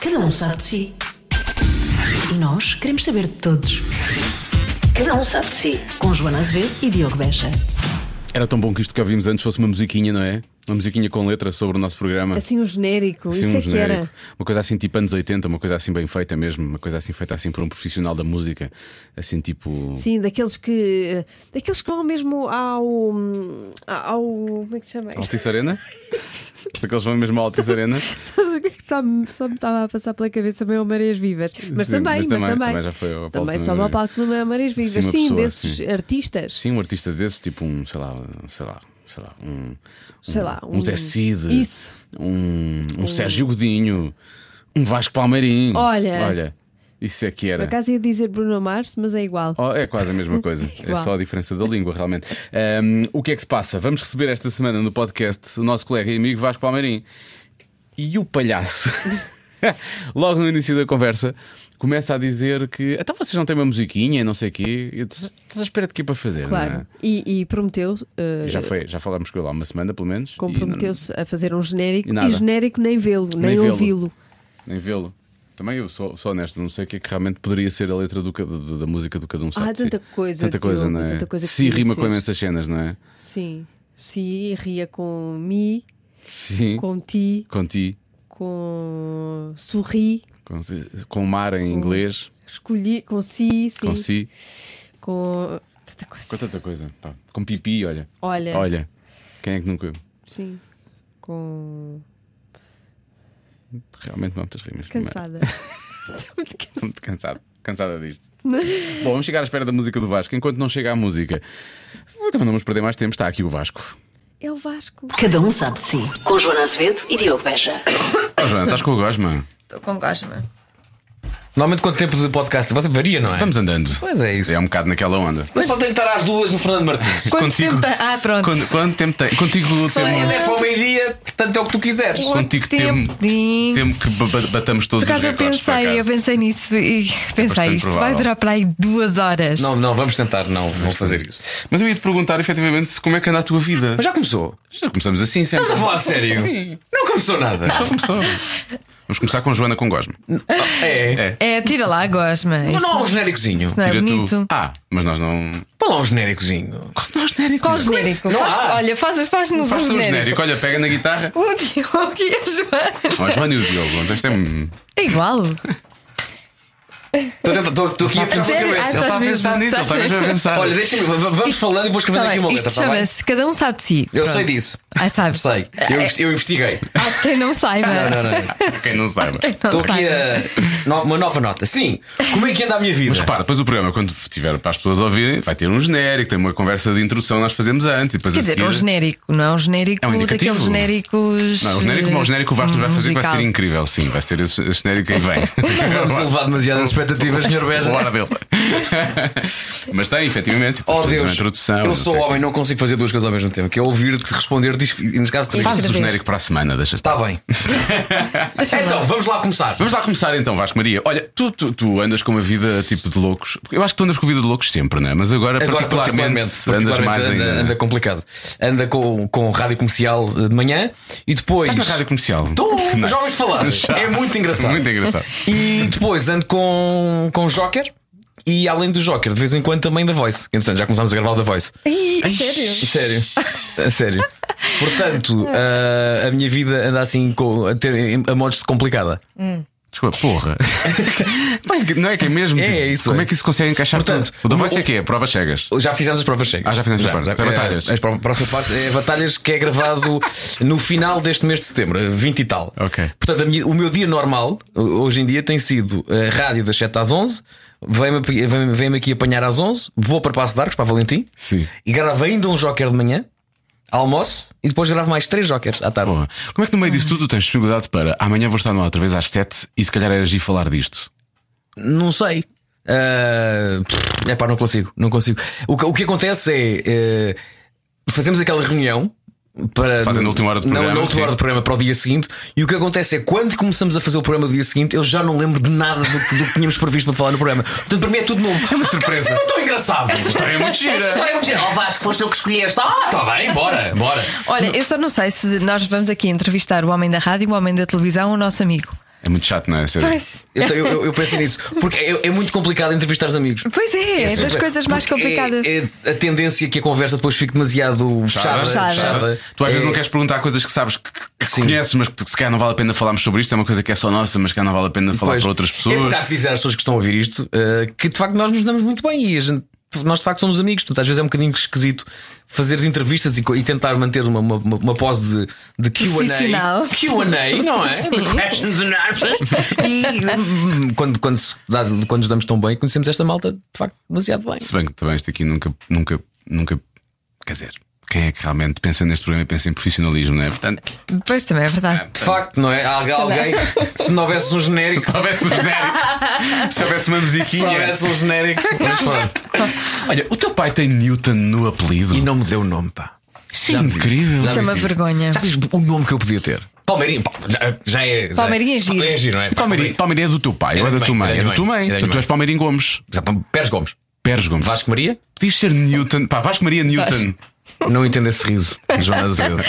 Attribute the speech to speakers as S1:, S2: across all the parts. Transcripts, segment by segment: S1: Cada um sabe de si. E nós queremos saber de todos. Cada um sabe de si. Com Joana Azevedo e Diogo Beja.
S2: Era tão bom que isto que ouvimos antes fosse uma musiquinha, não é? Uma musiquinha com letra sobre o nosso programa.
S3: Assim um genérico,
S2: Assim,
S3: isso
S2: um
S3: é que
S2: genérico.
S3: era.
S2: Uma coisa assim tipo anos 80, uma coisa assim bem feita mesmo, uma coisa assim feita assim por um profissional da música, assim tipo.
S3: Sim, daqueles que. Daqueles que vão mesmo ao. hum, ao. Como é que se chama?
S2: Altice Arena? Daqueles vão mesmo à Altice Arena?
S3: Sabes o que é que só me, só me estava a passar pela cabeça meio Marés Vivas? Mas
S2: Sim,
S3: também, mas,
S2: mas também,
S3: também.
S2: também já foi ao palco
S3: Também
S2: do
S3: sobe ao
S2: Marés.
S3: palco do Marés Vivas.
S2: Sim, uma
S3: Sim,
S2: pessoa,
S3: desses
S2: sim.
S3: artistas.
S2: Sim, um artista desses, tipo um, sei lá, sei lá, sei lá, um.
S3: Sei lá,
S2: Um,
S3: um-
S2: Zé Cid.
S3: Isso.
S2: Um, um Sérgio Godinho. Um Vasco Palmeirim.
S3: Olha.
S2: Olha, isso é que
S3: Por
S2: era.
S3: acaso ia dizer Bruno Mars, mas é igual.
S2: Oh, é quase a mesma coisa, é
S3: Igual.
S2: só a diferença da língua, realmente. Um, o que é que se passa? Vamos receber esta semana no podcast o nosso colega e amigo Vasco Palmeirim e o palhaço. Logo no início da conversa, começa a dizer que até vocês não têm uma musiquinha, e não sei o quê. Eu, Estás estás à espera de quê para fazer, não
S3: claro.
S2: é?
S3: E, e prometeu. eh,
S2: E Já, foi, já falámos com ele há uma semana, pelo menos. e
S3: Comprometeu-se a fazer um genérico
S2: E
S3: e,
S2: nada.
S3: genérico nem vê-lo, nem,
S2: vê-lo.
S3: ouvi-lo.
S2: não- Nem vê-lo. Também eu sou, sou honesto, não sei o que é que realmente poderia ser a letra do ca- do- da música do Cada Um Sabe de Si.
S3: Ah, tanta coisa,
S2: Tanta coisa,
S3: Diogo,
S2: não é?
S3: tanta coisa que
S2: Se
S3: podia
S2: rima com
S3: ser.
S2: imensas cenas, não é?
S3: Sim. Si ria com mi,
S2: Sim.
S3: com ti,
S2: com ti.
S3: com sorri,
S2: Com, com mar em inglês,
S3: escolhi, com si, sim,
S2: com si,
S3: com tanta coisa.
S2: com tanta coisa. pá. Com pipi, olha.
S3: Olha,
S2: Olha, quem é que nunca.
S3: sim, com
S2: Realmente não há muitas rimas.
S3: cansada. Estou muito
S2: Estou
S3: cansada.
S2: Muito cansado. Cansada disto. Bom, vamos chegar à espera da música do Vasco. Enquanto não chega a música, então não vamos perder mais tempo. Está aqui o Vasco.
S3: É o Vasco.
S1: Cada um sabe de si. Com Joana Azevedo e Diogo Beja.
S2: Oh, Joana, estás com o Gosma?
S4: Estou com gosma.
S5: Normalmente quanto tempo de podcast? Você varia, não é?
S2: Estamos andando.
S5: Pois é isso.
S2: É um bocado naquela onda.
S5: Mas só tenho que estar às duas no Fernando Martins.
S4: Quanto tempo tem? Ah, pronto.
S2: Quando, quanto tempo tem? Contigo o
S5: Só é
S2: tempo.
S5: 10 para o meio-dia, portanto é o que tu quiseres.
S2: Contigo
S4: tempo?
S2: temo, temo que ba- ba- batamos todos
S4: Por acaso
S2: os
S4: eu
S2: recordes. por
S4: pensei, eu
S2: acaso.
S4: pensei nisso e pensei,
S2: bastante
S4: isto vai
S2: provável.
S4: durar para aí duas horas.
S5: Não, não, vamos tentar não, não fazer isso.
S2: Mas eu ia te perguntar efetivamente se- como é que anda a tua vida.
S5: Mas já começou.
S2: Já começamos assim, sempre.
S5: Estás a falar a sério? Não começou nada.
S2: Só começou. Vamos começar com Joana com Gosme.
S5: É.
S4: É, tira lá a gosma.
S5: Mas
S4: Isso
S5: não há
S4: não-
S5: um genéricozinho.
S4: não é
S2: Tira tu.
S4: bonito.
S2: Ah, mas nós não.
S5: Põe lá um genéricozinho.
S2: Nós genérico.
S4: Qual o genérico?
S5: Não
S4: Faz-
S5: há.
S4: olha, faz- faz-nos
S2: Faz
S4: um
S2: tu um
S4: genérico.
S2: genérico. Olha, pega na guitarra.
S4: O Diogo e a Joana.
S2: Ó, Joana e o Diogo. Então isto é. um-
S4: É igual.
S5: Estou a tentar- Estou estou aqui a pensar na
S4: Sério?
S5: cabeça.
S4: Ah,
S5: tá-
S2: Ele está a
S4: mesmo,
S2: pensar nisso, ele
S4: estás
S2: está mesmo a pensar.
S5: Olha, deixa-me, v- v- vamos falando e vou escrevendo
S4: Tá
S5: aqui
S4: bem,
S5: uma letra,
S4: isto
S5: está bem?
S4: chama-se Cada um sabe de si.
S5: Eu
S4: Pronto.
S5: sei disso.
S4: Ah, sabe.
S5: Sei. Eu investi- Eu investiguei.
S4: Há quem não saiba.
S5: Não, não, não.
S2: Quem não saiba.
S4: Quem É. não
S5: Estou aqui
S4: saiba.
S5: a. no- Uma nova nota. Sim, como é que anda a minha vida?
S2: Mas repara, depois o programa, quando tiver para as pessoas ouvirem, vai ter um genérico, tem uma conversa de introdução, nós fazemos antes. E depois
S4: Quer
S2: a
S4: dizer,
S2: seguir...
S4: um genérico, não é um genérico
S2: É um indicativo.
S4: daqueles genéricos.
S5: é
S2: Não,
S5: um
S2: o genérico, o genérico que o Vasco
S4: eh,
S2: vai fazer que vai ser
S4: musical.
S2: incrível, sim. Vai ser esse esse genérico aí vem.
S5: Vamos elevar demasiadas expectativas, Sr. Beja.
S2: Bora dele. Mas tem, efetivamente. depois
S5: Oh
S2: fazemos
S5: Deus,
S2: uma introdução,
S5: eu
S2: não
S5: sou
S2: sei.
S5: homem, não consigo fazer duas coisas ao mesmo tempo. Que é ouvir-te, responder-te e, neste caso, três.
S4: Faz-
S2: Fazes o
S4: Escrever.
S2: genérico para a semana, deixa estar.
S5: Está Tá bem. então, vamos lá começar.
S2: Vamos lá começar então, Vasco Maria. Olha, tu, tu, tu andas com uma vida tipo de loucos. Porque Eu acho que tu andas com vida de loucos sempre, não é? Mas agora,
S5: Agora,
S2: particularmente, andas mais
S5: particularmente,
S2: ainda.
S5: anda, anda complicado. Anda com, com rádio comercial eh, de manhã e depois.
S2: Estás na rádio comercial.
S5: Tô,
S2: Que nice.
S5: já ouvi falar. É muito engraçado.
S2: Muito engraçado.
S5: E depois ando com, com Joker. E além do Joker, de vez em quando também da Voice. Entretanto, já começámos a gravar o da Voice.
S4: Ih, a sério?
S5: A sério. A sério. Portanto, ah, a minha vida anda assim com, a, ter, a modos de complicada.
S2: Desculpa, porra. Bem, não é que é mesmo?
S5: É,
S2: tipo,
S5: é isso,
S2: Como é.
S5: é.
S2: que isso consegue encaixar
S5: Portanto,
S2: tudo? O da
S5: o-
S2: voz é
S5: o-
S2: que é? Prova chegas.
S5: Já fizemos as provas cegas.
S2: Ah, já fizemos as
S5: já,
S2: provas. É
S5: É,
S2: batalhas.
S5: as pro- a próxima parte é batalhas que é gravado no final deste mês de setembro, 20 e tal.
S2: Ok.
S5: Portanto, a minha- o meu dia normal, ho- hoje em dia, tem sido eh, rádio das 7 às 11. Vem-me ap- vem- vem-me aqui apanhar às 11. Vou para Passo de Arcos, para Valentim.
S2: Sim.
S5: E gravo ainda um joker de manhã. Almoço e depois gravo mais três jokers à tarde.
S2: Porra. Como é que no meio disso tudo tens disponibilidade para amanhã vou estar no ar outra vez às 7 e se calhar era agir falar disto?
S5: Não sei. é pá, não consigo, não consigo. O que, o que acontece é. ah, fazemos aquela reunião. Para,
S2: Fazem na última hora do
S5: Não,
S2: programa,
S5: na última
S2: sim.
S5: hora do programa para o dia seguinte. E o que acontece é quando começamos a fazer o programa do dia seguinte, eu já não lembro de nada do que, do que tínhamos previsto para falar no programa. Portanto, para mim é tudo novo. É uma
S2: surpresa.
S5: Isto é muito engraçado. Esta
S2: história é muito gira. Tá
S5: Esta história é muito gira. Oh, Vasco, foste tu que escolheste. Ah, está bem, bora, bora.
S4: Olha, eu só não sei se nós vamos aqui entrevistar o homem da rádio, o homem da televisão, o nosso amigo.
S2: É muito chato, não é? Ser...
S3: Pois,
S5: Eu, eu- eu- eu penso nisso. Porque é, é muito complicado entrevistar os amigos.
S4: Pois é, é das
S5: super-
S4: coisas mais
S5: porque é-
S4: complicadas.
S5: é a tendência que a conversa depois fique demasiado fechada.
S4: Fechada.
S2: Tu às
S5: É-
S2: vezes não queres perguntar coisas que sabes que, que
S5: Sim.
S2: conheces, mas que se calhar não vale a pena falarmos sobre isto. É uma coisa que é só nossa, mas que não vale a pena falar
S5: Pois.
S2: para outras
S5: É
S2: pessoas.
S5: porque há que dizer às pessoas que estão a ouvir isto eh, que de facto nós nos damos muito bem e a gente- nós de facto somos amigos. Portanto, às vezes é um bocadinho esquisito fazeres entrevistas e, co- e tentar manter uma, uma, uma- uma pose de, de QA.
S4: Profissional.
S5: QA, não é?
S4: Sim.
S5: De questions and answers. E hum, quando, quando, se dá- quando nos damos tão bem, conhecemos esta malta de facto demasiado bem.
S2: Se bem que também isto aqui nunca, nunca, nunca. Quer dizer, quem é que realmente pensa neste programa e pensa em profissionalismo, não é? Portanto,
S4: Pois também é verdade.
S5: De facto, não é? Há alguém- alguém, se não houvesse um genérico.
S2: se houvesse um genérico, se houvesse uma
S5: Se não
S2: musiquinha.
S5: houvesse um genérico. Mas pronto.
S2: é? Olha, o teu pai tem Newton no apelido.
S5: E não me deu o nome, pá.
S2: Sim, incrível.
S4: Isso é uma vergonha.
S5: Já viste o nome que eu podia ter? Palmeirinho, pá, já, já é. já é-
S4: Palmeirinho é giro.
S5: Palmeirinho é giro, não é?
S2: Palmeirinho, Palmeirinho é do teu pai,
S5: É
S2: ou é
S5: da
S2: da tua
S5: minha
S2: mãe?
S5: mãe,
S2: É
S5: é
S2: da
S5: da
S2: tua
S5: minha
S2: mãe.
S5: mãe, é da
S2: Portanto, tu
S5: minha
S2: és Palmeirinho Gomes.
S5: Já, Pérez Gomes.
S2: Pérez Gomes.
S5: Vasco Maria?
S2: Podias ser Newton. Pá, Vasco Maria Newton.
S5: Não entendo esse riso, Joana Azevedo.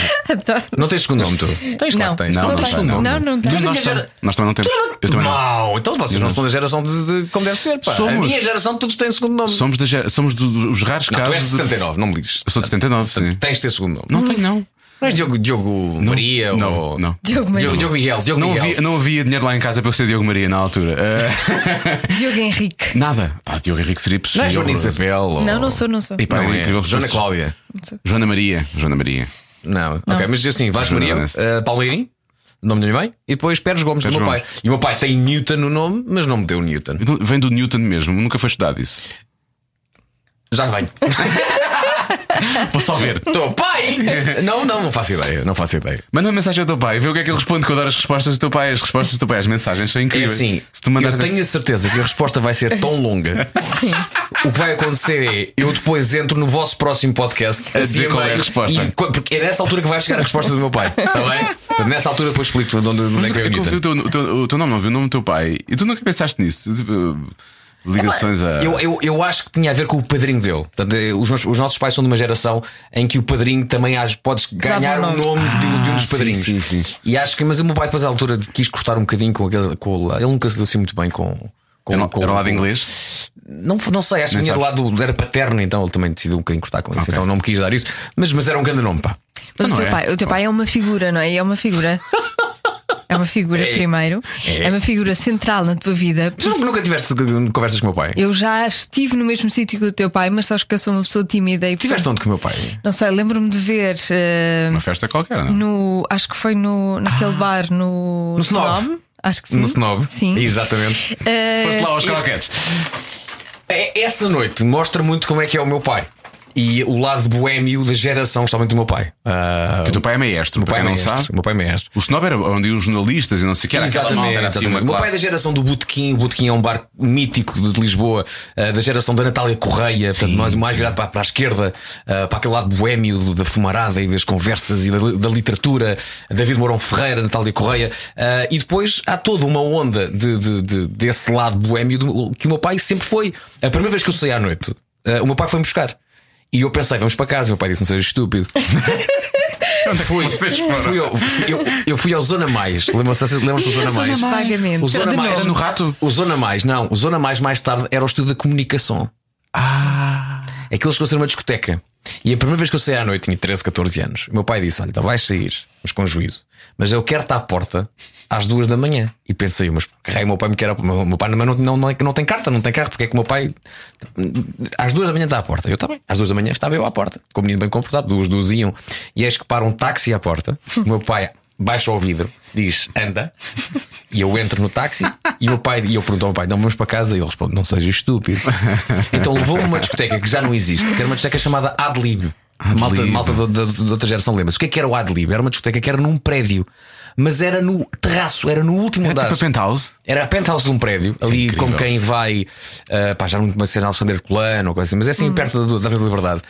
S5: Não tens segundo nome, tu? Tens
S4: Não.
S5: tens.
S4: Não,
S5: tens
S4: não
S5: segundo
S4: tenho.
S5: nome.
S4: Não, não tenho.
S2: Nós,
S4: Mas a
S2: nós,
S4: minha
S2: tam-
S4: gera-
S2: nós também não temos. Eu também não.
S5: Não, então vocês não são da geração de, de como deve ser, pá.
S2: Somos.
S5: A minha geração todos têm segundo nome.
S2: Somos, da gera- somos do- do- os raros
S5: Não, tu és
S2: casos.
S5: de
S2: de-
S5: 79, não me dizes.
S2: Eu sou de 79, sim.
S5: Tens de ter segundo nome.
S2: Não tenho, não.
S5: Não és Diogo, Diogo Maria
S2: não,
S5: ou.
S2: não.
S4: Diogo Maria.
S5: Diogo, Diogo Miguel. Diogo
S2: Não
S5: Miguel.
S2: havia, não havia dinheiro lá em casa para eu ser Diogo Maria na altura. Ah,
S4: Diogo Henrique.
S2: nada. Pá, Diogo Henrique seria
S5: Não
S2: possível.
S5: és Joana Isabel. ou-
S4: Não, não sou, não sou.
S2: E pá,
S5: Não
S2: era
S5: é.
S2: incrível se
S5: Joana
S2: fosse-
S5: Cláudia.
S2: Joana Maria. Joana Maria.
S5: Não. Ok, mas assim, Vasco
S2: Mas não
S5: Maria,
S2: era
S5: uh, Palmeirim, nome lhe bem, e depois Pérez Gomes, do
S2: Pérez
S5: meu pai. E o meu pai tem Newton no nome, mas não me deu Newton.
S2: Então, Vem do Newton mesmo. Nunca foi estudado isso.
S5: Já venho.
S2: Vou só ver.
S5: Estou, pai! Não, não, não faço ideia, não faço ideia.
S2: Manda uma mensagem ao teu pai, vê o que é que ele responde quando adoro as respostas do teu pai. As respostas do teu pai, as mensagens são
S5: É
S2: incríveis.
S5: assim,
S2: se tu mandares
S5: eu tenho a
S2: esse-
S5: certeza que a resposta vai ser tão longa. O que vai acontecer é eu depois entro no vosso próximo podcast a
S2: dizer qual é a resposta.
S5: e co- porque é nessa altura que vai chegar a resposta do meu pai, está bem? Portanto, nessa altura depois explico de onde, de onde é
S2: Mas
S5: que
S2: tu-
S5: veio
S2: é
S5: o
S2: que eu vi
S5: Newton.
S2: o teu, o teu- o teu nome, não vi o nome do teu pai. E tu nunca pensaste nisso? Tipo, ligações a.
S5: Eu, eu, eu acho que tinha a ver com o padrinho dele. Portanto, eh, os, meus- os nossos pais são de uma geração em que o padrinho também às, podes ganhar o
S4: Dava o
S5: nome, de, um- de um dos
S2: Ah, sim,
S5: padrinhos.
S2: sim, sim.
S5: E acho que, mas o meu pai, depois à altura, quis cortar um bocadinho com aquele. Com, ele nunca se deu assim muito bem com. com,
S2: Era,
S5: com-
S2: era lá de
S5: com-
S2: é inglês?
S5: Não, não sei, acho que
S2: Nem
S5: vinha do
S2: sabes.
S5: lado era paterno, então ele também decidiu um bocadinho cortar com isso. Então não me quis dar isso. Mas, mas era um grande nome, pá.
S4: Mas
S2: Não
S4: o teu,
S2: é.
S4: pai, o teu pai é uma figura, não é? E É uma figura. É uma figura, primeiro. É uma figura central na tua vida.
S5: Tu nunca, nunca tiveste conversas com o meu pai?
S4: Eu já estive no mesmo sítio que o teu pai, mas sabes que eu sou uma pessoa tímida e.
S5: Tiveste
S4: portanto,
S5: onde com o meu pai?
S4: Não sei, lembro-me de ver. eh,
S2: Uma festa qualquer, não? é?
S4: no, acho que foi no, naquele bar no.
S5: Ah. no Snob.
S4: Acho que sim.
S5: No Snob?
S4: Sim.
S5: Exatamente.
S4: Eh,
S2: Foste lá aos croquetes.
S5: É- Essa noite mostra muito como é que é o meu pai. E o lado boémio da geração, especialmente do meu pai. Ah,
S2: Que o teu pai é maestro, para
S5: é
S2: quem não
S5: maestro,
S2: sabe.
S5: O meu pai é maestro.
S2: O Snob era onde iam os jornalistas e não sei o que era. Aquela malta era assim uma
S5: exatamente. O meu pai é da
S2: classe.
S5: geração do Botequim. O Botequim é um bar mítico de, de Lisboa, ah, da geração da Natália Correia, portanto, mais, mais virado para, para a esquerda, ah, para aquele lado boémio do- da fumarada e das conversas e da, da literatura. David Mourão Ferreira, Natália Correia. Ah, e depois há toda uma onda de- de- de- desse lado boémio do- que o meu pai sempre foi. A primeira vez que eu saí à noite, ah, o meu pai foi-me buscar. E eu pensei, vamos para casa. E o meu pai disse: não sejas estúpido. Fui, fui ao- fui- eu, eu fui ao Zona Mais. Lembram-se lembram do Zona Mais?
S4: Vagamente.
S5: O Zona
S4: De
S5: Mais
S4: novo.
S2: no rato?
S5: O Zona Mais, não. O Zona Mais mais tarde era o estudo da comunicação. Ah. Aquilo chegou a ser uma discoteca. E a primeira vez que eu saí à noite, tinha 13, 14 anos. O meu pai disse: Olha, então vais sair, mas com juízo. Mas eu quero-te à porta às duas da manhã. E pensei, mas que raio o meu pai me quer. O meu meu pai não, não, não, não tem carta, não tem carro, porque é que o meu pai às duas da manhã está à porta. Eu também. Às duas da manhã estava eu à porta. Com o menino bem comportado, duas, duas iam. E eis que para um táxi à porta. O meu pai baixa o vidro, diz anda. E eu entro no táxi. E, o meu pai, e eu pergunto ao meu pai, não vamos para casa? E ele responde, não seja estúpido. Então levou-me a uma discoteca que já não existe, que era uma discoteca chamada Adlib. Malta, malta da, da- da outra geração lembra-se. O que é que era o Adlib? Era uma discoteca que era num prédio, mas era no terraço, era no último
S2: Era
S5: andar.
S2: tipo a penthouse.
S5: Era a penthouse de um prédio, ali
S2: incrível.
S5: como quem vai, ah, pá, já não me ser Alexandre Herculano ou coisa assim, mas é assim perto da, da Avenida da Liberdade.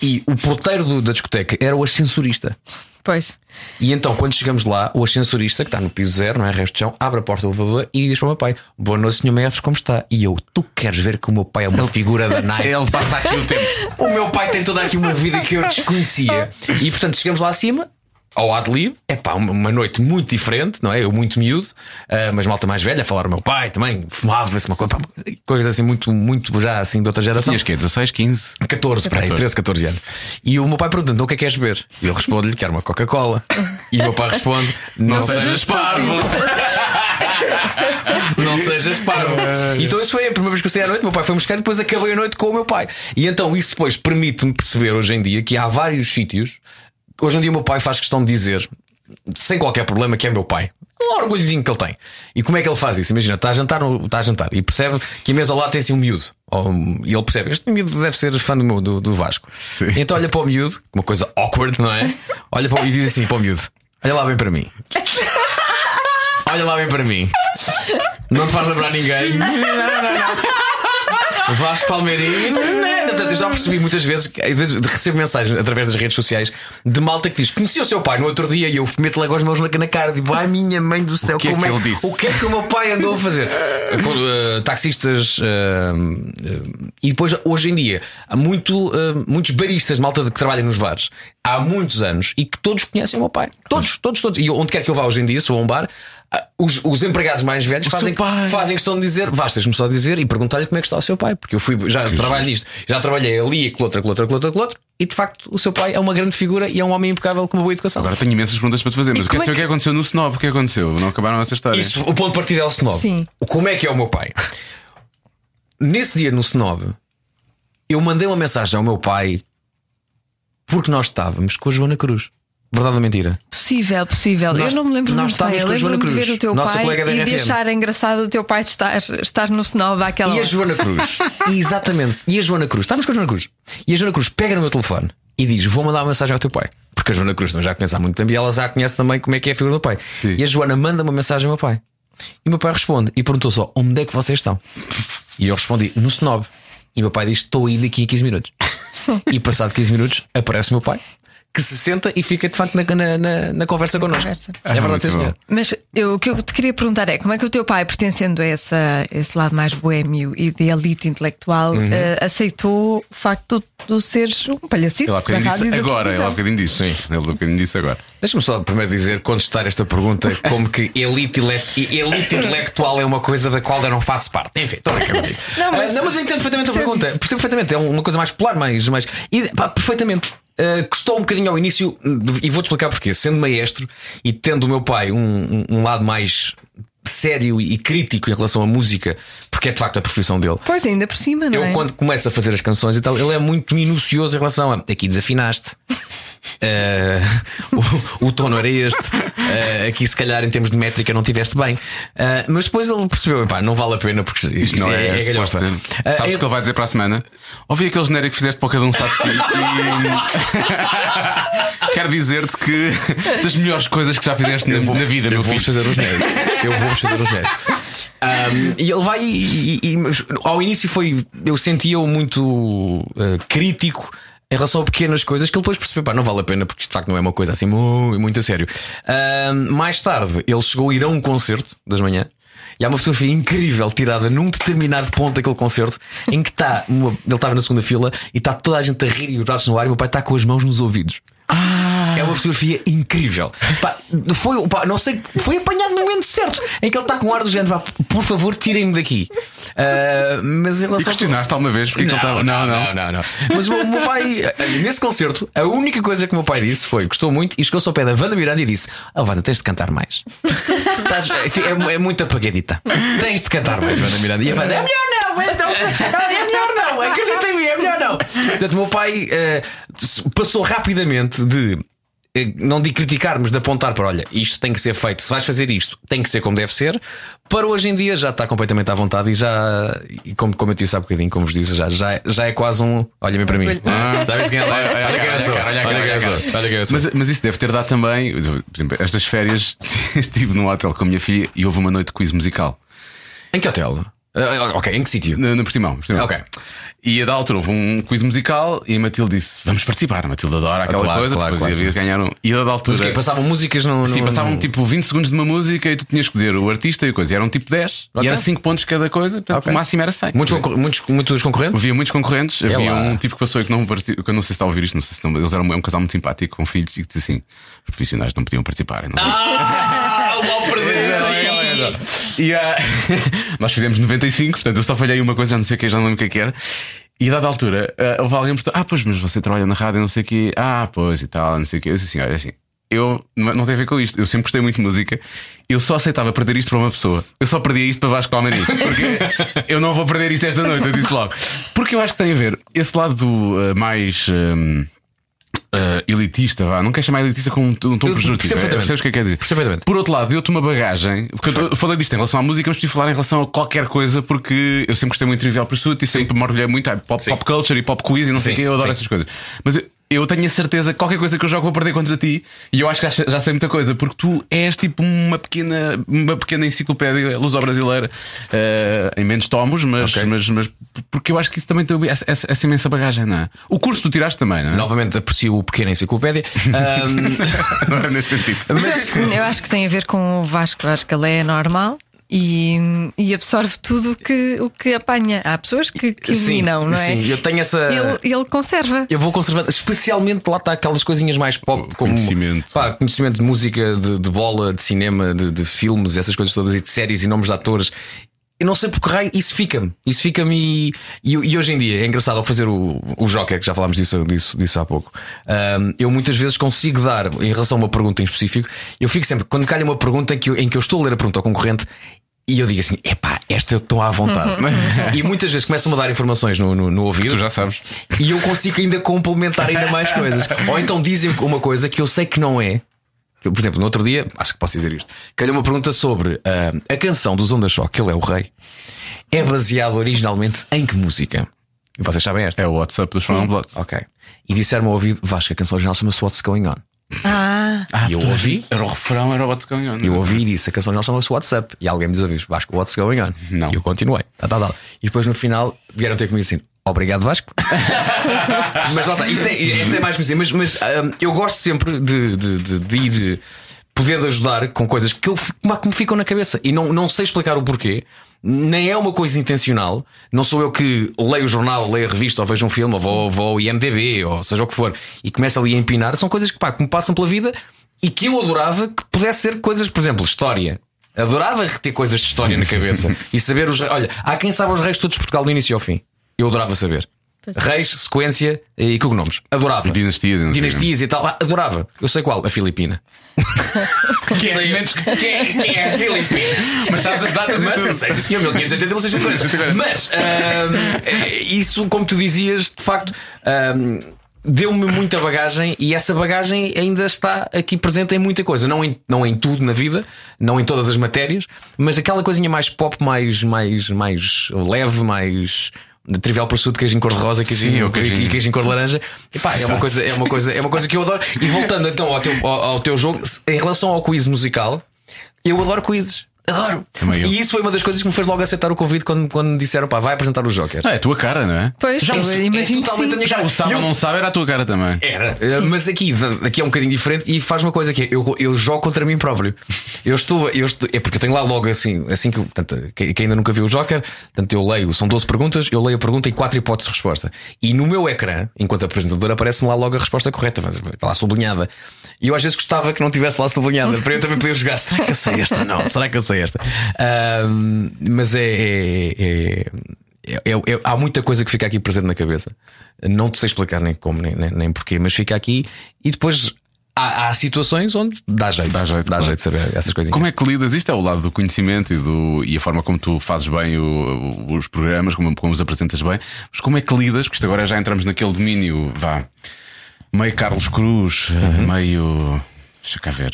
S5: E o porteiro do- da discoteca era o ascensorista.
S4: Pois.
S5: E então, quando chegamos lá, o ascensorista, que está no piso zero, não é? Resto de chão, abre a porta do elevador e diz para o meu pai: Boa noite, senhor mestre, como está? E eu, tu queres ver que o meu pai é uma figura da Nike?
S2: Ele passa aqui o tempo.
S5: O meu pai tem toda aqui uma vida que eu desconhecia. E portanto chegamos lá acima. ao ad lib, é pá, uma- uma noite muito diferente, não é? Eu muito miúdo, ah, mas malta mais velha, a falar o meu pai também, fumava-se uma coisa, pá, coisas assim muito, muito já assim de outra geração.
S2: Tinhas quê? 16, 15?
S5: 14, para aí, 13, 14 anos. E o meu pai pergunta-me: "Então, o que é que queres beber? E eu respondo-lhe: quero uma Coca-Cola. E o meu pai responde: não, sejas parvo. Não sejas parvo. Então, isso foi a primeira vez que eu saí à noite. Meu pai foi buscar e depois acabei a noite com o meu pai. E então, isso depois permite-me perceber hoje em dia que há vários sítios. que Hoje em dia, o meu pai faz questão de dizer, sem qualquer problema, que é meu pai. Um orgulhozinho que ele tem. E como é que ele faz isso? Imagina, está a jantar, no- está a jantar e percebe que a mesa ao lado tem assim um miúdo. Ou um- e ele percebe, este miúdo deve ser fã do, meu- do, do Vasco. Então olha para o miúdo, uma coisa awkward, não é? Olha para o, e diz assim para o miúdo: Olha lá bem para mim. Olha lá bem para mim. Não te faz lembrar ninguém. Vasco Palmeirinho. Portanto, eu já percebi muitas vezes, que, às vezes recebo mensagens através das redes sociais de malta que diz: Conheci o seu pai no outro dia e eu meto logo as mãos na, na cara. Digo, ai minha mãe do céu,
S2: que é
S5: como
S2: que ele disse?"
S5: O que é que o meu pai andou a fazer? Quando, eh, taxistas. eh, eh, e depois, hoje em dia, há muito, eh, muitos baristas, malta de- que trabalham nos bares, há muitos anos e que todos conhecem o meu pai. Todos, todos, todos. E onde quer que eu vá hoje em dia, se vou a um bar. ah, Os, os empregados mais velhos fazem,
S2: pai.
S5: fazem fazem questão de dizer, vais, tens-me só dizer e perguntar-lhe como é que está o seu pai, porque eu fui, já trabalho nisto, já trabalhei ali e com outra, com outra, com outra, com outra, e de facto o seu pai é uma grande figura e é um homem impecável com uma boa educação.
S2: Agora tenho imensas perguntas para te fazer, mas eu
S4: como
S2: quero
S4: é
S2: saber o que
S4: que-
S2: aconteceu no Snob. O que aconteceu? Não acabaram essa história.
S5: Isso, o ponto de partida é o Snob.
S4: Sim.
S5: O- Como é que é o meu pai? Nesse dia no Snob, eu mandei uma mensagem ao meu pai porque nós estávamos com a Joana Cruz. Verdade ou mentira?
S4: Possível, possível.
S5: Nós-
S4: eu não me lembro
S5: nós
S4: muito
S5: estávamos
S4: bem. Eu
S5: com a Joana
S4: lembro-me de
S5: Cruz,
S4: ver o teu
S5: nossa
S4: pai
S5: colega da
S4: e
S5: RFM.
S4: deixar engraçado o teu pai estar, estar no snob àquela
S5: E a
S4: hora.
S5: Joana Cruz. Exatamente. E a Joana Cruz. Estávamos com a Joana Cruz. E a Joana Cruz pega no meu telefone e diz: Vou mandar uma mensagem ao teu pai. Porque a Joana Cruz não já conhece há muito tempo e ela já conhece também como é que é a figura do pai.
S2: Sim.
S5: E a Joana manda uma mensagem ao meu pai. E o meu pai responde e perguntou só: Onde é que vocês estão? E eu respondi: No snob. E o meu pai diz: Estou aí daqui a 15 minutos. e passado 15 minutos aparece o meu pai. Que se senta e fica de facto na, na- na- na conversa connosco.
S4: Conversa.
S5: É verdade,
S2: Ah, muito
S5: sim,
S2: bom.
S5: senhor.
S4: Mas eu- o que eu te queria perguntar é como é que o teu pai, pertencendo a essa- esse lado mais boémio e de elite intelectual,
S5: Uhum.
S4: eh, aceitou o facto de tu seres um
S2: Ele
S4: palhacito?
S2: há
S4: da
S2: bocadinho
S4: rádio e
S2: disse
S4: da
S2: agora. Ele há
S4: televisão?
S2: bocadinho disse. Sim. Ele há bocadinho disse agora.
S5: Deixa-me só primeiro dizer, contestar esta pergunta como que elite, ele- elite intelectual é uma coisa da qual eu não faço parte. Enfim, estou a brincar contigo.
S4: Não, mas-
S5: Ah, não, mas eu entendo perfeitamente a
S4: Sim,
S5: pergunta.
S4: sim, sim.
S5: Percebo perfeitamente. É uma coisa mais popular, mais. mais e, pá, perfeitamente. Ah, custou um bocadinho ao início, e vou-te explicar porquê. Sendo maestro e tendo o meu pai um, um- um lado mais sério e crítico em relação à música, porque é de facto a profissão dele.
S4: Pois ainda por cima, não
S5: Eu,
S4: é?
S5: quando começo a fazer as canções e tal, ele é muito minucioso em relação a aqui desafinaste. eh, o, o tono era este. eh, aqui, se calhar, em termos de métrica, não tiveste bem. Eh, mas depois ele percebeu: "Epá, não vale a pena porque isto,
S2: Isto não é,
S5: é,
S2: suposto
S5: galhofa."
S2: ser.
S5: Eh,
S2: Sabes o
S5: eu-
S2: que ele vai dizer para a semana? Ouvi aquele genérico que fizeste para o cada um sabe de si e quero dizer-te que das melhores coisas que já fizeste na, na vida, meu
S5: eu vou
S2: filho.
S5: fazer o genérico. Eu vou fazer o genérico. Um, e ele vai. e- e- e- mas ao início foi. Eu sentia-o muito uh, crítico. Em relação a pequenas coisas que ele depois percebeu, pá, não vale a pena porque isto de facto não é uma coisa assim muito, muito a sério. Um, mais tarde, ele chegou a ir a um concerto das manhãs e há uma fotografia incrível tirada num determinado ponto daquele concerto em que está, uma- ele estava na segunda fila e está toda a gente a rir e os braços no ar e o meu pai está com as mãos nos ouvidos. É uma fotografia incrível. Pá, foi, pá, não sei, foi apanhado no momento certo em que ele está com um ar do género. pá, por favor, tirem-me daqui. Ah, mas em
S2: E
S5: relação
S2: questionaste alguma vez porque é que ele estava.
S5: não, não, não. Mas o meu- o meu pai, olha, nesse concerto, a única coisa que o meu pai disse foi: gostou muito e chegou-se ao pé da Wanda Miranda e disse: Oh, Wanda, tens de cantar mais. Estás- é, é, é muito apagadita. Tens de cantar mais, Wanda Miranda. E a Wanda, é melhor não, então, é melhor não, acredita em mim, é melhor não. Portanto, o meu pai eh, passou rapidamente de eh, não de criticar, mas de apontar para olha, isto tem que ser feito, se vais fazer isto, tem que ser como deve ser. Para hoje em dia já está completamente à vontade e já, e como, como eu disse há bocadinho, como vos disse, já, já, já é quase um olha-me para mim. Ah, sabes quem é lá?
S2: Olha, olha,
S5: Olha quem
S2: olha,
S5: eu sou,
S2: olha, olha,
S5: olha quem
S2: olha,
S5: eu sou,
S2: olha.
S5: olha quem eu sou.
S2: Mas, mas isso deve ter dado também. Por exemplo, estas férias estive num hotel com a minha filha e houve uma noite de quiz musical.
S5: Em que hotel? Ah, ok, em que sítio?
S2: No, no Portimão, Portimão.
S5: Ok.
S2: E a da altura houve um quiz musical e a Matilde disse: Vamos participar. A Matilde adora aquela
S5: claro,
S2: coisa.
S5: claro,
S2: depois
S5: claro.
S2: ia ganhar um. E a da altura.
S5: Mas o quê? Passavam músicas no.
S2: Sim,
S5: no-
S2: passavam
S5: no-
S2: tipo 20 segundos de uma música e tu tinhas que escolher o artista e a coisa. E eram tipo 10
S5: Ok.
S2: e era 5 pontos cada coisa, portanto
S5: Ok.
S2: o máximo era 100.
S5: Muitos, concor- muitos, muitos concorrentes?
S2: Havia muitos concorrentes, havia
S5: lá.
S2: um tipo que passou e que não participou, que eu não sei se está a ouvir isto, não sei se não, eles eram um, é um casal muito simpático com filhos e que disse assim: os profissionais não podiam participar. eu Não
S5: Ah, mal perder!
S2: e ah, nós fizemos 95, portanto eu só falhei uma coisa, já não sei o que, já não lembro o que é que era. E a dada altura, ah, houve alguém que perguntou: Ah, pois, mas você trabalha na rádio, não sei o quê, ah, pois e tal, não sei o quê. Eu disse assim: Olha, assim, eu não não tem a ver com isto, eu sempre gostei muito de música, eu só aceitava perder isto para uma pessoa, eu só perdia isto para Vasco Almerim, porque eu não vou perder isto esta noite, eu disse logo. Porque eu acho que tem a ver esse lado do, ah, mais. ah, ah, elitista, vá, não quero chamar elitista com um, t- um tom
S5: Eu percebo
S2: prejudicial.
S5: perfeitamente.
S2: Percebes o que é que é dizer?
S5: Perfeitamente.
S2: Por outro lado, deu-te uma bagagem. Porque eu, eu falei disto em relação à música, mas preciso falar em relação a qualquer coisa, porque eu sempre gostei muito de Trivial Pursuit e sempre me orgulhei muito. ah, Pop, pop culture e pop quiz e não sei o
S5: Sim,
S2: quê, eu adoro
S5: sim.
S2: essas coisas. Mas eu, eu tenho a certeza que qualquer coisa que eu jogo vou perder contra ti e eu acho que já, já sei muita coisa, porque tu és tipo uma pequena, uma pequena enciclopédia luso-brasileira eh, em menos tomos, mas,
S5: Ok.
S2: mas, mas porque eu acho que isso também tem essa, essa- essa imensa bagagem, não é? O curso tu tiraste também, não é?
S5: Novamente aprecio o pequeno enciclopédia. Ahm,
S2: Não é nesse sentido.
S4: Mas eu acho que- eu acho que tem a ver com o Vasco. Eu acho que ele é normal e, e absorve tudo o que, o que apanha. Há pessoas que, que
S5: sim,
S4: eliminam, não é?
S5: Sim, eu tenho essa.
S4: Ele, ele conserva.
S5: Eu vou conservando, especialmente lá está aquelas coisinhas mais pop, como
S2: conhecimento.
S5: pá, conhecimento de música, de, de bola, de cinema, de, de filmes, essas coisas todas, e de séries e nomes de atores. Eu não sei porque raio, isso fica-me. Isso fica-me e, e, e hoje em dia é engraçado ao fazer o, o Joker, que já falámos disso, disso, disso há pouco. ahm, eu muitas vezes consigo dar, em relação a uma pergunta em específico, eu fico sempre, quando calha uma pergunta em que, eu- em que eu estou a ler a pergunta ao concorrente. E eu digo assim, epá, esta eu estou à vontade. e muitas vezes começam a dar informações no, no, no ouvido
S2: Uhum. Tu já sabes.
S5: e eu consigo ainda complementar ainda mais coisas. Ou então dizem uma coisa que eu sei que não é. Que eu, Por exemplo, no outro dia, acho que posso dizer isto. Calhou uma pergunta sobre ah, a canção dos Onda Choque, ele é o rei, é baseado originalmente em que música? E vocês sabem esta?
S2: É o WhatsApp dos Fun Blocks.
S5: Ok. E disseram-me ao ouvido, Vasco, a canção original chama-se What's Going On.
S4: Ah,
S5: e eu ouvi,
S2: Era o refrão, era o é? What's Going On.
S5: eu ouvi e disse, a canção original chama-se WhatsApp. E alguém me diz, ouviu, Vasco, What's Going On?
S2: Não.
S5: E eu continuei. Tá, tá, tá. E depois no final vieram ter comigo assim. Obrigado, Vasco. mas lá está, isto é, isto é mais conhecido. Mas, mas, hum, eu gosto sempre de, de- de- de ir podendo ajudar com coisas que, eu, fi- que me ficam na cabeça e não, não sei explicar o porquê. Nem é uma coisa intencional. Não sou eu que leio o jornal, leio a revista, ou vejo um filme, ou vou, ou vou ao IMDB, ou seja o que for, e começo ali a empinar. São coisas que, pá, que me passam pela vida e que eu adorava que pudesse ser coisas, por exemplo, história. Adorava ter coisas de história na cabeça e saber os. re- Olha, há quem sabe os reis todos de Portugal do início ao fim. Eu adorava saber. Reis, sequência e cognomes. Adorava.
S2: Dinastias, não sei.
S5: Dinastias e tal. Ah, Adorava. Eu sei qual. A Filipina.
S2: Que é,
S5: Sei-
S2: menos que-
S5: Quem é, quem é a Filipina?
S2: Mas sabes as datas e
S5: Mas,
S2: tudo.
S5: sei, sim, senhor, 1580, 1640. Mas ahm, eh, isso, como tu dizias, de facto. ahm, Deu-me muita bagagem e essa bagagem ainda está aqui presente em muita coisa. Não em, não em tudo na vida, não em todas as matérias, mas aquela coisinha mais pop, mais, mais, mais leve, mais de trivial pursuit, queijinho cor-de-rosa queijinho,
S2: ou queijinho.
S5: e queijinho cor-de-laranja. Epá, É, uma coisa- é, uma coisa- é uma coisa que eu adoro. E voltando então ao teu, ao- ao teu jogo, em relação ao quiz musical, eu adoro quizzes. Adoro.
S2: Também eu.
S5: E isso foi uma das coisas que me fez logo aceitar o convite quando, quando me disseram, pá, vai apresentar o Joker.
S2: Ah, é a tua cara, não é?
S4: pois,
S5: Já
S4: eu
S5: me- é
S4: imagino que
S5: totalmente
S4: sim.
S5: a minha
S2: Já
S5: cara.
S2: o sabe
S5: E eu-
S2: ou não sabe, era a tua cara também.
S5: Era. Eh, Mas aqui, aqui é um bocadinho diferente e faz uma coisa que é, eu, eu jogo contra mim próprio. Eu estou, eu estou- É porque eu tenho lá logo assim, assim que. eu- Portanto, quem quem ainda nunca viu o Joker, portanto, eu leio, são 12 perguntas, eu leio a pergunta e quatro hipóteses de resposta. E no meu ecrã, enquanto apresentador, aparece-me lá logo a resposta correta, mas está lá sublinhada. E eu às vezes gostava que não tivesse lá sublinhada, para eu também poder jogar. Será que eu sei esta? Não, será que eu sei esta? Ahm, mas é- é- é é- é- é- há muita coisa que fica aqui presente na cabeça. Não te sei explicar nem como, nem, nem, nem porquê, mas fica aqui e depois há, há situações onde dá jeito. Dá jeito, dá jeito de saber essas coisinhas.
S2: Como é que lidas? Isto é o lado do conhecimento e, do, e a forma como tu fazes bem o- os programas, como, como os apresentas bem. Mas como é que lidas? Porque isto agora já entramos naquele domínio, vá, meio Carlos Cruz,
S5: Uhum.
S2: meio. Deixa cá ver.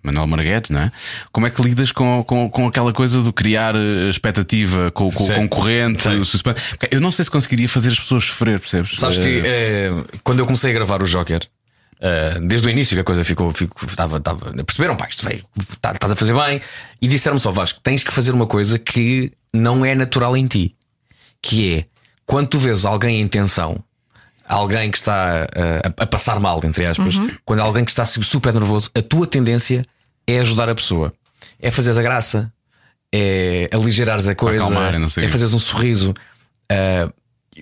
S2: Manuel Marguete, não é? Como é que lidas com, com, com aquela coisa do criar eh, expectativa com, com o
S5: Sim.
S2: concorrente?
S5: Sim.
S2: o suspense? Porque Eu não sei se conseguiria fazer as pessoas sofrer, percebes?
S5: Sabes que eh, quando eu comecei a gravar o Joker, eh, desde o início que a coisa ficou. ficou tava, tava- perceberam, pá, isto veio, tá- estás a fazer bem. E disseram-me só, Vasco, tens que fazer uma coisa que não é natural em ti. Que é quando tu vês alguém em tensão, alguém que está uh, a, a passar mal, entre aspas, quando alguém que está su- super nervoso, a tua tendência é ajudar a pessoa, é fazeres a graça, é aligerares a coisa,
S2: Acalmar, não sei o
S5: é
S2: quê.
S5: fazeres um sorriso. Uh,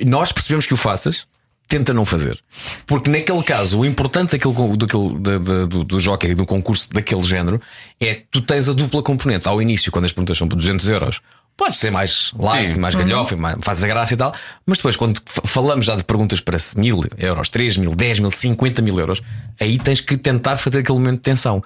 S5: nós percebemos que o faças. Tenta não fazer. Porque naquele caso, o importante daquele, con- daquele, da- da- do, do jockey, do concurso daquele género, é que tu tens a dupla componente. Ao início, quando as perguntas são por 200 euros, pode ser mais light,
S2: Sim.
S5: mais galhofa, mais- fazes a graça e tal. Mas depois, quando fa- falamos já de perguntas para mil euros, 3 mil, 10 mil, 50 mil euros, aí tens que tentar fazer aquele momento de tensão.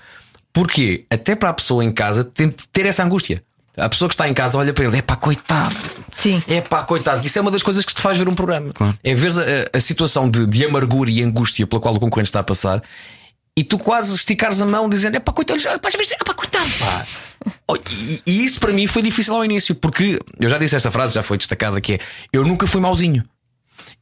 S5: Porquê? Até para a pessoa em casa tem- ter essa angústia. A pessoa que está em casa olha para ele, é pá, coitado.
S4: Sim.
S5: É pá, coitado. Isso é uma das coisas que te faz ver um programa. É ver a, a situação de, de amargura e angústia pela qual o concorrente está a passar e tu quase esticares a mão dizendo: é pá, coitado, já- pá, já viste? É pá, coitado, pá. Oh, E, e isso para mim foi difícil ao início, porque eu já disse esta frase, já foi destacada, que é: eu nunca fui mauzinho.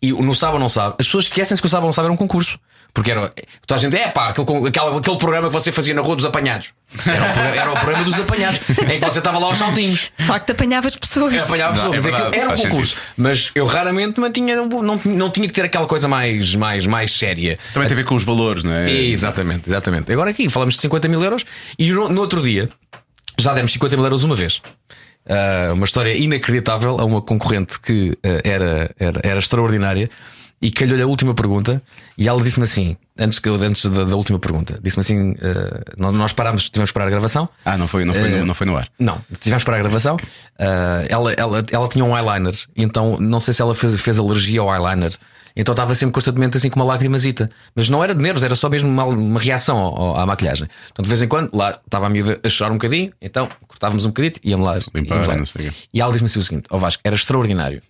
S5: E o não sabe ou não sabe, as pessoas esquecem-se que o sabe ou não sabe era um concurso. Porque era. Toda a gente, é pá, aquele, con- aquela- aquele programa que você fazia na rua dos apanhados. Era o, programa- era o programa dos apanhados, em que você estava lá aos saltinhos.
S4: De facto, apanhava as pessoas.
S5: É, apanhava
S6: Não,
S5: pessoas.
S6: é
S5: Aquilo
S6: verdade,
S5: era um
S6: faz
S5: concurso. Mas eu raramente mantinha, não, não tinha que ter aquela coisa mais, mais, mais séria.
S2: Também tem a ver com os valores, não é?
S5: Exatamente, exatamente. Agora aqui falamos de 50 mil euros e no, no outro dia já demos 50 mil euros uma vez. Ah, uma história inacreditável a uma concorrente que ah, era, era, era extraordinária e calhou-lhe a última pergunta e ela disse-me assim, antes, que, eu- antes da, da última pergunta, disse-me assim: ah, nó- nós parámos, tivemos que parar a gravação.
S2: Ah, não foi, não foi,
S5: Eh.
S2: no, não foi no ar.
S5: Não, tivemos para a gravação. Ah, ela, ela, ela tinha um eyeliner, então não sei se ela fez, fez alergia ao eyeliner. Então estava sempre constantemente assim com uma lagrimazita. Mas não era de nervos, era só mesmo uma, uma reação ao- ao- à maquilhagem. Então de vez em quando, lá estava a miúda a chorar um bocadinho, então cortávamos um bocadito e íamos lá.
S2: Limpar,
S5: íamos lá.
S2: não sei o quê.
S5: E ela disse-me assim o seguinte: Ó Vasco, era extraordinário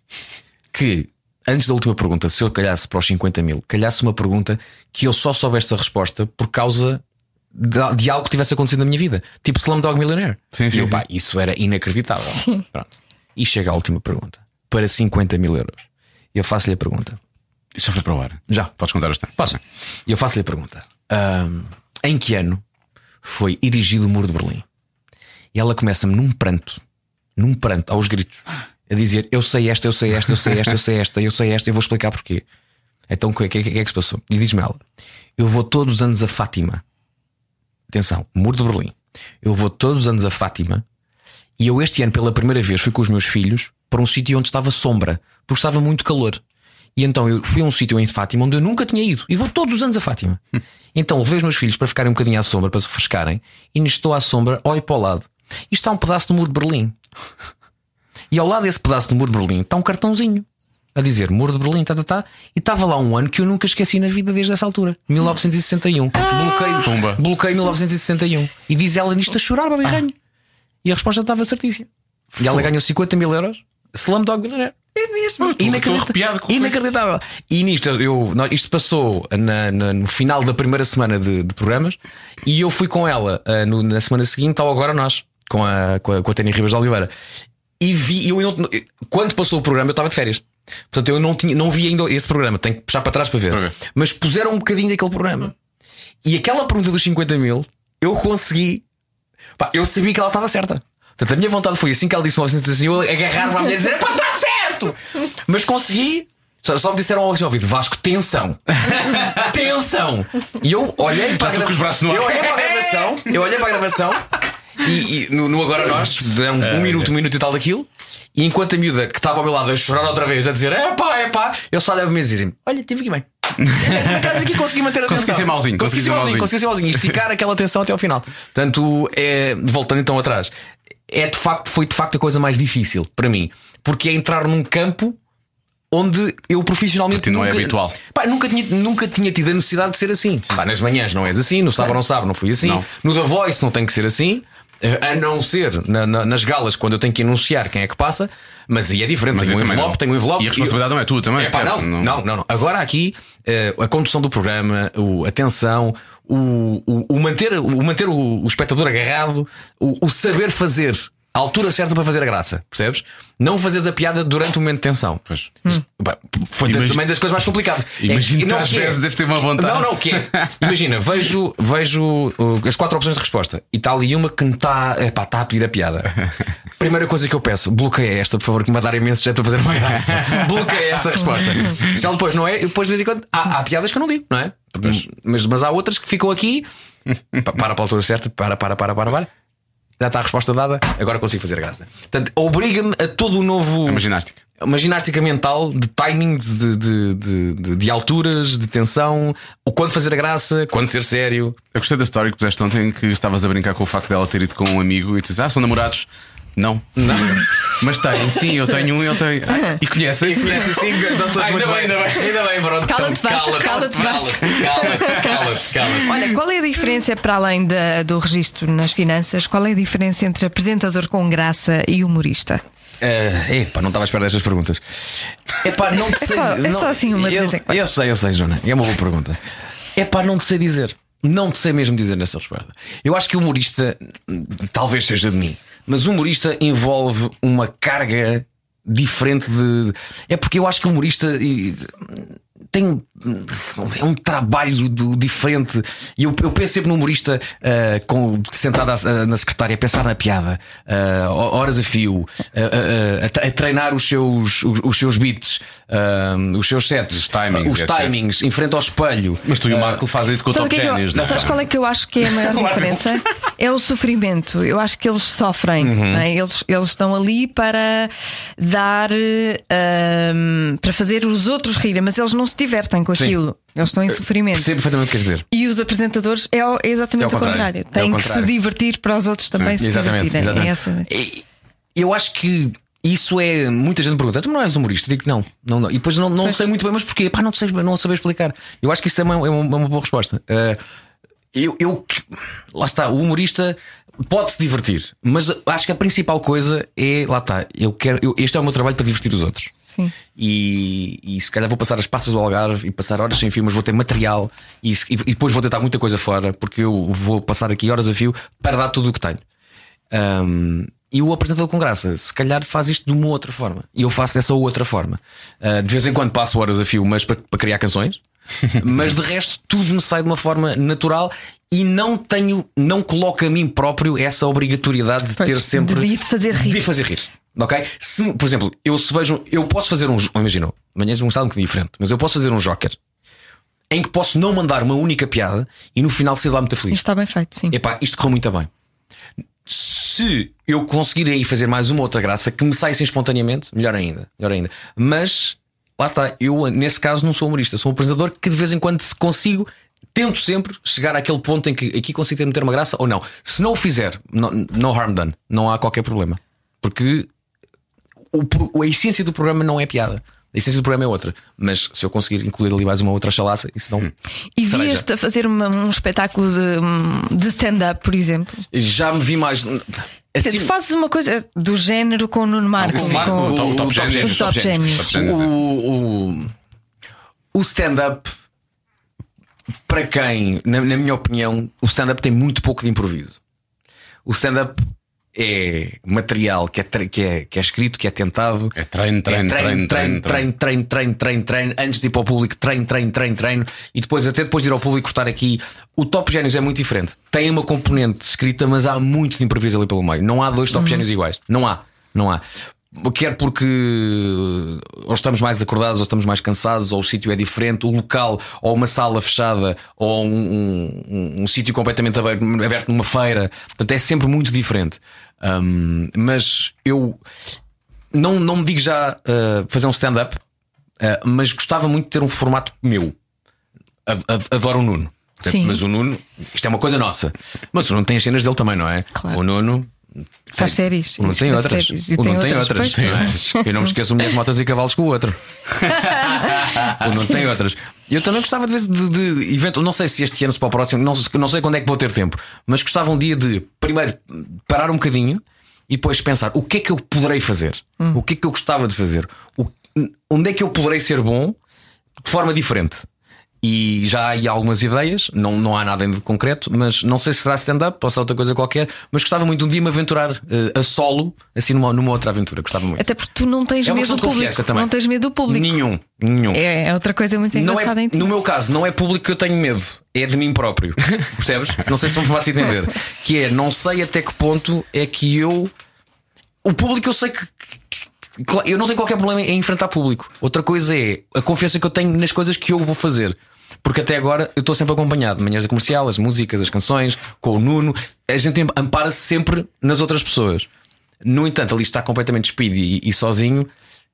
S5: que, antes da última pergunta, se eu calhasse para os 50 mil, calhasse uma pergunta que eu só soubesse a resposta por causa de, de algo que tivesse acontecido na minha vida, tipo Slumdog Millionaire.
S2: Sim,
S5: e
S2: sim,
S5: eu,
S2: sim.
S5: pá, isso era inacreditável. Pronto. E chega a última pergunta: para 50 mil euros. Eu faço-lhe a pergunta.
S2: Já foi para o ar.
S5: Já.
S2: Podes contar a história.
S5: Posso? E eu faço-lhe a pergunta: ahm, em que ano foi erigido o muro de Berlim? E ela começa-me num pranto, num pranto, aos gritos, a dizer: Eu sei esta, eu sei esta, eu sei esta, eu sei esta, eu sei esta, eu vou explicar porquê. Então o que, é- que, é- que é que se passou? E diz-me ela: Eu vou todos os anos a Fátima. Atenção, muro de Berlim. Eu vou todos os anos a Fátima e eu este ano, pela primeira vez, fui com os meus filhos para um sítio onde estava sombra, porque estava muito calor. E então eu fui a um sítio em Fátima onde eu nunca tinha ido. E vou todos os anos a Fátima. então levei os meus filhos para ficarem um bocadinho à sombra, para se refrescarem. E nisto estou à sombra, olho para o lado. E está um pedaço do muro de Berlim. E ao lado desse pedaço do muro de Berlim está um cartãozinho a dizer Muro de Berlim, tá, tá, tá. E estava lá um ano que eu nunca esqueci na vida desde essa altura, 1961. Bloqueio,
S2: Pumba.
S5: bloqueio 1961. E diz ela nisto a chorar, babirranho. E a resposta estava certíssima. E ela ganhou 50 mil euros. Slumdog Millionaire. É mesmo.
S2: estou arrepiado com
S5: Inacreditável. E nisto, eu, nó- isto passou na- na- no final da primeira semana de, de programas e eu fui com ela ah, no- na semana seguinte ao Agora Nós, com a, com a, com a Tânia Ribas de Oliveira. E vi, eu, não- quando passou o programa, eu estava de férias. Portanto, eu não, tinha, não vi ainda esse programa, tenho que puxar para trás para ver.
S2: Para ver.
S5: Mas puseram um bocadinho daquele programa. E aquela pergunta dos 50 mil, eu consegui. Pá, eu sabia que ela estava certa. Portanto, a minha vontade foi assim que ela disse 1960, eu agarrar-me à mulher e dizer: pá, está certo! Mas consegui. Só, só me disseram assim ao ouvido: Vasco, tensão. tensão! E eu olhei para a
S2: estou com os braços no ar.
S5: Eu olhei para a gravação, eu olhei para a gravação e, e no, no Agora Nós, deram
S2: Ah,
S5: um, minuto, um minuto e tal daquilo. E enquanto a miúda que estava ao meu lado a chorar outra vez, a dizer: é pá, é pá, eu só levo-me a dizer: olha, tive aqui bem. Por acaso aqui consegui manter a
S2: Consegui
S5: atenção.
S2: ser mauzinho, consegui
S5: consegui
S2: ser
S5: ser mauzinho,
S2: mauzinho.
S5: consegui ser mauzinho e esticar aquela atenção até ao final. Portanto, é, voltando então atrás, é de facto, foi de facto a coisa mais difícil para mim, porque é entrar num campo onde eu profissionalmente
S2: Para ti não é
S5: nunca,
S2: habitual.
S5: Pá, nunca, tinha, nunca tinha tido a necessidade de ser assim. Pá, nas manhãs não és assim, no sábado não sabe, não fui assim,
S2: Não.
S5: no The Voice não tem que ser assim. eh, A não ser na- na- nas galas, quando eu tenho que anunciar quem é que passa, mas aí é diferente.
S2: Mas
S5: tenho
S2: eu
S5: um
S2: também
S5: envelope,
S2: não.
S5: tenho um envelope.
S2: E a responsabilidade não é tua também,
S5: É, pá,
S2: sequer.
S5: não, não, não, não. Agora aqui, eh, a condução do programa, o, a tensão, o, o, o manter, o, manter o, o espectador agarrado, o, o saber fazer a altura certa para fazer a graça, percebes? Não fazeres a piada durante o momento de tensão.
S2: Pois.
S5: Pá, Foi
S2: Imagina-
S5: também das coisas mais complicadas.
S2: Hum. Imagino
S5: É
S2: que
S5: não
S2: às
S5: que é-
S2: vezes deve ter uma vontade.
S5: Não, não, o que é? Imagina, vejo, vejo uh, as quatro opções de resposta e está ali uma que me está epá, está a pedir a piada. Primeira coisa que eu peço, bloqueia esta, por favor, que me vai dar imenso jeito para fazer uma graça. bloqueia esta resposta. Se ela depois não é, eu depois de vez em quando há, há piadas que eu não digo, não é? Mas, mas há outras que ficam aqui, pa- para para a altura certa, para, para, para, para, para. Já está a resposta dada, agora consigo fazer a graça. Portanto, obriga-me a todo o novo
S2: É uma ginástica.
S5: uma ginástica mental de timing, de, de, de, de- de alturas, de tensão, o quando fazer a graça, quando ser sério.
S2: Eu gostei da história que puseste ontem que estavas a brincar com o facto dela ter ido com um amigo e tu dizes, ah, são namorados. Não. Não. Mas tenho, sim, eu tenho um e eu tenho. Ah, e conhecem?
S5: Sim,
S2: Ah, ainda bem, ainda bem.
S5: pronto.
S4: Cala-te,
S5: Então,
S4: Vasco, cala-te, Vasco.
S5: Cala-te, cala-te, cala-te.
S4: Olha, qual é a diferença para além da- do registro nas finanças? Qual é a diferença entre apresentador com graça e humorista?
S5: Eh, epá, não estava à espera destas perguntas. Epá, não te
S4: É
S5: sei.
S4: só- é
S5: não-
S4: só assim uma de
S5: eu,
S4: vez em quando.
S5: eu sei, eu sei, Joana. É uma boa pergunta. Epá, não te sei dizer. Não te sei mesmo dizer nessa resposta. Eu acho que o humorista hum, talvez seja de mim, mas o humorista envolve uma carga diferente de. É porque eu acho que o humorista e, tem é um trabalho do- diferente. E eu, eu penso sempre no humorista ah, com, sentado à- eh, na secretária, a pensar na piada, ah, horas a fio, ah, ah, ah, a, tre- a treinar os seus, os, os seus beats, ah, os seus sets,
S2: Os timings,
S5: os
S2: etc.
S5: timings em frente ao espelho. Eh,
S2: Mas tu e o Marco
S5: Ah,
S2: fazem isso com o
S4: Sabes, o
S2: Top
S4: que é que eu-
S2: Génios,
S5: né?
S2: não é?
S4: sabes qual é que eu acho que é a maior diferença? É o sofrimento. Eu acho que eles sofrem.
S5: Uhum.
S4: não é? eles, eles estão ali para dar. ahm, para fazer os outros rirem, mas eles não se divertem com aquilo. Eles estão em sofrimento.
S5: Percebo perfeitamente o que queres dizer.
S4: E os apresentadores é, o- é exatamente o
S5: É ao
S4: contrário.
S5: contrário. É ao
S4: Têm que se
S5: contrário.
S4: divertir para os outros também se divertirem. É essa.
S5: E- Eu acho que isso é. Muita gente pergunta, tu não és humorista? Eu digo não, não, não. E depois não, não sei muito bem, mas porquê? Pá, não sei, não sei explicar. Eu acho que isso também é uma, é uma boa resposta. Ah, eu, eu que- Lá está, o humorista pode se divertir, mas acho que a principal coisa é. Lá está, eu quero. eu- este é o meu trabalho para divertir os outros.
S4: Sim.
S5: E, e se calhar vou passar as passas do Algarve e passar horas sem fio, mas vou ter material e, se- e depois vou tentar muita coisa fora, porque eu vou passar aqui horas a fio para dar tudo o que tenho. Um, e o apresentador com graça, se calhar faz isto de uma outra forma. E eu faço dessa outra forma. Uh, de vez em quando passo horas a fio, mas para, para criar canções. mas de resto, tudo me sai de uma forma natural e não tenho, não coloco a mim próprio essa obrigatoriedade de
S4: Pois,
S5: ter sempre.
S4: de fazer rir.
S5: De fazer rir. Ok? Se, por exemplo, eu se vejo. Eu posso fazer um. jo- Imagina, amanhã é um salão um bocadinho diferente, mas eu posso fazer um joker em que posso não mandar uma única piada e no final sair lá muito feliz
S4: Isto está bem feito, sim.
S5: epá, isto correu muito bem. Se eu conseguir aí fazer mais uma outra graça que me saísse espontaneamente, melhor ainda, melhor ainda. Mas lá está, eu nesse caso não sou humorista, sou um apresentador que de vez em quando se consigo, tento sempre chegar àquele ponto em que aqui consigo ter- meter uma graça ou não. Se não o fizer, no, no harm done, não há qualquer problema. Porque o pro- a essência do programa não é piada. A essência do programa é outra. Mas se eu conseguir incluir ali mais uma outra chalaça, isso não.
S4: E
S5: Cereja.
S4: vieste a fazer uma- um espetáculo de, de stand-up, por exemplo.
S5: Já me vi mais.
S4: Quer dizer,
S5: Assim-
S4: tu fazes uma coisa do género com o Nuno Marco.
S5: Sim,
S4: com-
S5: o-
S2: Top-
S5: o
S2: Top
S5: Top
S2: Génios,
S4: Génios, Top Génios.
S2: Top
S5: o,
S2: Génios.
S5: o- o stand-up, para quem, na, na minha opinião, o stand-up tem muito pouco de improviso. O stand-up é material que é, tre- que, é, que é escrito, que é tentado.
S2: É treino, treino,
S5: É
S2: treino, treino, treino.
S5: treino, treino, treino, treino, treino, antes de ir para o público, treino, treino, treino, treino, e depois, até depois de ir ao público, cortar aqui. O Top Génios é muito diferente. Tem uma componente escrita, mas há muito de improviso ali pelo meio. Não há dois Top Génios iguais. Não há, não há. Quer porque uh, ou estamos mais acordados, ou estamos mais cansados, ou o sítio é diferente, o local, ou uma sala fechada, ou um, um- um- um sítio completamente aberto, aberto numa feira. Portanto, é sempre muito diferente. Um, mas eu não, não me digo já ah, fazer um stand-up, ah, mas gostava muito de ter um formato meu. A- a- Adoro o Nuno. Portanto,
S4: Sim.
S5: Mas o Nuno, isto é uma coisa nossa. Mas o Nuno tem as cenas dele também, não é?
S4: Claro.
S5: O Nuno.
S4: Faz séries.
S5: O Nuno tem
S4: Faz
S5: outras.
S4: séries. E
S5: O Nuno tem
S4: pois,
S5: outras.
S4: pois,
S5: não é?
S4: pois.
S5: Eu não me esqueço minhas motas e cavalos com o outro. o Nuno tem outras. Eu também gostava de vez de, de evento. Não sei se este ano, se para o próximo, não, se- não sei quando é que vou ter tempo, mas gostava um dia de primeiro parar um bocadinho e depois pensar o que é que eu poderei fazer,
S4: Hum.
S5: o que é que eu gostava de fazer, O- onde é que eu poderei ser bom de forma diferente. E já há aí algumas ideias, não, não há nada ainda de concreto, mas não sei se será stand-up ou se será outra coisa qualquer. Mas gostava muito de um dia me aventurar eh, a solo, assim numa, numa outra aventura. Gostava muito.
S4: Até porque tu não tens
S5: É uma
S4: medo
S5: questão
S4: do
S5: de confiança
S4: público.
S5: também.
S4: Não tens medo do público.
S5: Nenhum, nenhum.
S4: É, é outra coisa muito
S5: Não
S4: engraçada
S5: é,
S4: em ti.
S5: no meu caso, não é público que eu tenho medo, é de mim próprio. Percebes? Não sei se vão fácil entender. Que é, não sei até que ponto é que eu. O público eu sei que. que- que- que- Eu não tenho qualquer problema em enfrentar público. Outra coisa é a confiança que eu tenho nas coisas que eu vou fazer. Porque até agora eu estou sempre acompanhado. Manhãs de comercial, as músicas, as canções, com o Nuno. A gente ampara-se sempre nas outras pessoas. No entanto, ali está completamente despido e, e sozinho.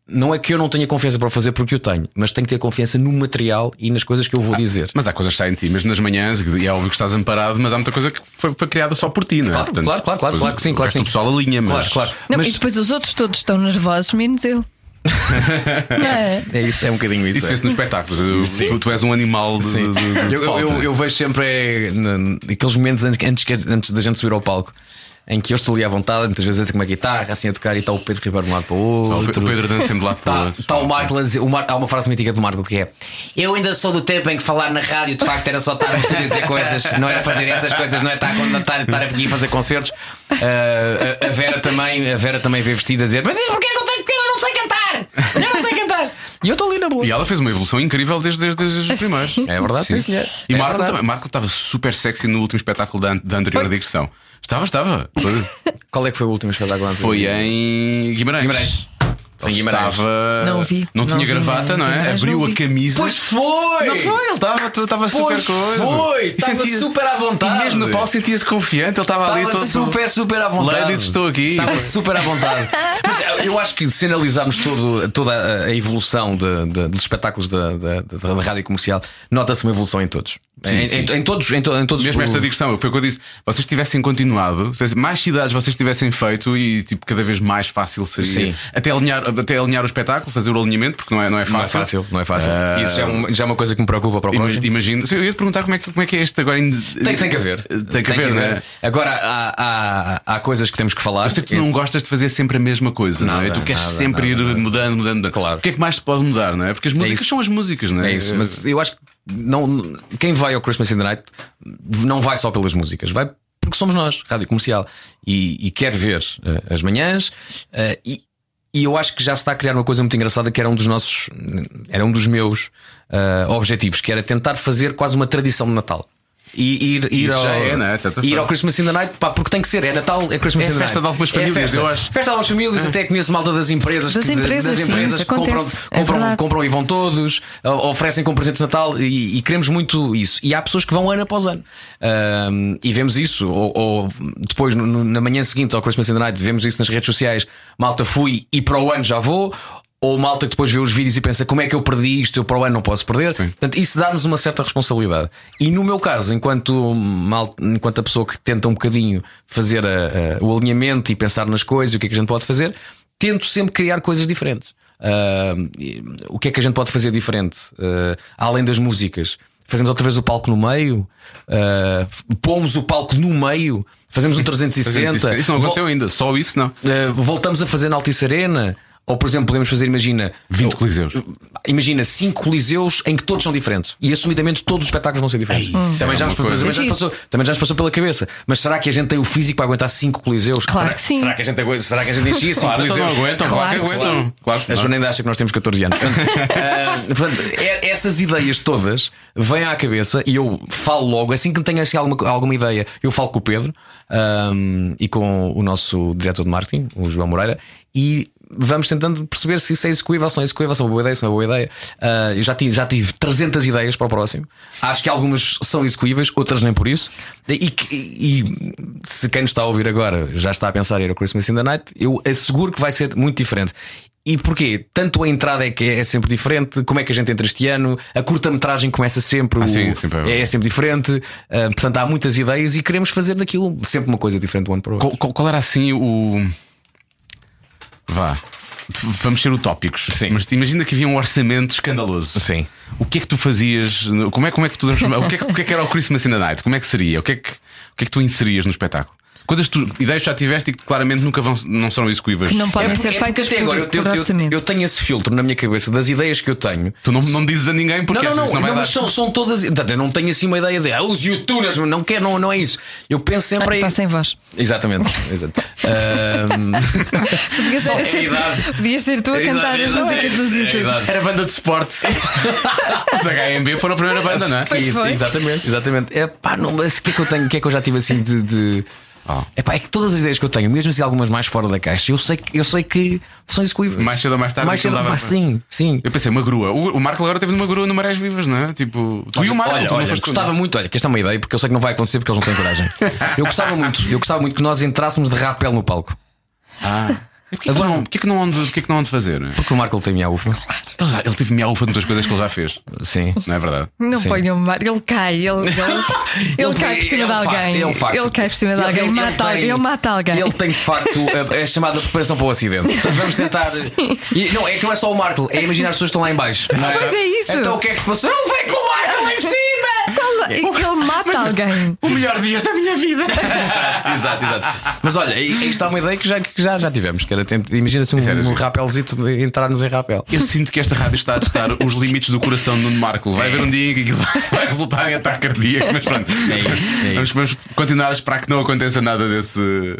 S5: Não é que eu não tenha confiança para o fazer porque eu tenho, mas tenho que ter confiança no material e nas coisas que eu vou dizer.
S2: Mas há coisas que saem de ti, mas nas manhãs, e é óbvio que estás amparado, mas há muita coisa que foi, foi criada só por ti, não é?
S5: Claro, claro, claro, claro,
S2: depois
S5: claro que sim,
S2: o
S5: claro
S2: resto
S5: que
S2: do
S5: sim.
S2: pessoal alinha, mas.
S5: Claro, claro.
S4: Não,
S5: mas
S4: E depois os outros todos estão nervosos, menos ele. não é?
S5: é isso, é um bocadinho
S2: Isso vê-se nos espetáculos. Tu, tu és um animal de. de- de- de
S5: Eu, eu-
S2: pauta.
S5: eu- eu vejo sempre é, n- aqueles momentos antes, antes, que- antes da gente subir ao palco. Em que eu estou ali à vontade, muitas vezes eu com uma guitarra assim a tocar e está o Pedro Ribeiro de um lado para o
S2: Tá o Pe-
S5: outro.
S2: o Pedro dançando de lado para o
S5: Está
S2: outro.
S5: tá o Marco a dizer, o Mar- há uma frase mítica do Marco que é: Eu ainda sou do tempo em que falar na rádio de facto era só estar a dizer coisas, não era fazer essas coisas, não é estar a contar, estar aqui a fazer concertos. Ah, a, a Vera também, a Vera também veio vestida a dizer: Mas isso porquê que eu tenho que ter? Eu não sei cantar! Eu não sei cantar! E eu estou ali na boa.
S2: E ela fez uma evolução incrível desde, desde, desde os primeiros.
S5: É verdade, sim, senhor.
S2: E
S5: É
S2: Marco
S5: verdade.
S2: também. Marco estava super sexy no último espetáculo da, an- da anterior digressão. Estava, estava.
S5: Qual é que foi o último espetáculo antes?
S2: Foi em Guimarães.
S5: Guimarães. Foi em Guimarães.
S2: Estava.
S4: Não vi.
S2: Não,
S4: Não
S2: tinha
S4: vi,
S2: gravata,
S4: em
S2: não é?
S4: Guimarães
S2: Abriu
S4: não
S2: a
S4: vi.
S2: camisa.
S5: Pois foi!
S2: Não foi, ele estava super
S5: Pois
S2: coisa.
S5: foi,
S2: E
S5: estava super à vontade.
S2: E mesmo no palco sentia-se confiante, ele estava ali todo.
S5: Estava super, super à vontade.
S2: Ladies, estou aqui.
S5: Estava
S2: Foi.
S5: super à vontade. Mas eh, eu acho que se analisarmos todo- toda a- a evolução de- de- dos espetáculos da, da- da- da rádio comercial, nota-se uma evolução em todos.
S2: Sim,
S5: em,
S2: sim.
S5: em- em todos, em, to- em todos
S2: Mesmo
S5: os-
S2: esta digressão, foi o que eu disse. Vocês tivessem continuado, se tivessem- mais cidades vocês tivessem feito e tipo, cada vez mais fácil seria.
S5: Sim.
S2: Até, alinhar, até alinhar o espetáculo, fazer o alinhamento, porque não é, não é
S5: Não é
S2: fácil.
S5: fácil, não é fácil.
S2: Ah,
S5: Isso já é, um- já é uma coisa que me preocupa para o
S2: ima-
S5: próximo.
S2: Imagino. Sim, Eu ia te perguntar como é que, como é, que é este agora. em-
S5: Tem, tem que haver.
S2: Tem, que haver, não é?
S5: Agora, há, há- há coisas que temos que falar.
S2: Eu sei que tu não gostas de fazer sempre a mesma coisa, não é?
S5: Nada,
S2: Tu queres
S5: nada,
S2: sempre
S5: nada,
S2: ir
S5: nada.
S2: mudando, mudando, mudando.
S5: Claro.
S2: O que é que mais te pode mudar, não é? Porque as músicas
S5: isso.
S2: são as músicas, não é?
S5: É isso, mas eu acho que não, quem vai ao Christmas in the Night não vai só pelas músicas, vai porque somos nós, rádio comercial, e, e quer ver eh, as manhãs. eh, e, e eu acho que já se está a criar uma coisa muito engraçada que era um dos nossos, era um dos meus eh, objetivos, que era tentar fazer quase uma tradição de Natal. E ir, ir
S2: Isso
S5: ao,
S2: já é, não é? De certa
S5: ir
S2: forma.
S5: ao Christmas in the Night, pá, porque tem que ser, é Natal, é Christmas
S2: É
S5: in the Night.
S2: festa de algumas famílias,
S5: é festa.
S2: eu acho. É.
S5: Festa de algumas famílias, até conheço malta das empresas,
S4: Das
S5: que-
S4: empresas,
S5: das
S4: sim,
S5: empresas
S4: isso
S5: que compram,
S4: acontece, é
S5: compram,
S4: verdade.
S5: compram e vão todos, o- oferecem com presentes de Natal e, e queremos muito isso. E há pessoas que vão ano após ano. Ahm, e vemos isso, ou, ou depois no- no- na manhã seguinte ao Christmas in the Night, vemos isso nas redes sociais. Malta, fui e para o ano já vou. Ou malta que depois vê os vídeos e pensa como é que eu perdi isto, eu para o ano não posso perder. Portanto, isso dá-nos uma certa responsabilidade. E no meu caso, enquanto, mal, enquanto a pessoa que tenta um bocadinho fazer a- a- o alinhamento e pensar nas coisas e o que é que a gente pode fazer, tento sempre criar coisas diferentes. Ah, e- o que é que a gente pode fazer diferente? Ah, além das músicas, fazemos outra vez o palco no meio, Ah, pomos o palco no meio, fazemos um 360.
S2: Isso não aconteceu
S5: Vol-
S2: ainda, só isso não.
S5: ah, voltamos a fazer na Altice Arena. Ou, por exemplo, podemos fazer, imagina,
S2: 20 coliseus.
S5: imagina cinco coliseus em que todos são diferentes e assumidamente todos os espetáculos vão ser diferentes.
S2: É isso,
S5: também,
S2: é
S5: já
S2: uma
S5: nos, também,
S2: coisa.
S5: já nos passou, também já nos passou pela cabeça. Mas será que a gente tem o físico para aguentar cinco coliseus?
S4: Claro
S5: será,
S4: que sim.
S5: Será que a gente aguenta? Será que a gente enchia cinco
S2: Claro, então
S5: coliseus?
S2: não aguentam, claro,
S4: Claro
S2: que
S4: que
S2: aguentam. Claro,
S5: A Joana ainda acha que nós temos 14 anos. Portanto, ah, portanto, é- essas ideias todas vêm à cabeça e eu falo logo, assim que tenho assim, alguma, alguma ideia, eu falo com o Pedro ahm, e com o nosso diretor de marketing, o João Moreira, e vamos tentando perceber se isso é execuível, se não é execuível, se é uma boa ideia, se não é uma boa ideia. Ah, eu já tive, já tive 300 ideias para o próximo. Acho que algumas são execuíveis, outras nem por isso. E, que- e se quem nos está a ouvir agora já está a pensar em ir ao Christmas in the Night, eu asseguro que vai ser muito diferente. E porquê? Tanto a entrada é que é sempre diferente, como é que a gente entra este ano, a curta-metragem começa sempre, o-
S2: sim, sempre é-
S5: é, sempre diferente, ah, portanto há muitas ideias e queremos fazer daquilo sempre uma coisa diferente do ano para o outro.
S2: Qual, qual- qual era assim o. Vá. Vamos ser utópicos.
S5: Sim.
S2: Mas imagina que havia um orçamento escandaloso.
S5: Sim.
S2: O que é que tu fazias? Como é, como é que tu transforma- o, que é, que- o que é que era o Christmas in the Night? Como é que seria? O que é que, o que, é que tu inserias no espetáculo? Coisas que tu, ideias que já tiveste e que claramente nunca vão, não serão execuíveis. É-
S4: Que não podem ser
S5: porque
S4: feitas
S5: É, até
S4: por,
S5: agora eu,
S4: por
S5: tenho- eu-
S4: orçamento.
S5: eu tenho esse filtro na minha cabeça das ideias que eu tenho.
S2: Tu não, não me dizes a ninguém porque
S5: não,
S2: achas
S5: não,
S2: que
S5: não,
S2: não vai
S5: não
S2: dar.
S5: mas são, são todas. Portanto, eu não tenho assim uma ideia de ah, os youtubers, não quero, não, não é isso. Eu penso
S4: Ah,
S5: sempre
S4: Está
S5: aí.
S4: sem voz.
S5: Exatamente, exato. Ahm,
S4: Podias
S5: Só-
S4: ser-
S5: é a idade.
S4: Podias ser tu a
S5: É a
S4: cantar
S5: idade,
S4: as
S5: é a idade,
S4: músicas dos
S5: é a
S4: YouTube.
S5: idade.
S2: Era banda de esporte. Os HMB foram a primeira banda, não é?
S4: Pois
S5: isso,
S4: foi.
S5: exatamente, exatamente. É pá, não, mas o que é que eu tenho? O que é que eu já tive assim de. de...
S2: Oh.
S5: É pá, é que todas as ideias que eu tenho, mesmo assim algumas mais fora da caixa, eu sei que, eu sei que são execuíveis.
S2: Mais cedo ou mais tarde
S5: Mais
S2: aquilo
S5: cedo,
S2: dava
S5: pá,
S2: para-
S5: sim, sim.
S2: Eu pensei, uma grua. O, o Marco agora teve numa grua no Marés Vivas, não é? Tipo, tu e o Marco,
S5: olha,
S2: tu não
S5: olha,
S2: foste
S5: gostava muito, olha, que esta é uma ideia, porque eu sei que não vai acontecer porque eles não têm coragem. Eu gostava muito, eu gostava muito que nós entrássemos de rapel no palco.
S2: Ah. E Porquê que, não, porquê que não onde, porquê que não onde fazer? não é?
S5: Porque o Marco ele tem minha ufa.
S2: Ele, já, ele teve minha ufa de muitas coisas que ele já fez,
S5: Sim.
S2: não é verdade?
S4: Não
S5: Sim.
S4: ponham mar, ele cai, ele, ele, ele cai por cima
S5: É
S4: de
S5: um facto,
S4: alguém.
S5: é um facto.
S4: Ele cai por cima de
S5: Ele-
S4: alguém,
S5: ele- ele
S4: mata,
S5: tem-
S4: ele mata alguém.
S5: Ele tem de facto a, a chamada preparação para o acidente. Portanto, vamos tentar. E, não, é que não é só o Marco, é imaginar as pessoas que estão lá em baixo. Não
S4: Pois é isso.
S5: Então o que é que se passou? Ele vai com o Marco lá em cima!
S4: Ele, ele mata alguém.
S2: O melhor dia da minha vida!
S5: exato, exato, exato. Mas olha, aí, aí está uma ideia que já, que já, já tivemos, que era tent- imagina-se um, um rapelzito de entrarmos em rapel.
S2: Eu sinto que esta rádio está a testar os limites do coração do Nuno Marco. Vai haver um dia em que aquilo vai resultar em ataque cardíaco, mas pronto.
S5: É isso, é
S2: vamos, vamos continuar a esperar que não aconteça nada desse.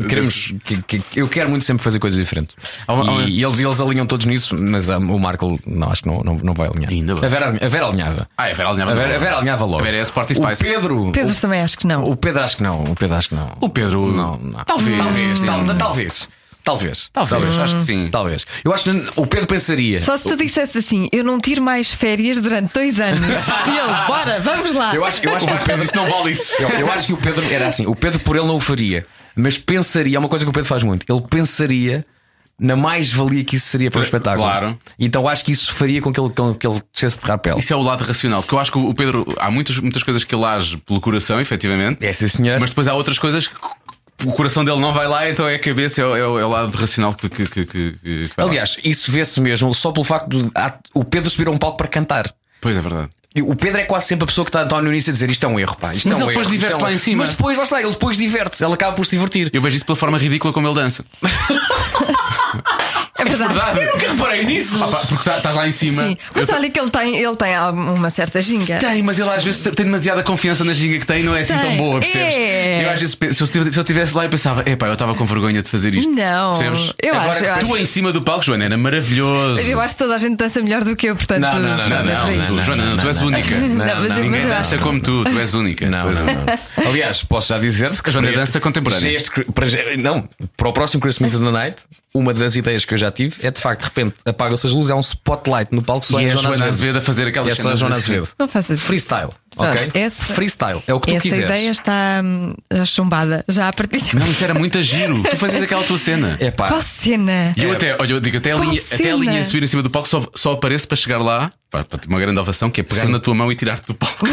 S5: Queremos, que, que- eu quero muito sempre fazer coisas diferentes.
S2: Há uma- há uma-
S5: E, e eles, eles alinham todos nisso, mas ah, o Marco não, acho que não, não, não vai alinhar.
S2: Ainda bem.
S5: A Vera, a Vera alinhava.
S2: Ah, é Vera alinhava
S5: a Vera,
S2: logo.
S5: a Vera alinhava logo.
S2: A Vera é Sport e Spice.
S5: O Pedro.
S4: Pedro também acho que não.
S5: O Pedro acho que não. O Pedro acho que não.
S2: O Pedro.
S5: Não, não.
S2: Talvez.
S5: Talvez.
S2: Hum.
S5: tal- talvez. Talvez.
S2: Talvez, acho que sim.
S5: Talvez. Eu acho que o Pedro pensaria.
S4: Só se tu dissesse assim, eu não tiro mais férias durante dois anos. e ele, bora, vamos lá.
S5: Eu acho, eu acho que o Pedro.
S2: Isso não vale isso.
S5: Eu, eu acho que o Pedro era assim. O Pedro por ele não o faria, mas pensaria. É uma coisa que o Pedro faz muito. Ele pensaria na mais-valia que isso seria para o
S2: Claro.
S5: espetáculo. Então acho que isso faria com que ele, com que ele descesse de rapel.
S2: Isso é o lado racional, porque eu acho que o Pedro. Há muitas, muitas coisas que ele age pelo coração, efetivamente.
S5: É, sim, senhor.
S2: Mas depois há outras coisas que o coração dele não vai lá, então é a cabeça, é o, é o- é o lado racional que, que, que, que- que vai lá.
S5: Aliás, isso vê-se mesmo só pelo facto de há- o Pedro subir a um palco para cantar.
S2: Pois é verdade.
S5: E O Pedro é quase sempre a pessoa que está então, no início a dizer isto é um erro, pá. Isto
S2: Mas
S5: é um
S2: ele depois
S5: erro,
S2: diverte
S5: isto é um
S2: lá em
S5: erro."
S2: cima.
S5: Mas depois, lá está, ele depois diverte-se, ele acaba por se divertir.
S2: Eu vejo isso pela forma ridícula como ele dança.
S4: é verdade.
S5: Eu nunca reparei nisso.
S2: Ah pá, porque tá- estás lá em cima.
S4: Sim. Mas
S2: Eu-
S4: olha que ele tem, ele tem uma certa ginga.
S2: Tem, mas ele às vezes tem demasiada confiança na ginga que tem e não é assim tão
S4: Tem.
S2: boa, percebes?
S4: É.
S2: Eu às vezes penso- se eu estive- se eu estivesse lá eu pensava, epá, eu estava com vergonha de fazer isto.
S4: Não,
S2: percebes?
S4: eu
S2: Agora,
S4: acho, eu
S2: tu
S4: acho.
S2: em cima do palco, Joana, era maravilhoso.
S4: Eu acho que toda a gente dança melhor do que eu, portanto.
S5: Não, não, não,
S2: Não,
S4: pronto, é por aí.
S2: não,
S5: não,
S2: não,
S5: não,
S2: Joana, não,
S5: não,
S2: tu és
S5: não,
S2: única.
S5: não, é.
S4: não, mas eu-
S2: Ninguém
S4: mas eu
S2: dança
S4: acho-
S2: como tu, tu és única.
S5: Não,
S2: Tu és
S5: não,
S2: única.
S5: não. Aliás, posso já dizer-te que a
S2: Joana
S5: para
S2: dança contemporânea.
S5: para este- para este- não, para o próximo Christmas in the Night, uma das ideias que eu já tive é de facto, de repente, apagam-se as luzes, há um spotlight no palco só
S2: E
S5: em
S2: é a
S5: Joana
S2: Joana
S5: Azevedo.
S2: Azevedo a fazer aquela
S5: É só a Joana Azevedo.
S4: Não faças isso.
S5: Freestyle, ok?
S4: Pronto, essa-
S5: Freestyle, é o que tu
S4: Essa
S5: quiseres.
S4: ideia está hum, chumbada. Já a partir de
S2: Não, isso era muito a giro. Tu fazias aquela tua cena.
S5: É pá,
S4: Qual cena?
S2: E eu até, olha, eu digo, até a,
S4: Qual
S2: linha, até a
S4: cena?
S2: linha a subir em cima do palco só, só aparece para chegar lá, para, para ter uma grande ovação, que é pegar
S5: Sim.
S2: na tua mão e tirar-te do palco.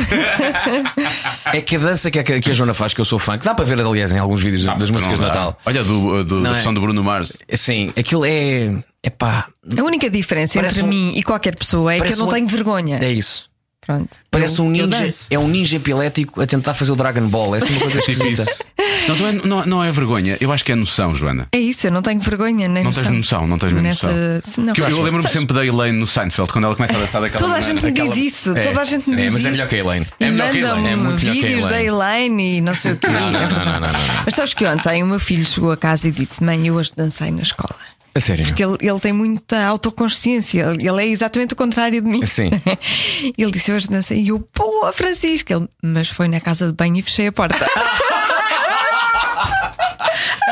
S5: é que a dança que a, que a Joana faz, que eu sou fã, que dá para ver, aliás, em alguns vídeos das músicas de
S2: Não dá.
S5: Natal.
S2: Olha, do, do,
S5: Não
S2: da
S5: é?
S2: versão do Bruno Mars.
S5: Assim, aquilo é. É pá,
S4: A única diferença
S5: Parece
S4: entre
S5: um-
S4: mim e qualquer pessoa é que eu
S5: parece
S4: não
S5: um-
S4: tenho vergonha.
S5: é isso.
S4: Pronto.
S5: Parece
S4: Eu-
S5: um
S4: eu
S5: ninja.
S4: danço.
S5: É um ninja epilético a tentar fazer o Dragon Ball. É assim uma coisa
S2: Tipo
S5: esquisita.
S2: isso. Não, não é, não, não é vergonha, eu acho que é noção, Joana.
S4: É isso, eu não tenho vergonha nem
S2: Não tens noção, não tens mesmo noção.
S4: Nessa... Não.
S2: Que eu eu lembro-me
S4: Sabes,
S2: sempre da Elaine no Seinfeld, quando ela começa a dançar daquela
S4: Toda a
S2: maneira.
S4: gente me diz
S5: aquela-
S4: isso,
S5: É.
S4: toda a gente me
S5: É,
S4: diz
S5: mas é
S4: isso.
S5: melhor que a Elaine.
S4: E
S5: É
S2: melhor que a Elaine,
S4: mandam-me
S5: é muito melhor que a
S4: vídeos da
S5: Elaine.
S4: Elaine e não sei o quê.
S5: Não, não, não, não, não, não.
S4: Mas sabes que ontem o meu filho chegou a casa e disse: Mãe, eu hoje dancei na escola.
S5: A sério.
S4: Porque ele, ele tem muita autoconsciência, ele ele é exatamente o contrário de mim.
S5: Sim.
S4: Ele disse: Hoje dancei. E eu, pô, Francisco. Ele, mas foi na casa de banho e fechei a porta.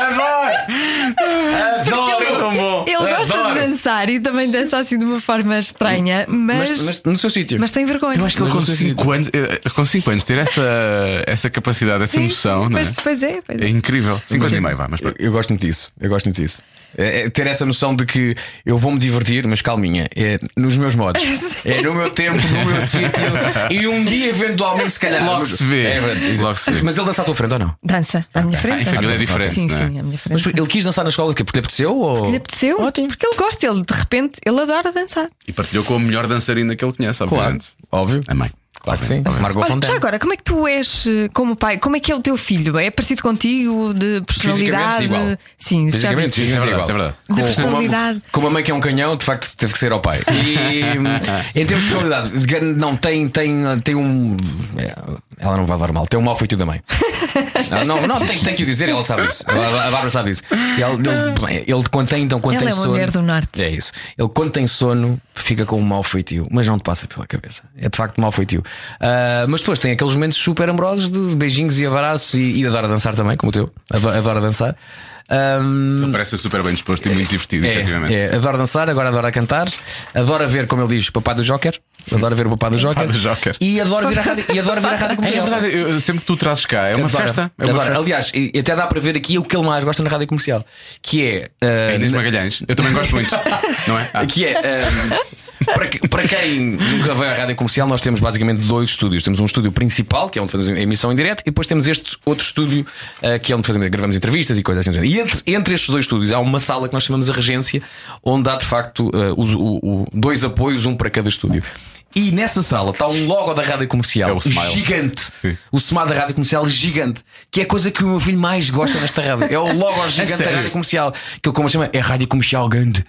S2: é
S5: É, Adoro!
S4: Ah, Ele gosta de dançar e também dança assim de uma forma estranha,
S5: Mas,
S4: mas,
S5: mas no seu sítio.
S4: mas tem vergonha.
S2: Eu acho que ele
S5: Mas
S2: com
S5: não sei se-
S2: 5 anos, eh, com cinco anos ter essa, essa capacidade, essa
S4: Sim,
S2: noção, não é?
S4: mas depois é, pois é.
S2: É incrível. 5 anos e meio, vá, Ah, mas
S5: Eu,
S2: pronto.
S5: eu gosto muito disso. Eu gosto muito disso. É- é ter essa noção de que eu vou-me divertir, mas calminha, é nos meus modos. É no meu tempo, no meu sítio. E um dia, eventualmente, se calhar.
S2: Logo se vê.
S5: É verdade.
S2: Logo se vê.
S5: Mas ele dança à tua frente ou não?
S4: Dança à minha frente.
S2: Ah, em
S4: dança.
S2: família é diferente,
S4: Sim,
S2: não é?
S4: sim, à minha
S5: Mas
S4: frente.
S5: ele quis dançar na escola porque lhe apeteceu? Ou...
S4: Lhe apeteceu? Porque ele gosta, ele de repente, ele adora dançar.
S2: E partilhou com a melhor dançarina que ele conhece,
S5: Claro,
S2: obviamente.
S5: óbvio.
S2: A mãe.
S5: Claro que sim. Margot
S4: Olha, já
S5: Fontaine.
S4: agora, como é que tu és eh, como pai? Como é que é o teu filho? É parecido contigo de personalidade?
S5: igual.
S4: Sim, isso já vi.
S5: Fisicamente,
S4: De
S2: Isso
S5: fisicamente
S2: é
S5: igual.
S2: verdade,
S5: Com- com uma-
S4: personalidade.
S5: Com uma mãe que é um canhão, de facto teve que ser ao pai. E em termos de personalidade, de grande- não, tem, tem, tem um. é, Ela não vai levar mal, tem um mau feitio da mãe. Não, não, não tem, tem que o dizer, ela sabe isso. A a Bárbara sabe isso. E ela- ele, ele quando tem, então, quando
S4: Ela
S5: tem
S4: é uma
S5: sono.
S4: mulher do norte.
S5: É isso. Ele quando tem sono, fica com um mau feitio, mas não te passa pela cabeça. É de facto mau feitio. Ah, mas depois tem aqueles momentos super amorosos de beijinhos e abraços e, e adora dançar também, como o teu. Adora, adora dançar. Ah, Ahm,
S2: Ele parece super bem disposto e muito divertido, efetivamente.
S5: é, adora dançar, agora adora cantar, adora ver, como ele diz, o papá do Joker, adora ver o papá do Joker,
S2: do Joker.
S5: E, adora vir à rádio, e adora vir à rádio
S2: É
S5: comercial.
S2: verdade, eu- eu- sempre que tu trazes cá, é uma
S5: Adora,
S2: festa. É uma
S5: adora.
S2: festa.
S5: Aliás, e- e até dá para ver aqui o que ele mais gosta na rádio comercial, que é. ah,
S2: É Inês Magalhães, eu também gosto muito, não é? Ah,
S5: que é. ahm, para, que- para quem nunca veio à rádio comercial, nós temos basicamente dois estúdios. Temos um estúdio principal, que é onde fazemos a emissão em direto, e depois temos este outro estúdio, ah, que é onde fazemos, gravamos entrevistas e coisas assim. do género. E entre, entre estes dois estúdios há uma sala que nós chamamos a Regência, onde há de facto ah, os- o- o- dois apoios, um para cada estúdio. E nessa sala está um logo da rádio comercial
S2: É o Smile.
S5: gigante.
S2: Sim.
S5: O smile da rádio comercial gigante, que é a coisa que o meu filho mais gosta nesta rádio. É o logo gigante da rádio comercial. Que ele como chama é rádio comercial grande.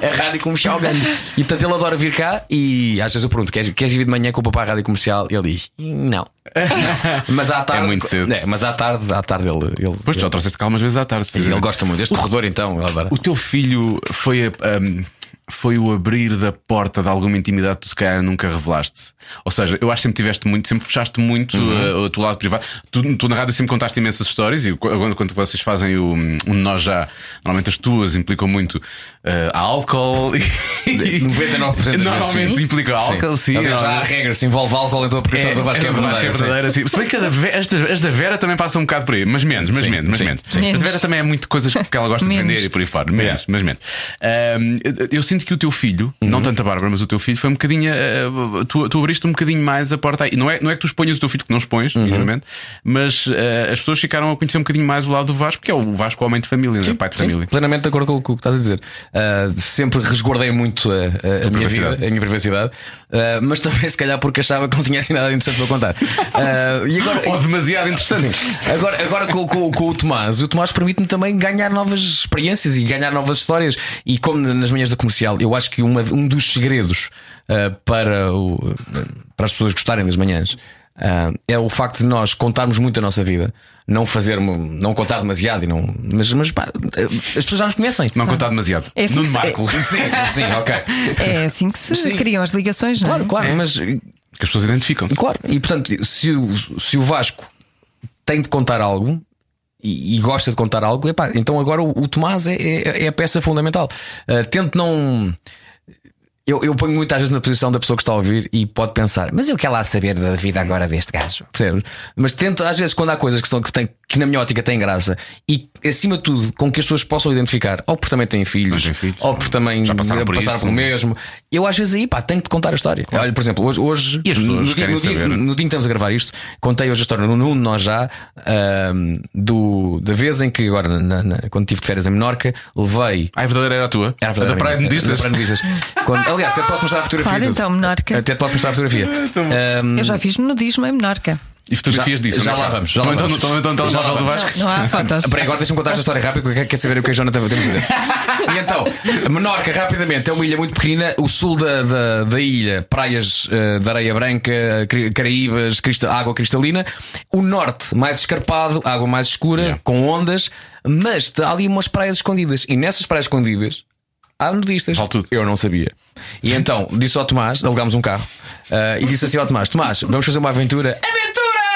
S5: É rádio comercial grande. E portanto ele adora vir cá e às vezes eu pergunto: queres, queres vir de manhã com o papá à rádio comercial? Ele diz: não. Mas à tarde.
S2: muito cedo.
S5: É, mas à tarde, à tarde ele. ele
S2: Pois tu já trouxeste cá umas vezes à tarde.
S5: ele,
S2: precisamente.
S5: gosta muito. Este corredor então, ele adora.
S2: O teu filho foi, a- um, foi o abrir da porta de alguma intimidade que tu se calhar nunca revelaste. Ou seja, eu acho que sempre tiveste muito, sempre fechaste muito
S5: Uhum.
S2: uh, o teu lado privado. Tu, tu na rádio sempre contaste imensas histórias e qu- quando, quando vocês fazem o, um nós já, normalmente as tuas implicam muito uh, álcool e.
S5: 99% das vezes,
S2: Normalmente
S5: sim.
S2: implica álcool, sim.
S5: Aliás, já há
S2: normalmente.
S5: regras, se envolve álcool, então a questão do Vasco é verdadeira. sim.
S2: sim. Se bem que a da Ve- esta- as da Vera também passam um bocado por aí, mas menos, mas
S5: Sim,
S2: menos, mas
S5: sim,
S2: menos.
S4: sim.
S2: Mas a Vera
S4: Menos.
S2: também é muito coisas que ela gosta de
S4: Menos.
S2: vender e por aí fora. Menos, mas menos. Ahm, eu- eu sinto que o teu filho,
S5: Uhum.
S2: não tanto a Bárbara, mas o teu filho foi um bocadinho. ah, tu, tu abriste um bocadinho mais a porta aí. Não é, não é que tu exponhas o teu filho, que não expões,
S5: Uhum.
S2: evidentemente, mas ah, as pessoas ficaram a conhecer um bocadinho mais o lado do Vasco, porque é o Vasco homem de família, né? pai de
S5: Sim,
S2: família.
S5: Plenamente de acordo com o que estás a dizer. Ah, sempre resguardei muito a, a- a minha vida,
S2: privacidade.
S5: a minha privacidade, ah, mas também se calhar porque achava que não tinha assim nada interessante para contar. Ah, e agora,
S2: Ou demasiado interessante.
S5: agora, agora com, com- com o Tomás, o Tomás permite-me também ganhar novas experiências e ganhar novas histórias. E como nas manhãs da comercial, eu acho que uma- um dos segredos ah, para, o- para as pessoas gostarem das manhãs. ah, é o facto de nós contarmos muito a nossa vida, não fazer, não contar demasiado e não. Mas, mas pá, as pessoas já nos conhecem.
S2: Não contar demasiado.
S4: É assim
S2: Nuno
S4: que se-
S2: Marco.
S5: Sim, sim, ok.
S4: É assim que se criam as ligações, não é?
S5: Claro, claro, mas
S2: Que as pessoas identificam-se.
S5: é- Claro, e portanto, se o, se o Vasco tem de contar algo e, e gosta de contar algo, epá, então agora o, o Tomás é, é- é a peça fundamental. Ah, tento não. Eu, eu ponho muitas vezes na posição da pessoa que está a ouvir e pode pensar, mas eu quero lá saber da vida agora deste gajo, percebes? Mas tento, às vezes, quando há coisas que, são, que, têm- que na minha ótica têm graça e, acima de tudo, com que as pessoas possam identificar, ou porque também têm filhos,
S2: Têm filhos.
S5: ou porque também
S2: Já passaram por isso. né?
S5: pelo mesmo, eu às vezes aí, pá, tenho de contar a história. Olha, por exemplo, hoje, hoje
S2: E as pessoas
S5: no, dia,
S2: querem
S5: no, dia,
S2: saber.
S5: no dia em que estamos a gravar isto, contei hoje a história no Nuno, nós já, ahm, do, da vez em que, agora, na- na- quando estive de férias em Menorca, levei.
S2: Ah, a verdadeira era a tua.
S5: Era a
S2: a da
S5: verdadeira
S2: Praia de
S5: minha-
S2: Nudistas.
S5: da Praia de Nudistas. Quando- aliás, até te posso mostrar a fotografia.
S4: Claro,
S5: e tudo.
S4: então, Menorca.
S5: Até te posso mostrar a fotografia. Ahm,
S4: Eu já fiz nudismo em Menorca.
S2: E fotografias
S5: Já-
S2: disso.
S5: já
S2: não é?
S5: lá vamos, já lá
S2: então,
S5: vamos.
S2: Então, então, então,
S5: Já
S2: lá
S5: lá
S2: do
S5: vamos.
S2: Vasco.
S4: Não, não há fotos.
S5: Espera, aí, agora deixa-me contar esta história rápida, porque quer saber o que é que o Jonathan tem a dizer. E então, Menorca, rapidamente, é uma ilha muito pequenina, o sul da, da, da ilha, praias eh, de areia branca, cri- Caraíbas, crista- água cristalina. O norte, mais escarpado, água mais escura, com ondas, mas há ali umas praias escondidas. E nessas praias escondidas. Há nudistas.
S2: Vale tudo.
S5: Eu não sabia. E então disse ao Tomás, alugámos um carro, eh, e disse assim ao Tomás: Tomás, vamos fazer uma aventura.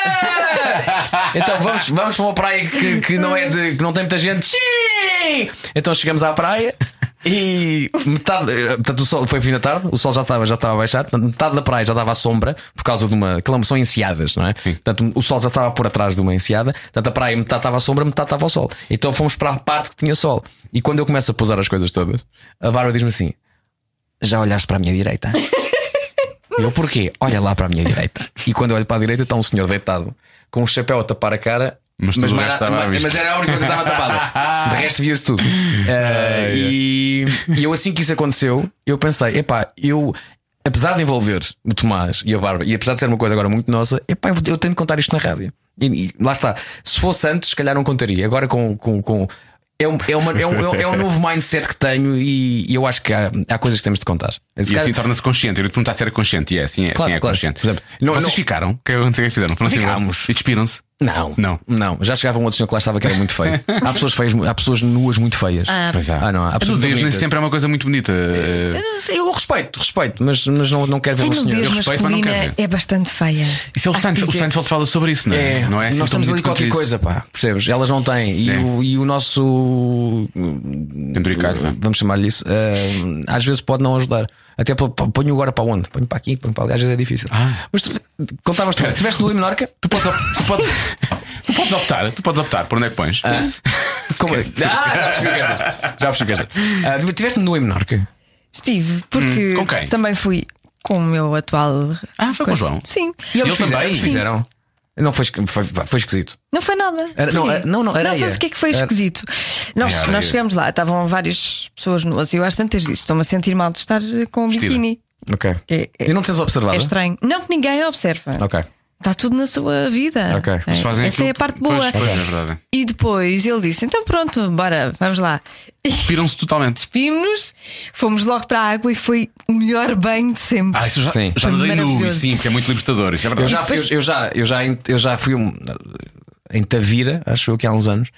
S5: Aventura! então vamos, vamos para uma praia que, que não é de. que não tem muita gente. Sim! Então chegamos à praia e metade. eh, Portanto, o sol foi fim da tarde, o sol já estava, já estava a baixar, portanto, metade da praia já estava à sombra por causa de uma. aquilo são enseadas, não é? Portanto, o sol já estava por atrás de uma enseada, portanto a praia metade estava à sombra, metade estava ao sol. Então fomos para a parte que tinha sol. E quando eu começo a pousar as coisas todas, a Bárbara diz-me assim: já olhaste para a minha direita? Eu porquê? Olha lá para a minha direita. E quando eu olho para a direita está um senhor deitado com um chapéu a tapar a cara.
S2: Mas tudo o
S5: mais
S2: resto estava
S5: nada-
S2: à
S5: mas- é
S2: vista.
S5: mas era a única coisa que estava tapada. De resto via-se tudo. Eh, e, e eu assim que isso aconteceu, eu pensei, epá, eu. A apesar de envolver o Tomás e a Bárbara, e apesar de ser uma coisa agora muito nossa, epá, eu, vou- eu tenho de contar isto na rádio. E, e lá está. Se fosse antes, se calhar não contaria. Agora com. com, com- é, um, é, uma- é um, é um novo mindset que tenho e, e eu acho que há, há coisas que temos de contar. Se
S2: E
S5: calhar-
S2: assim torna-se consciente. Eu lhe perguntar se era consciente. E é, sim, é,
S5: Claro,
S2: sim, é
S5: claro.
S2: consciente.
S5: Por exemplo,
S2: não,
S5: não-
S2: Vocês
S5: não-
S2: fizeram? O que é que aconteceu? O que fizeram? Foram assim,
S5: Ficámos.
S2: E despiram-se.
S5: Não.
S2: Não.
S5: Não. Já chegavam outros que lá estava que era muito feio. há pessoas feias, mu- há pessoas nuas muito feias. Ah,
S2: Pois é. há.
S5: não, há. há
S2: A
S5: pessoas
S2: nudez nem
S5: bonitas.
S2: sempre é uma coisa muito bonita. eh,
S5: Eu respeito, respeito, mas, mas não, não quero ver
S4: A
S5: o senhor.
S4: nudez
S2: Eu respeito, mas não quero
S4: masculina é bastante feia.
S2: Isso é o
S4: Há que
S2: Seinfeld. O
S4: dizer.
S2: Seinfeld fala sobre isso, não é? não é assim
S5: nós
S2: tão
S5: estamos ali
S2: bonito quanto
S5: qualquer
S2: isso.
S5: coisa, pá, percebes? Elas não têm. E,
S2: É.
S5: o, e o nosso.
S2: Penduricalho, vá.
S5: Vamos chamar-lhe isso. eh, às vezes pode não ajudar. Até pô- pô- ponho agora para onde? Ponho para aqui, ponho para ali. Às vezes é difícil.
S2: Ah.
S5: Mas tu contavas, tu tiveste no Lima Menorca?
S2: Tu podes, op- tu, podes, tu podes optar, tu podes optar por onde é que pões.
S5: Ah, Como é? Ah, já percebi o que é dizer. Já percebi o que é dizer. Ah, Tiveste no Lima Menorca?
S4: Estive, porque
S2: Hum, com quem?
S4: também fui com o meu atual.
S2: Ah, foi com o
S4: coisa.
S2: João?
S4: Sim.
S5: E eles
S2: Ele também?
S5: fizeram?
S2: Sim.
S5: fizeram. Não foi, esqui- foi, foi esquisito.
S4: Não foi nada.
S5: Era- não,
S4: Porquê?
S5: era- não, não, areia.
S4: sabes o que é que foi
S5: Era-
S4: esquisito? Nós,
S2: areia.
S4: nós chegámos lá, estavam várias pessoas nuas e eu às tantas disse: estou-me a sentir mal de estar eh, com um
S2: Vestida.
S4: biquíni.
S5: Ok.
S4: É- é-
S5: e não te tens observado?
S4: É estranho. Não, ninguém observa.
S5: Ok.
S4: Está tudo na sua vida.
S5: Ok.
S4: É,
S5: Mas
S4: Essa
S2: Fazem aquilo-
S4: é a parte
S2: Pois,
S4: boa.
S2: Pois, é verdade.
S4: E depois ele disse: então pronto, bora, vamos lá.
S2: Despiram-se totalmente.
S4: Despimos-nos, fomos logo para a água e foi o melhor banho de sempre.
S2: Ah, isso já,
S5: Sim.
S2: já andei nu, e
S4: Maravilhoso.
S2: sim, porque é muito libertador. Isso é
S5: Eu
S2: verdade.
S5: já, eu, eu já, eu já, eu já fui um- em Tavira, acho eu que há uns anos,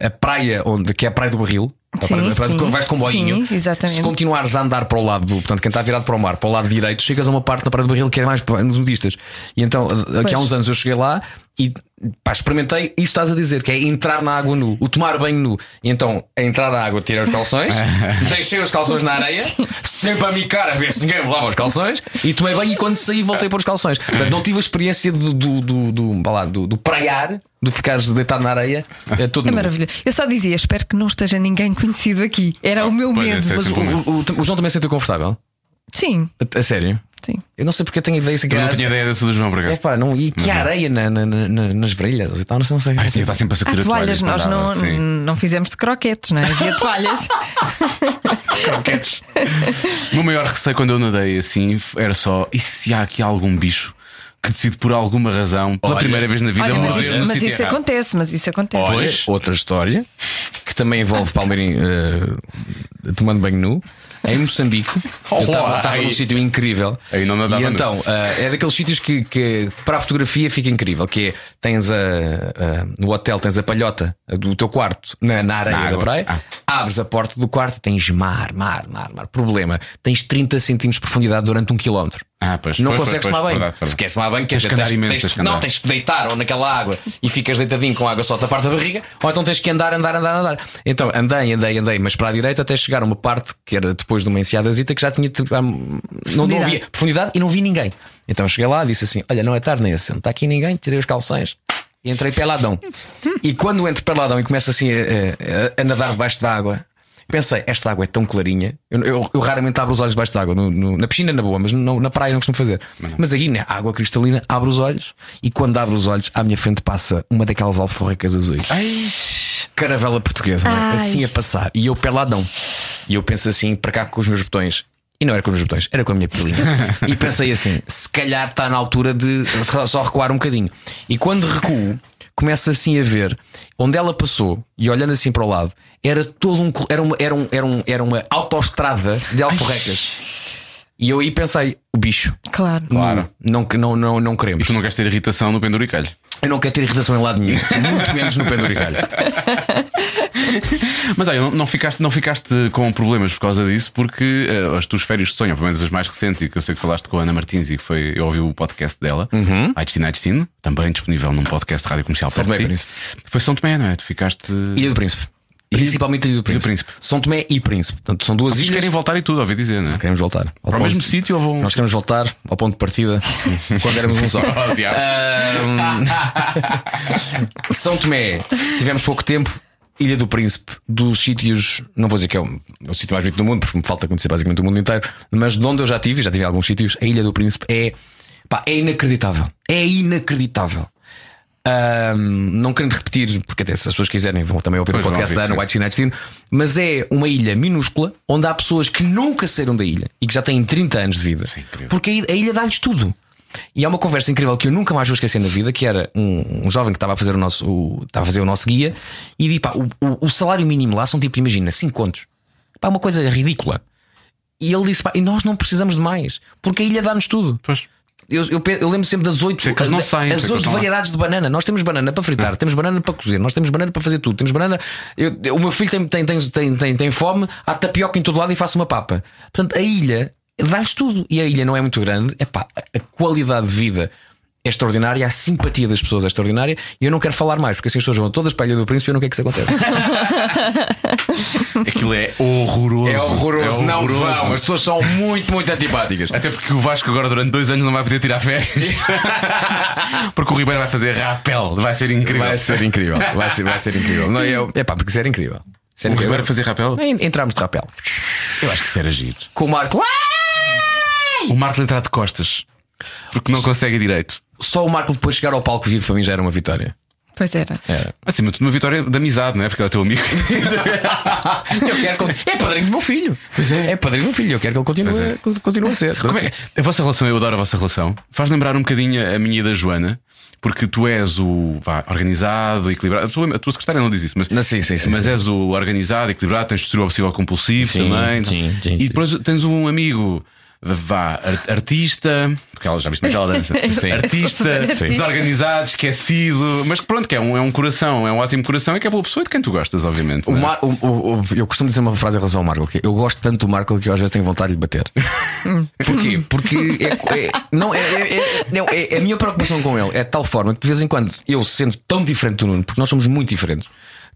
S5: a praia onde, que é a Praia do Barril. A
S4: Sim,
S5: praia, a praia
S4: sim.
S5: de quando vais com boinho.
S4: Sim, exatamente.
S5: Se continuares a andar para o lado do, portanto, quem está virado para o mar, para o lado direito, chegas a uma parte da Praia do Barril que é mais para nos nudistas. E então, aqui há uns anos eu cheguei lá e pá, experimentei isso que estás a dizer, que é entrar na água nu, o tomar banho nu. E então, a entrar na água, tirei os calções, deixei os calções na areia, sempre a micar a ver se ninguém me lava os calções, e tomei banho e quando saí voltei a pôr os calções. Portanto, não tive a experiência do, do, do, do, vá lá, do, do praiar, do ficares deitado na areia, é todo
S4: É
S5: nu.
S4: maravilhoso. Eu só dizia: espero que não esteja ninguém conhecido aqui. Era o meu
S2: pois,
S4: medo.
S2: esse é
S4: mas o-
S2: sempre o medo.
S5: O, o- o João também se sentiu confortável?
S4: Sim,
S5: A, a sério?
S4: sim.
S5: Eu não sei porque eu tenho ideia se
S2: Eu não tinha ideia dessa do João Braga.
S5: Epá, não, e que há areia na- na- na- nas brilhas e tal, não sei. Não sei.
S2: Ah, sim, está sempre a
S4: Há
S2: sacudir a toalha.
S4: toalhas,
S2: isso
S4: nós
S2: dava,
S4: não,
S2: sim.
S4: não fizemos de croquetes, não é? Havia toalhas.
S2: O meu maior receio quando eu nadei assim f- era só: e se há aqui algum bicho que decide por alguma razão, pela
S5: Olha.
S2: primeira vez na vida,
S4: Olha, mas
S2: morrer
S4: isso,
S2: no
S4: mas
S2: sítio
S4: isso
S2: errado?
S4: acontece, mas isso acontece.
S2: Olha.
S5: Olha, outra história que também envolve Palmeirim eh, tomando banho nu é em Moçambique. Eu
S2: Oh,
S5: estava
S2: aí-
S5: num sítio incrível.
S2: aí não nadava
S5: e
S2: nu.
S5: então, eh, é daqueles sítios que, que para a fotografia fica incrível, que é tens a, a- no hotel tens a palhota do teu quarto na, na
S2: Na
S5: areia da
S2: água.
S5: praia.
S2: Ah.
S5: Abres a porta do quarto e tens mar, mar, mar, mar. Problema, tens 30 centímetros de profundidade durante um quilómetro.
S2: Ah, pois.
S5: Não
S2: pois, pois,
S5: consegues
S2: pois,
S5: tomar banho.
S2: verdade, verdade.
S5: Se queres tomar banho, queres
S2: que andar imenso, tens
S5: Tens,
S2: que andar.
S5: não, tens que deitar ou naquela água e ficas deitadinho com a água só da parte da barriga, ou então tens que andar, andar, andar, andar. Então andei, andei, andei, mas para a direita até chegar a uma parte que era depois de uma enseadazita que já tinha tipo, hum, não, não havia profundidade e não vi ninguém. Então cheguei lá e disse assim: Olha, não é tarde nem assim, não está aqui ninguém, tirei os calções. E entrei peladão. E quando entro peladão e começo assim a, a- a nadar debaixo da água, pensei, esta água é tão clarinha. Eu, eu- eu raramente abro os olhos debaixo da água. No- no- na piscina, na boa, mas não- na praia não costumo fazer. Mas aqui, na água cristalina, abro os olhos e quando abro os olhos, à minha frente passa uma daquelas alforrecas azuis. Caravela portuguesa, não é?
S4: Ai.
S5: assim a passar. E eu peladão. E eu penso assim, para cá com os meus botões. E não era com os meus botões, era com a minha pilinha. e pensei assim: se calhar está na altura de só recuar um bocadinho. E quando recuo, começo assim a ver onde ela passou e olhando assim para o lado, era todo um. cor- Era uma, era um, era um, era uma autoestrada de alforrecas. E eu aí pensei: o bicho. Hum,
S4: Claro.
S2: Claro.
S5: Não, não, não, não
S2: E
S5: queremos.
S2: tu não queres ter irritação no penduricalho.
S5: Eu não quero ter irritação em lado nenhum. Muito menos no penduricalho.
S2: Mas olha, não, não ficaste, não ficaste eh, com problemas por causa disso, porque eh, as tuas férias de sonho, pelo menos as mais recentes, e que eu sei que falaste com a Ana Martins e que foi, eu ouvi o podcast dela, A Destino a Destino, também disponível num podcast de rádio comercial
S5: Uhum. São
S2: perto
S5: Tomé
S2: de si. Foi São Tomé, não é? Tu ficaste.
S5: Ilha do Príncipe. Principalmente Ilha do Príncipe.
S2: Príncipe.
S5: São Tomé e Príncipe. Portanto, são duas
S2: Vocês
S5: ilhas.
S2: querem voltar e tudo, ouvi dizer, não é?
S5: Queremos voltar.
S2: Para
S5: Ao
S2: o
S5: ponto-
S2: mesmo sítio ou vão.
S5: Nós queremos voltar ao ponto de partida quando éramos um só.
S2: Oh, diabo.
S5: Ahm, São Tomé, tivemos pouco tempo. Ilha do Príncipe, dos sítios, não vou dizer que é o, é o sítio mais bonito do mundo, porque me falta conhecer basicamente o mundo inteiro, mas de onde eu já tive, já tive em alguns sítios, a Ilha do Príncipe é, pá, é inacreditável. É inacreditável. Ahm, não querendo repetir, porque até se as pessoas quiserem vão também ouvir
S2: Pois
S5: o podcast
S2: vão
S5: da
S2: ouvir,
S5: Ana
S2: sim.
S5: White Night Scene, mas é uma ilha minúscula onde há pessoas que nunca saíram da ilha e que já têm 30 anos de vida,
S2: incrível.
S5: porque a ilha, a ilha dá-lhes tudo. E há uma conversa incrível que eu nunca mais vou esquecer na vida, que era um, um jovem que estava a fazer o nosso, o- estava a fazer o nosso guia e disse, pá, o, o- o salário mínimo lá são tipo, imagina, 5 contos. Pá, uma coisa ridícula. E ele disse, pá, e nós não precisamos de mais, porque a ilha dá-nos tudo.
S2: Pois.
S5: Eu, eu, pe- eu lembro sempre das oito
S2: Sei que eles não Hum. saem, sei
S5: as
S2: que eles
S5: oito
S2: estão lá.
S5: variedades de banana. Nós temos banana para fritar, temos banana para cozer, nós temos banana para fazer tudo, temos banana. eu- eu- o meu filho tem, tem, tem, tem, tem, tem fome, há tapioca em todo lado e faço uma papa. Portanto, a ilha dá-lhes tudo. E a ilha não é muito grande. Epá, a a qualidade de vida é extraordinária, a simpatia das pessoas é extraordinária. E eu não quero falar mais, porque assim as pessoas vão todas para a Ilha do Príncipe e eu não quero que isso aconteça.
S2: Aquilo é horroroso. É horroroso.
S5: As pessoas são muito, muito antipáticas.
S2: Até porque o Vasco agora durante dois anos não vai poder tirar férias. porque o Ribeiro vai fazer rapel. Vai ser incrível.
S5: Vai ser incrível, vai ser, vai ser incrível. Não, é eu, epá, porque isso era incrível. Isso
S2: O Ribeiro
S5: era incrível.
S2: vai fazer rapel?
S5: En- Entramos de rapel.
S2: Eu acho que isso era giro.
S5: Com o Marco. Ah!
S2: O Marco entrar de costas. Porque não consegue direito.
S5: Só o Marco depois chegar ao palco vivo para mim já era uma vitória.
S4: Pois era.
S2: Acima de tudo, uma vitória de amizade, não é? Porque ele é teu amigo.
S5: Eu quero con- É padrinho do meu filho. Pois é. É padrinho do meu filho. Eu quero que ele continue,
S2: Pois é.
S5: con- continue a ser.
S2: Como é? A vossa relação, eu adoro a vossa relação. Faz lembrar um bocadinho a minha e da Joana, porque tu és o vá, organizado, equilibrado. A tua, a tua secretária não diz isso, mas,
S5: Não, sim, sim, sim,
S2: mas
S5: sim.
S2: és o organizado, equilibrado, tens de ser obsessivo compulsivo
S5: Sim,
S2: também. então.
S5: sim, sim,
S2: e
S5: sim.
S2: depois tens um amigo. Vá, ar- artista, porque ela já viste como é que ela dança.
S5: Sim.
S2: Artista,
S4: Sim.
S2: desorganizado, esquecido, mas que pronto, que é um, é um coração, é um ótimo coração e que é boa pessoa de quem tu gostas, obviamente.
S5: O
S2: não é?
S5: Mar- o- o- o- eu costumo dizer uma frase em relação ao Marco que é, eu gosto tanto do Marco que eu às vezes tenho vontade de lhe bater. Porquê? Porque é, co- é- não, é, é- é- não, é- a minha preocupação com ele é de tal forma que de vez em quando eu sendo tão diferente do Nuno, porque nós somos muito diferentes.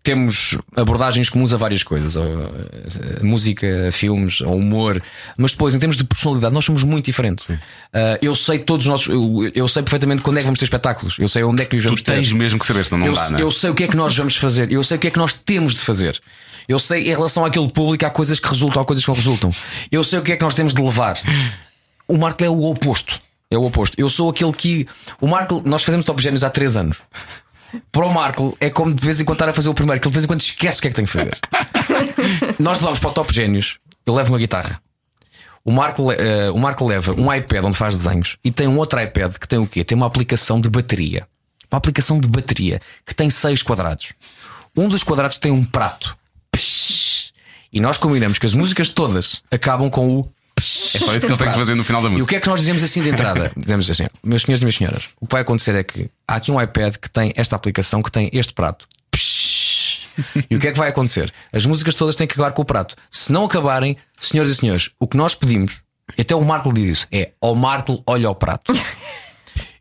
S5: Temos abordagens comuns a várias coisas, ou, eh, música, filmes, ou humor, mas depois, em termos de personalidade, nós somos muito diferentes. Ah, eu sei todos os nossos, eu, eu sei perfeitamente quando é que vamos ter espetáculos, eu sei onde é que os
S2: tu
S5: vamos ter
S2: tens mesmo que saber, senão não
S5: eu,
S2: dá, não é?
S5: eu sei o que é que nós vamos fazer, eu sei o que é que nós temos de fazer. Eu sei, em relação àquele público, há coisas que resultam, há coisas que não resultam. Eu sei o que é que nós temos de levar. O Marco é o oposto. É o oposto. Eu sou aquele que. O Marco, nós fazemos top génios há 3 anos. Para o Marco é como de vez em quando estar a fazer o primeiro, que ele de vez em quando esquece o que é que tem que fazer. nós levamos para o Top Génios, eu levo uma guitarra. O Marco, le- eh, o Marco leva um iPad onde faz desenhos e tem um outro iPad que tem o quê? Tem uma aplicação de bateria. Uma aplicação de bateria que tem seis quadrados. Um dos quadrados tem um prato. Psh! E nós combinamos que as músicas todas acabam com o
S2: É só isso que ele tem que fazer no final da
S5: e o
S2: música.
S5: que é que nós dizemos assim de entrada? dizemos assim: meus senhores e minhas senhoras, o que vai acontecer é que há aqui um iPad que tem esta aplicação que tem este prato. Psh! E o que é que vai acontecer? As músicas todas têm que acabar com o prato. Se não acabarem, senhoras e senhores, o que nós pedimos, e até o Marco lhe diz, é ao Marco olha o prato.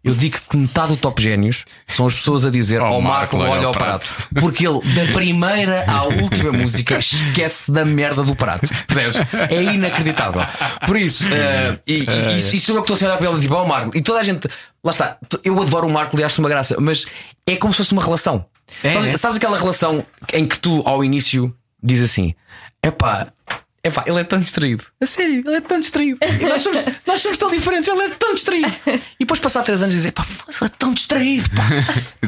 S5: Eu digo que metade do top génios são as pessoas a dizer
S2: Ó
S5: ao Oh, Marco, olha o prato. Porque ele, da primeira à última música, esquece da merda do prato. Percebes? É inacreditável. Por isso, eh, e, e, e, e sou eu que estou assim a olhar para ele e tipo, ó Marco. E toda a gente, lá está, t- eu adoro o Marco e acho uma graça, mas é como se fosse uma relação. sabes, sabes aquela relação em que tu, ao início, dizes assim: epá. Epá, ele é tão distraído. A sério, ele é tão distraído. E nós, somos, nós somos tão diferentes, ele é tão distraído. E depois passar três anos e dizer, pá, ele é tão distraído, pá.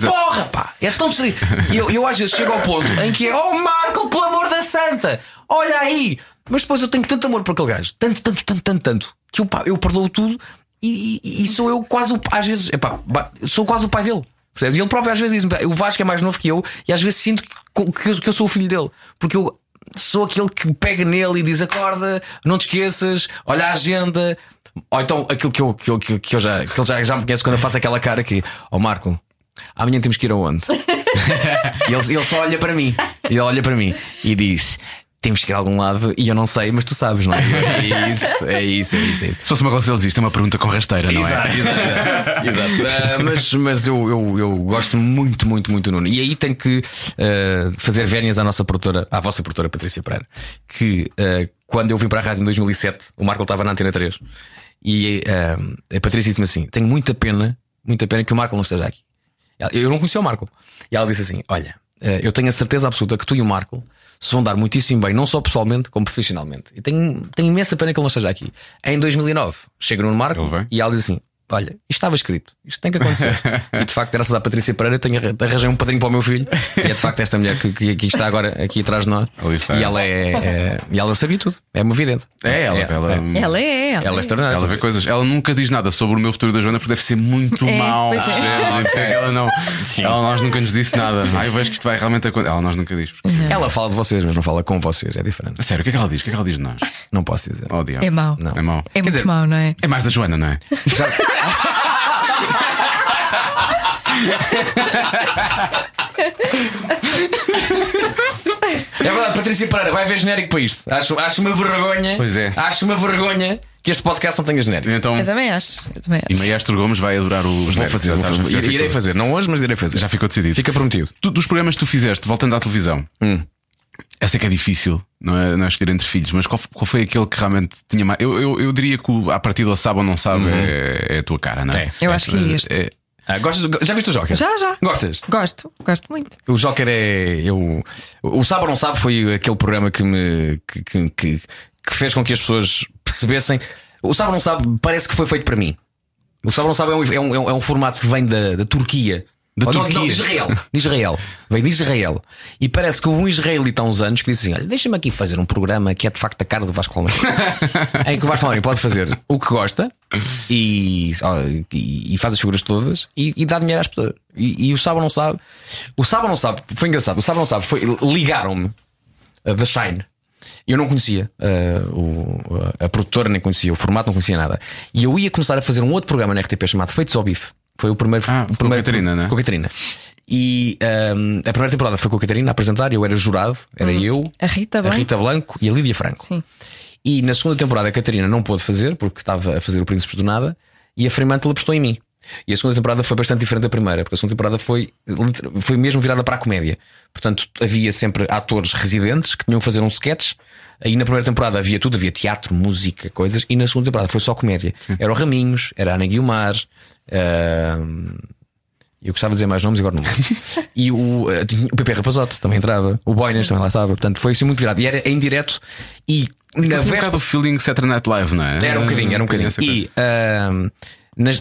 S5: Porra, pá, é tão distraído. E eu, eu às vezes chego ao ponto em que é, oh Marco, pelo amor da santa, olha aí. Mas depois eu tenho tanto amor por aquele gajo, tanto, tanto, tanto, tanto, tanto, que eu, pá, eu perdoo tudo e, e- e sou eu quase o, às vezes, epá, ba- sou quase o pai dele. Percebes? E ele próprio às vezes diz-me, "Pá, o Vasco é mais novo que eu e às vezes sinto que, que eu, que eu sou o filho dele, porque eu sou aquele que pega nele e diz acorda, não te esqueças, olha a agenda. Ou então aquilo que eu, que eu, que eu- que eu já, que ele já, já me conhece quando eu faço aquela cara aqui, ó Marco, amanhã temos que ir aonde? e ele, ele só olha para mim, e ele olha para mim e diz. Temos que ir a algum lado e eu não sei, mas tu sabes, não é? É isso, é isso, é isso. É isso.
S2: Se fosse uma coisa, eles dizem, isto é uma pergunta com rasteira, não é?
S5: Exato, exato. exato. Uh, mas mas eu, eu, eu gosto muito, muito, muito do Nuno. E aí tenho que uh, fazer vénias à nossa produtora, à vossa produtora Patrícia Pereira, que uh, quando eu vim para a rádio em 2007, o Marco estava na Antena 3 e uh, a Patrícia disse-me assim: Tenho muita pena, muita pena que o Marco não esteja aqui. Ela- Eu não conhecia o Marco. E ela disse assim: Olha, eh, eu tenho a certeza absoluta que tu e o Marco se vão dar muitíssimo bem, não só pessoalmente, como profissionalmente. E tenho, tenho imensa pena que ele não esteja aqui. Em 2009, chega no Marco
S2: Ele vem?
S5: e ela diz assim: olha, isto estava escrito, isto tem que acontecer. e de facto, graças à Patrícia Pereira, eu tenho, arran- arranjei um padrinho para o meu filho. E é de facto esta mulher que, que, que está agora aqui atrás de nós.
S2: Ali está.
S5: E ela é, é- E ela sabia tudo. É uma vidente.
S2: É ela, ela,
S4: Ela é, ela.
S5: Ela é extraordinária.
S2: Ela vê coisas. Ela nunca diz nada sobre o meu futuro da Joana porque deve ser muito
S4: É,
S2: mau.
S4: pois é.
S2: percebe? Percebe? Ela não. Ela nós nunca nos disse nada. Ah, eu vejo que isto vai realmente acontecer. Ela nós nunca diz. porque-
S5: Ela fala de vocês, mas não fala com vocês. É diferente.
S2: A Sério, o que é que ela diz? O que é que ela diz de nós?
S5: Não posso dizer.
S2: Oh, diabo.
S4: É mau.
S5: Não.
S2: É mau.
S4: É muito
S5: dizer-
S4: mau, não é?
S2: É mais da Joana, não é?
S5: É verdade, Patrícia Pereira, vai ver genérico para isto. Acho, acho uma vergonha.
S2: Pois é.
S5: Acho uma vergonha que este podcast não tenha genérico.
S2: Então,
S4: Eu também acho. Eu também
S2: e
S4: acho.
S2: Maestro Gomes vai adorar o.
S5: Vou
S2: genérico.
S5: fazer,
S2: Já
S5: vou
S2: está,
S5: fazer.
S2: já
S5: Irei
S2: ficou-
S5: fazer, não hoje, mas irei fazer.
S2: Já ficou decidido.
S5: Fica prometido.
S2: Tu- dos programas que tu fizeste, voltando à televisão, essa é que é difícil, não é, não é escolher entre filhos, mas qual, f- qual foi aquele que realmente tinha mais. Eu, eu, eu diria que o- à partida ou sabe ou não sabe é, é a tua cara, não é?
S5: É.
S4: Eu acho que é este.
S2: É-
S5: Ah, gostas, já viste o Joker?
S4: Já, já.
S5: Gostas?
S4: Gosto, gosto muito.
S5: O Joker é. Eu, o Sabe ou Não Sabe foi aquele programa que me. Que, que, que- que fez com que as pessoas percebessem. O Sabe ou Não Sabe parece que foi feito para mim. O Sabe ou Não Sabe é um, é um, é um formato que vem da, da Turquia.
S2: Da
S5: Ou não,
S2: Turquia.
S5: não, de Israel. De Israel. Vem de Israel. E parece que houve um israelita há uns anos que disse assim: Olha, deixa-me aqui fazer um programa que é de facto a cara do Vasco Almeida. em que o Vasco Almeida pode fazer o que gosta e, ó, e- e faz as figuras todas e, e dá dinheiro às pessoas. E, e o Sábado não sabe. O Sábado não sabe, foi engraçado. O Sábado não sabe, foi, ligaram-me uh, da Shine. Eu não conhecia uh, o- uh, a produtora, nem conhecia o formato, não conhecia nada. E eu ia começar a fazer um outro programa na RTP chamado Feitos ao Bife. Foi o primeiro.
S2: Ah,
S5: o
S2: com a Catarina, né?
S5: Com a Catarina. E um, a primeira temporada foi com a Catarina a apresentar, eu era jurado, era eu,
S4: Uhum. A Rita
S5: a
S4: Blanco.
S5: Rita Blanco e a Lídia Franco.
S4: Sim.
S5: E na segunda temporada a Catarina não pôde fazer porque estava a fazer o Príncipes do Nada e a Fremantle apostou em mim. E a segunda temporada foi bastante diferente da primeira, porque a segunda temporada foi, liter- foi mesmo virada para a comédia. Portanto, havia sempre atores residentes que tinham que fazer um sketch. Aí na primeira temporada havia tudo, havia teatro, música, coisas, e na segunda temporada foi só comédia. Era o Raminhos, era a Ana ehm, Guilmar, ahm, eu gostava de dizer mais nomes e agora não. me lembro. e o, eh, tinha- o PP Rapazote também entrava, o Boinas também lá estava, portanto foi assim muito virado. E era em direto e
S2: Eu
S5: na
S2: tinha um
S5: véspera.
S2: bocado o feeling Saturday Night Live, não é?
S5: Era um bocadinho, era um bocadinho.
S2: essa coisa.
S5: E ahm, nas-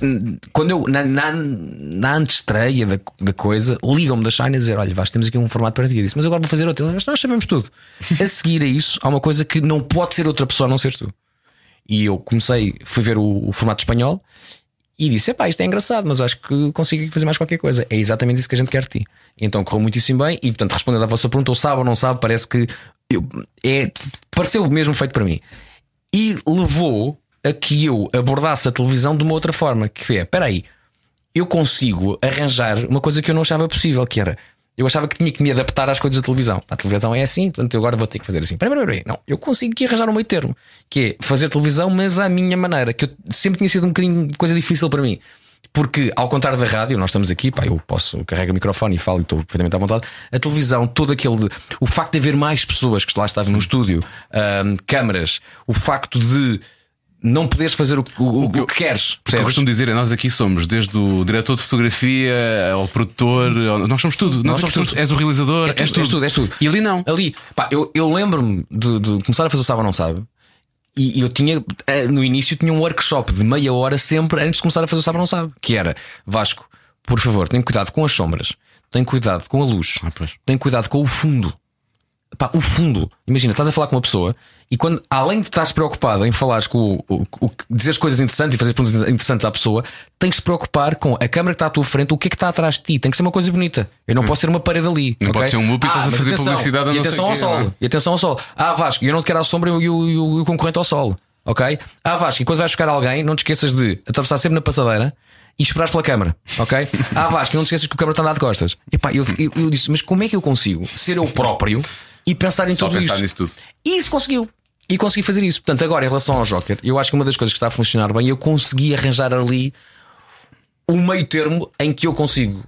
S5: quando eu, na, na, na antestreia da, da coisa, ligam-me da China a dizer: Olha, Vasco, temos aqui um formato para ti. Eu disse: Mas agora vou fazer outro. Ele, Nós sabemos tudo. a seguir a isso, há uma coisa que não pode ser outra pessoa a não seres tu. E eu comecei, fui ver o, o formato espanhol e disse: Epá, isto é engraçado, mas acho que consigo aqui fazer mais qualquer coisa. É exatamente isso que a gente quer de ti. Então correu muitíssimo bem e, portanto, respondendo à vossa pergunta, ou sabe ou não sabe, parece que eu- é, pareceu mesmo feito para mim. E levou a que eu abordasse a televisão de uma outra forma, que é, espera aí, eu consigo arranjar uma coisa que eu não achava possível, que era. Eu achava que tinha que me adaptar às coisas da televisão. A televisão é assim, portanto eu agora vou ter que fazer assim. Peraí, peraí, peraí. Não, eu consigo aqui arranjar um meio termo, que é fazer televisão, mas à minha maneira, que eu sempre tinha sido um bocadinho de coisa difícil para mim. Porque, ao contrário da rádio, nós estamos aqui, pá, eu posso eu carrego o microfone e falo e estou perfeitamente à vontade. A televisão, todo aquele. O facto de haver mais pessoas que lá estavam no estúdio, ahm, câmaras, o facto de não poderes fazer o, o- o- o que
S2: O
S5: queres.
S2: que eu
S5: percebes?
S2: costumo dizer é nós aqui somos, desde o diretor de fotografia ao produtor, ao- nós somos tudo. Nós,
S5: Nós
S2: somos
S5: somos
S2: tudo. És o realizador,
S5: É tudo, és tudo, és tudo. É
S2: E ali não.
S5: Ali, pá, eu, eu lembro-me de, de começar a fazer o Sabe ou Não Sabe. E eu tinha, eh, no início, tinha um workshop de meia hora sempre antes de começar a fazer o Sabe ou Não Sabe. Que era Vasco, por favor, tem cuidado com as sombras, tem cuidado com a luz,
S2: Ah, pois.
S5: tem cuidado com o fundo. Pá, o fundo, imagina, estás a falar com uma pessoa e quando, além de estás preocupado em falares com o, o, o que- dizeres coisas interessantes e fazer perguntas interessantes à pessoa, tens de te preocupar com a câmera que está à tua frente, o que é que está atrás de ti. Tem que ser uma coisa bonita. Eu não posso ser uma parede ali.
S2: Hum. Não
S5: ok? Ah,
S2: pode ser um loop e estás a
S5: mas
S2: fazer publicidade a
S5: E
S2: não sei
S5: atenção ao
S2: quê, não é?
S5: sol. E atenção ao sol. Ah, Vasco, eu não te quero à sombra e o, e o- e o- e o concorrente ao sol. Ok? Ah, Vasco, e quando vais buscar alguém, não te esqueças de atravessar sempre na passadeira e esperar pela câmara. Ok? Ah, Vasco, e não te esqueças que o câmara está a andar de costas. Epá, eu, eu, eu disse, mas como é que eu consigo ser eu próprio e pensar em
S2: Só
S5: tudo
S2: pensar
S5: isto?
S2: nisso tudo.
S5: E isso conseguiu. E consegui fazer isso. Portanto, agora em relação ao Joker, eu acho que uma das coisas que está a funcionar bem, eu consegui arranjar ali um meio termo em que eu consigo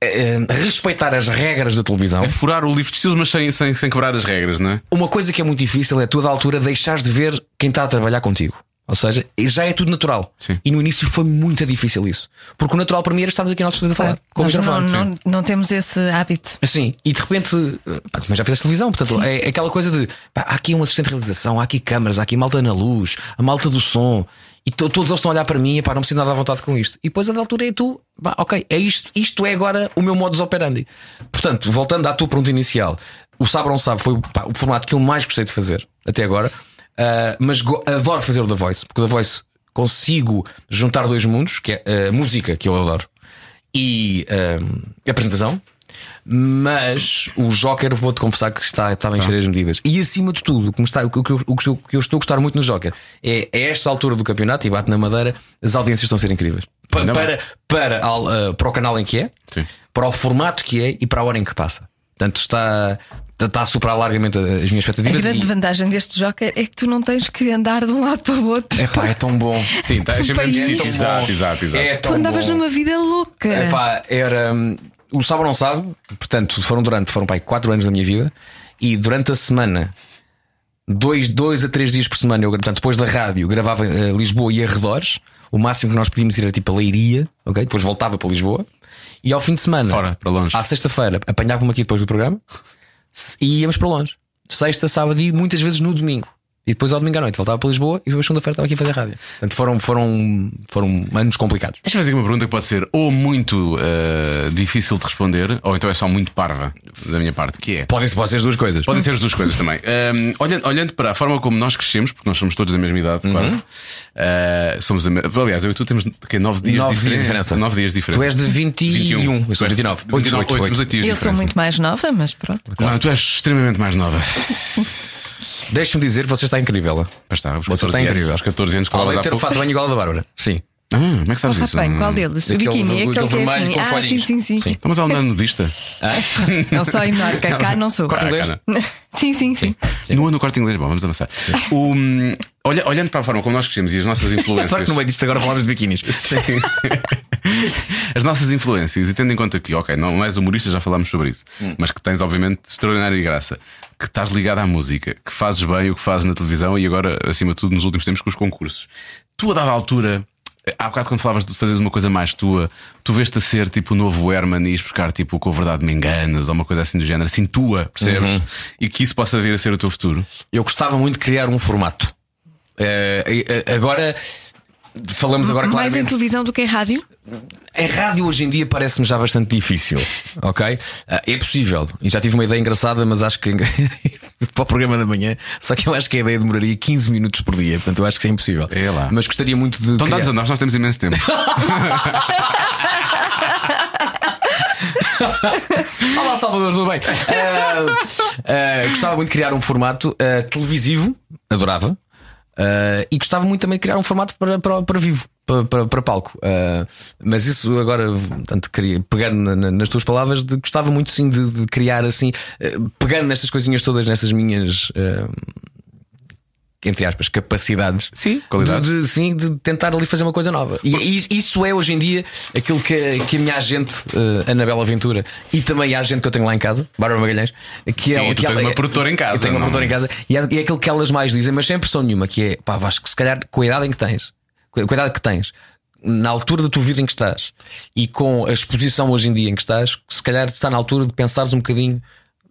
S5: eh, eh, respeitar as regras da televisão.
S2: É furar o livro de estilos, mas sem, sem, sem quebrar as regras, não é?
S5: Uma coisa que é muito difícil é tu, a toda altura deixares de ver quem está a trabalhar contigo. Ou seja, já é tudo natural.
S2: Sim.
S5: E no início foi muito difícil isso. Porque o natural para mim era estarmos aqui nós três a falar. Com o
S4: Nós não,
S5: microfone.
S4: não, não temos esse hábito.
S5: Assim, e de repente, pá, mas já fizeste televisão, portanto, é aquela coisa de pá, há aqui uma assistente de realização, há aqui câmaras, há aqui malta na luz, a malta do som. E to- todos eles estão a olhar para mim e pá, não me sinto nada à vontade com isto. E depois, a da altura, é tu, pá, ok, é isto, isto é agora o meu modus operandi. Portanto, voltando à tua pergunta inicial, o Sabe ou Não Sabe foi pá, o formato que eu mais gostei de fazer até agora, Ah, mas go- adoro fazer o The Voice, porque o The Voice consigo juntar dois mundos, que é a música, que eu adoro, e ah, a apresentação. Mas o Joker, vou-te confessar que está, está a
S2: Tá.
S5: encher as medidas. E acima de tudo, o que me está- o que- o que eu- o que eu- o que eu estou a gostar muito no Joker é a esta altura do campeonato, e bate na madeira, as audiências estão a ser incríveis. Pa-
S2: Ainda
S5: para, para, al- ah, para o canal em que é,
S2: Sim.
S5: para o formato que é e para a hora em que passa. Portanto, está, está a superar largamente as minhas
S4: A
S5: expectativas.
S4: É grande
S5: e-
S4: vantagem deste joker é que tu não tens que andar de um lado para o outro.
S5: Epá, é tão bom.
S2: Sim, tá,
S4: Do
S2: achei mesmo
S4: país.
S2: sítio. Exato, exato, exato.
S5: É
S4: tu
S5: tão
S4: andavas
S5: bom.
S4: numa vida louca.
S2: É.
S5: Epá, era. hum, O Sabe ou Não Sabe, portanto, foram durante, foram pai, 4 anos da minha vida e durante a semana, dois, dois a três dias por semana, eu, gra- portanto, depois da rádio, gravava eh, Lisboa e arredores. O máximo que nós podíamos ir era tipo a Leiria, ok? Depois voltava para Lisboa e ao fim de semana,
S2: Fora, para longe.
S5: à sexta-feira, apanhava-me aqui depois do programa se- e íamos para longe. Sexta, sábado e muitas vezes no domingo. E depois ao domingo à noite voltava para Lisboa e depois segunda-feira estava aqui a fazer rádio. Portanto, foram, foram, foram anos complicados.
S2: Deixa eu fazer aqui uma pergunta que pode ser ou muito eh, difícil de responder, ou então é só muito parva da minha parte, que é.
S5: Podem-se pode ser as duas coisas.
S2: Podem ser as duas coisas também. Ahm, olhando, olhando para a forma como nós crescemos, porque nós somos todos da mesma idade,
S5: Uhum.
S2: quase. ah, somos da me- Aliás, eu e tu temos que, é nove dias de
S5: Nove dias de
S2: diferença.
S5: diferença.
S2: Nove dias de diferença. um.
S5: Tu és de 21, eu sou
S2: Tu és de
S5: de 29.
S2: 29,
S5: Oito,
S2: oito,
S5: oito,
S2: temos oito dias de
S4: Eu sou
S2: diferença.
S4: muito mais nova, mas pronto.
S2: Não, tu és extremamente mais nova.
S5: Deixa-me dizer que você está incrível.
S2: Mas está, aos
S5: Você está
S2: 14 anos.
S5: incrível.
S2: Aos 14 anos,
S5: Além
S2: falavas
S5: de
S2: há
S5: ter o
S2: pouco.
S5: fato bem igual ao da Bárbara. Sim.
S2: Ah, como é que sabes
S4: Ah,
S2: isso?
S4: então bem, qual deles? O
S5: Aquele
S4: biquíni,
S5: ver-
S4: aquele que é
S5: vermelho
S4: assim.
S5: com
S4: Ah, sim,
S5: folhinhos.
S4: sim, É sim.
S5: Sim.
S2: Estamos a andar nudista. Ah,
S4: Não só em Menorca, cá não sou.
S5: Corta um dedo.
S2: Cara,
S4: Sim, sim, sim.
S2: No ano corte inglês, bom, vamos avançar. O, hum, olha- olhando para a forma como nós crescemos e as nossas
S5: É Claro
S2: influências.
S5: que no meio disto agora falamos de biquinis.
S2: Sim. As nossas influências, e tendo em conta que, ok, não és humorista, já falámos sobre isso,
S5: Hum.
S2: mas que tens, obviamente, extraordinária graça, que estás ligado à música, que fazes bem o que fazes na televisão e agora, acima de tudo, nos últimos tempos, com os concursos. Tu, a dada altura, eh, há bocado quando falavas de fazeres uma coisa mais tua, tu veste a ser tipo o novo Herman e ires buscar tipo o com a verdade me enganas ou uma coisa assim do género, assim tua, percebes?
S5: Uhum.
S2: E que isso possa vir a ser o teu futuro.
S5: Eu gostava muito de criar um formato. Eh, eh, agora. Falamos agora
S4: Mais em
S5: claramente.
S4: televisão do que em rádio?
S5: A rádio hoje em dia parece-me já bastante difícil, ok? Ah, É possível. E já tive uma ideia engraçada, mas acho que para o programa da manhã, só que eu acho que a ideia demoraria 15 minutos por dia, portanto eu acho que é impossível.
S2: É lá.
S5: Mas gostaria muito de.
S2: Então,
S5: criar-
S2: dados a nós, nós temos imenso tempo.
S5: Olá, Salvador, tudo bem? Ah, ah, gostava muito de criar um formato ah, televisivo, adorava, Ah, e gostava muito também de criar um formato para, para, para vivo. Para, para, para palco, Ah, mas isso agora, portanto, queria, pegando na- na- nas tuas palavras, de- gostava muito sim de, de criar assim, eh, pegando nestas coisinhas todas, nestas minhas, ah, entre aspas, capacidades
S2: Sim, qualidades.
S5: de, de- sim, de tentar ali fazer uma coisa nova. E is- isso é hoje em dia aquilo que, que a minha agente, eh, Anabela Ventura, e também a agente que eu tenho lá em casa, Bárbara Magalhães, que
S2: Sim,
S5: é
S2: e tu
S5: que
S2: tens
S5: ela-
S2: uma produtora em casa,
S5: Eu tenho uma
S2: não?
S5: produtora em casa e é, e é aquilo que elas mais dizem, mas sem pressão nenhuma, que é pá, Vasco, se calhar com a idade em que tens, com a idade que tens. Na altura da tua vida em que estás e com a exposição hoje em dia em que estás, se calhar está na altura de pensares um bocadinho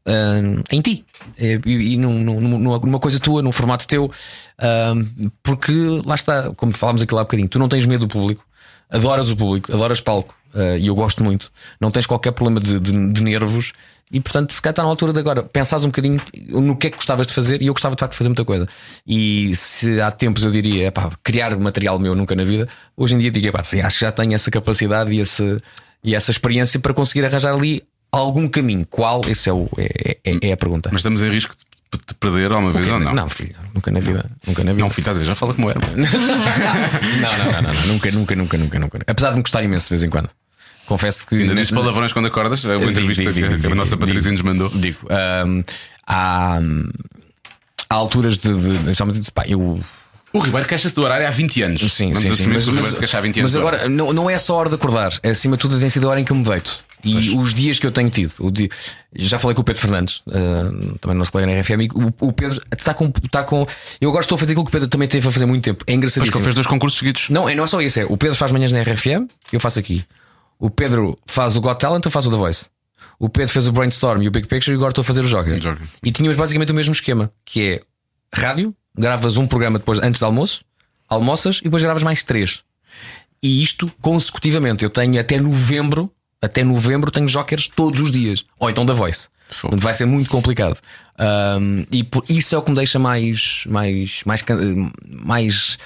S5: ah, em ti eh, e, e num- num- numa, numa coisa tua, num formato teu, ah, porque lá está, como falámos aqui lá há bocadinho, tu não tens medo do público, adoras o público, adoras palco, ah, e eu gosto muito, não tens qualquer problema de, de- de nervos, e portanto, se calhar está na altura de agora pensares um bocadinho no que é que gostavas de fazer, e eu gostava de facto de fazer muita coisa. E se há tempos eu diria, pá, criar material meu nunca na vida, hoje em dia digo, pá, sim, acho que já tenho essa capacidade e esse. E essa experiência para conseguir arranjar ali algum caminho. Qual? Esse é, o, é, é- é a pergunta.
S2: Mas estamos em risco de de perder alguma vez
S5: Nunca-
S2: ou não?
S5: Não, filho, nunca na vida. Nunca na vida.
S2: Não, filho, estás a ver, já fala como é. era.
S5: Não, não, não, não, não. Nunca, nunca, nunca, nunca, nunca. Apesar de me gostar imenso de vez em quando. Confesso que.
S2: Ainda dizes
S5: Não-
S2: palavrões quando acordas? É uma
S5: Digo,
S2: entrevista
S5: digo,
S2: que
S5: digo,
S2: a
S5: digo,
S2: nossa
S5: digo.
S2: Patrícia nos mandou.
S5: Digo, hum, há, há alturas de. de, de, de pá, eu.
S2: O Ribeiro queixa-se do horário há 20 anos.
S5: Sim,
S2: Vamos
S5: sim, sim.
S2: assumir que o Ribeiro se queixa há 20 anos.
S5: mas agora, não, não é só a hora de acordar. Acima de tudo, tem sido a hora em que eu me deito. E os dias que eu tenho tido. O dia- Já falei com o Pedro Fernandes, ah, também nosso colega na RFM. e O, o Pedro está com, está com. Eu agora estou a fazer aquilo que o Pedro também teve a fazer há muito tempo. É
S2: Depois que
S5: engraçadíssimo.
S2: ele fez dois concursos seguidos.
S5: Não, é- não é só isso. É, o Pedro faz manhãs na RFM, eu faço aqui. O Pedro faz o Got Talent, eu faço o The Voice. O Pedro fez o Brainstorm e o Big Picture e agora estou a fazer o Joker.
S2: O Joker.
S5: E tínhamos basicamente o mesmo esquema, que é rádio, gravas um programa depois antes do almoço, almoças e depois gravas mais três. E isto consecutivamente. Eu tenho até novembro, até novembro tenho jokers todos os dias. Ou então da Voice.
S2: Fogo.
S5: Portanto, vai ser muito complicado. Ahm, e por isso é o que me deixa mais mais mais can- mais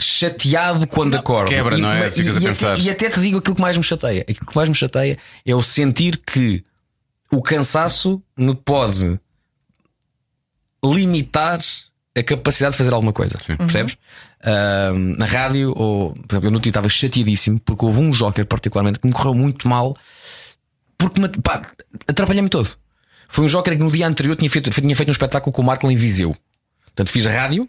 S5: chateado quando acordo.
S2: quebra,
S5: e,
S2: não é?
S5: e-
S2: Ficas a
S5: e-
S2: pensar.
S5: e até te digo aquilo que mais me chateia. Aquilo que mais me chateia é o sentir que o cansaço me pode limitar a capacidade de fazer alguma coisa. Uhum.
S2: Sim.
S5: Percebes? Ahm, na rádio, ou por exemplo, eu no dia estava chateadíssimo porque houve um joker particularmente que me correu muito mal porque me, pá, atrapalhei-me todo. Foi um joker que no dia anterior tinha feito, tinha feito um espetáculo com o Marco em Viseu. Portanto, fiz rádio,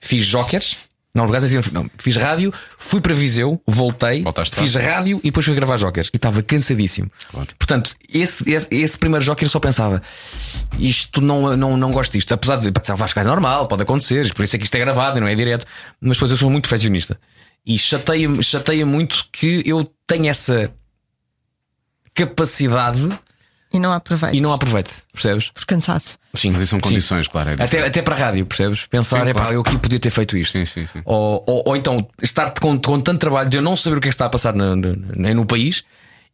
S5: fiz jokers. Não, no caso, assim, não, fiz rádio, fui para Viseu, voltei,
S2: Voltaste
S5: fiz rádio e depois fui gravar jokers. E estava cansadíssimo. Portanto, esse, esse, esse primeiro joker eu só pensava: isto não, não, não gosto disto. Apesar de pensar, Vasco é normal, pode acontecer, por isso é que isto é gravado e não é direto. Mas depois eu sou muito perfeccionista. E chateia, chateia muito que eu tenha essa capacidade
S4: E não aproveito.
S5: e não aproveite, percebes?
S4: Por cansaço.
S5: Sim,
S2: Mas isso são
S5: Sim.
S2: condições, claro. É
S5: Até,
S2: diferente.
S5: até para a rádio, percebes? Pensar,
S2: Sim,
S5: epá,
S2: claro.
S5: eu aqui podia ter feito isto.
S2: Sim, sim, sim.
S5: Ou, ou, ou então estar com, com tanto trabalho de eu não saber o que é que está a passar no, no, no- no país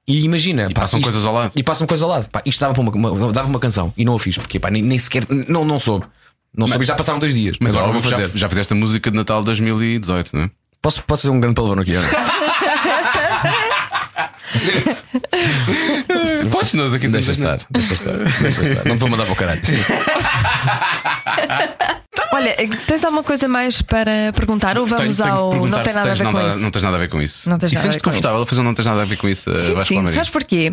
S5: e imagina.
S2: E passam coisas ao lado.
S5: E passam coisas ao lado. Pá, isto dava, para uma, uma- dava uma canção e não a fiz, porque pá, nem, nem sequer. Não, não soube. Não soube, já passaram dois dias.
S2: Mas
S5: agora
S2: agora
S5: vou fazer.
S2: Já, já fizeste a música de Natal de 2018, não é?
S5: Posso, posso fazer um grande palavrão aqui? olha?
S2: Podes, nós aqui
S5: deixa
S2: estamos a-
S5: estar, deixa estar, deixa estar. Não te vou mandar para o caralho.
S4: Olha, eh, tens alguma coisa mais para perguntar? Ou
S2: Tenho-
S4: vamos
S2: tenho que
S4: ao.
S2: perguntar
S4: não tem
S2: se
S4: nada a
S2: tens
S4: ver com
S2: nada-
S4: isso.
S2: Não tens nada a ver com isso.
S4: Não tens
S2: e
S4: nada a ver
S2: sentes-te
S4: com
S2: confortável a
S4: isso.
S2: fazer um não tens nada a ver com isso, eh,
S4: Sim,
S2: Vasco
S4: sim,
S2: Palmeirinho?
S4: sabes porquê?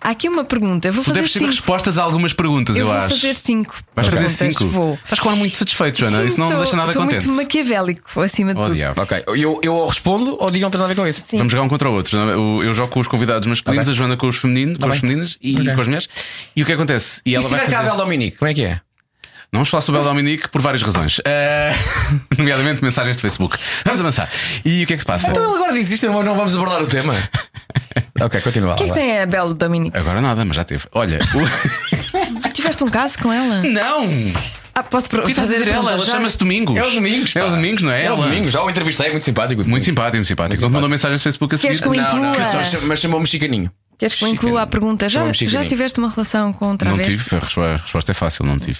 S4: Há aqui uma pergunta. Eu vou
S2: Tu
S4: fazer
S2: deves ter
S4: cinco.
S2: respostas a algumas perguntas, eu,
S4: Eu vou
S2: acho.
S4: fazer cinco.
S2: Vais fazer
S4: perguntas.
S2: cinco?
S4: Vou.
S2: Estás com um ar muito satisfeito, Joana.
S4: Sim,
S2: Isso não me
S4: sou-
S2: deixa nada
S4: sou
S2: contente.
S4: muito maquiavélico, acima de
S2: Oh,
S4: tudo.
S2: diabo.
S5: ok, eu, eu respondo ou digo não tens nada a ver com isso.
S4: Sim.
S2: Vamos jogar um contra o outro. não é? Eu eu jogo com os convidados masculinos,
S5: Tá bem.
S2: a Joana com os femininos, com as
S5: bem.
S2: femininas e
S5: Ok.
S2: com as mulheres. E o que acontece? E
S5: E
S2: ela
S5: se
S2: vai
S5: tiver cá a
S2: fazer...
S5: Bel Dominique, como é que é?
S2: Não vamos falar sobre a Bel Dominique por várias razões. Eh, Nomeadamente mensagens de Facebook. Vamos avançar. E o que é que se passa?
S5: Então agora diz isto, mas não vamos abordar o tema. ok, continua.
S4: O que é que
S5: lá.
S4: tem a Belo Dominique?
S2: Agora nada, mas já teve. Olha, o-
S4: Tiveste um caso com ela?
S2: não!
S4: Ah, posso pro-
S2: O que estás a
S4: fazer
S2: dizer
S4: a
S2: ela?
S4: pergunta
S2: Ela
S4: já?
S2: chama-se Domingos.
S5: É o Domingos.
S2: É o
S5: pá.
S2: Domingos, não é?
S5: É o
S2: Ela.
S5: Domingos. Já o entrevistei, muito simpático.
S2: Muito simpático, muito simpático. Não te mandou mensagem no Facebook a
S4: Queres
S2: seguir.
S4: que eu
S5: Não, não,
S4: inclua?
S5: que um só cham- mas chamou-me Chicaninho.
S4: Queres que eu inclua a pergunta? Já,
S5: Chamamos
S4: já
S5: Chicaninho.
S4: tiveste uma relação com um
S2: Não
S4: travesti?
S2: tive, a respo- a resposta é fácil, não tive.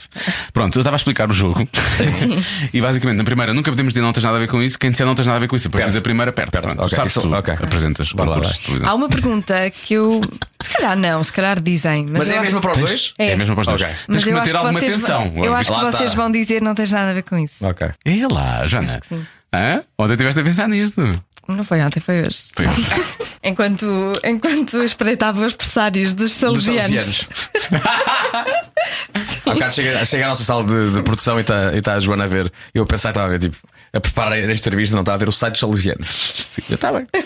S2: Pronto, eu estava a explicar o jogo. E basicamente, na primeira, nunca podemos dizer não tens nada a ver com isso. Quem disser não tens nada a ver com isso, porque
S5: Perde.
S2: diz a primeira, perde.
S5: Perde.
S2: Pronto, tu
S5: Ok,
S2: sabes
S5: isso-
S2: tudo.
S5: ok.
S2: Apresentas
S5: Vai lá,
S2: concursos
S5: vai.
S2: de televisão.
S4: Há uma pergunta que eu. Se calhar não, se calhar dizem. Mas,
S5: Mas é
S4: eu
S5: a mesma para os dois?
S2: É, mesmo para os dois.
S5: Ok.
S2: Tens
S4: mas
S2: que
S4: eu acho
S2: manter
S4: que
S2: alguma
S4: vocês vão-
S2: atenção.
S4: Eu acho que
S5: Lá tá. está.
S4: vocês vão dizer não tens nada a ver com isso.
S5: Ok.
S2: É lá, Jana.
S4: Acho que sim.
S2: Hã? Ontem estiveste a pensar nisto.
S4: Não foi ontem, foi hoje.
S2: Foi hoje.
S4: Enquanto, enquanto espreitava os pressários dos
S5: Dos
S4: salesianos.
S5: salesianos. Há bocado chega, chega à nossa sala de, de produção e está a Joana a ver. Eu pensei que estava a ver, tipo, a preparar esta entrevista, não está a ver o site dos salesianos. Eu está bem.
S2: Tá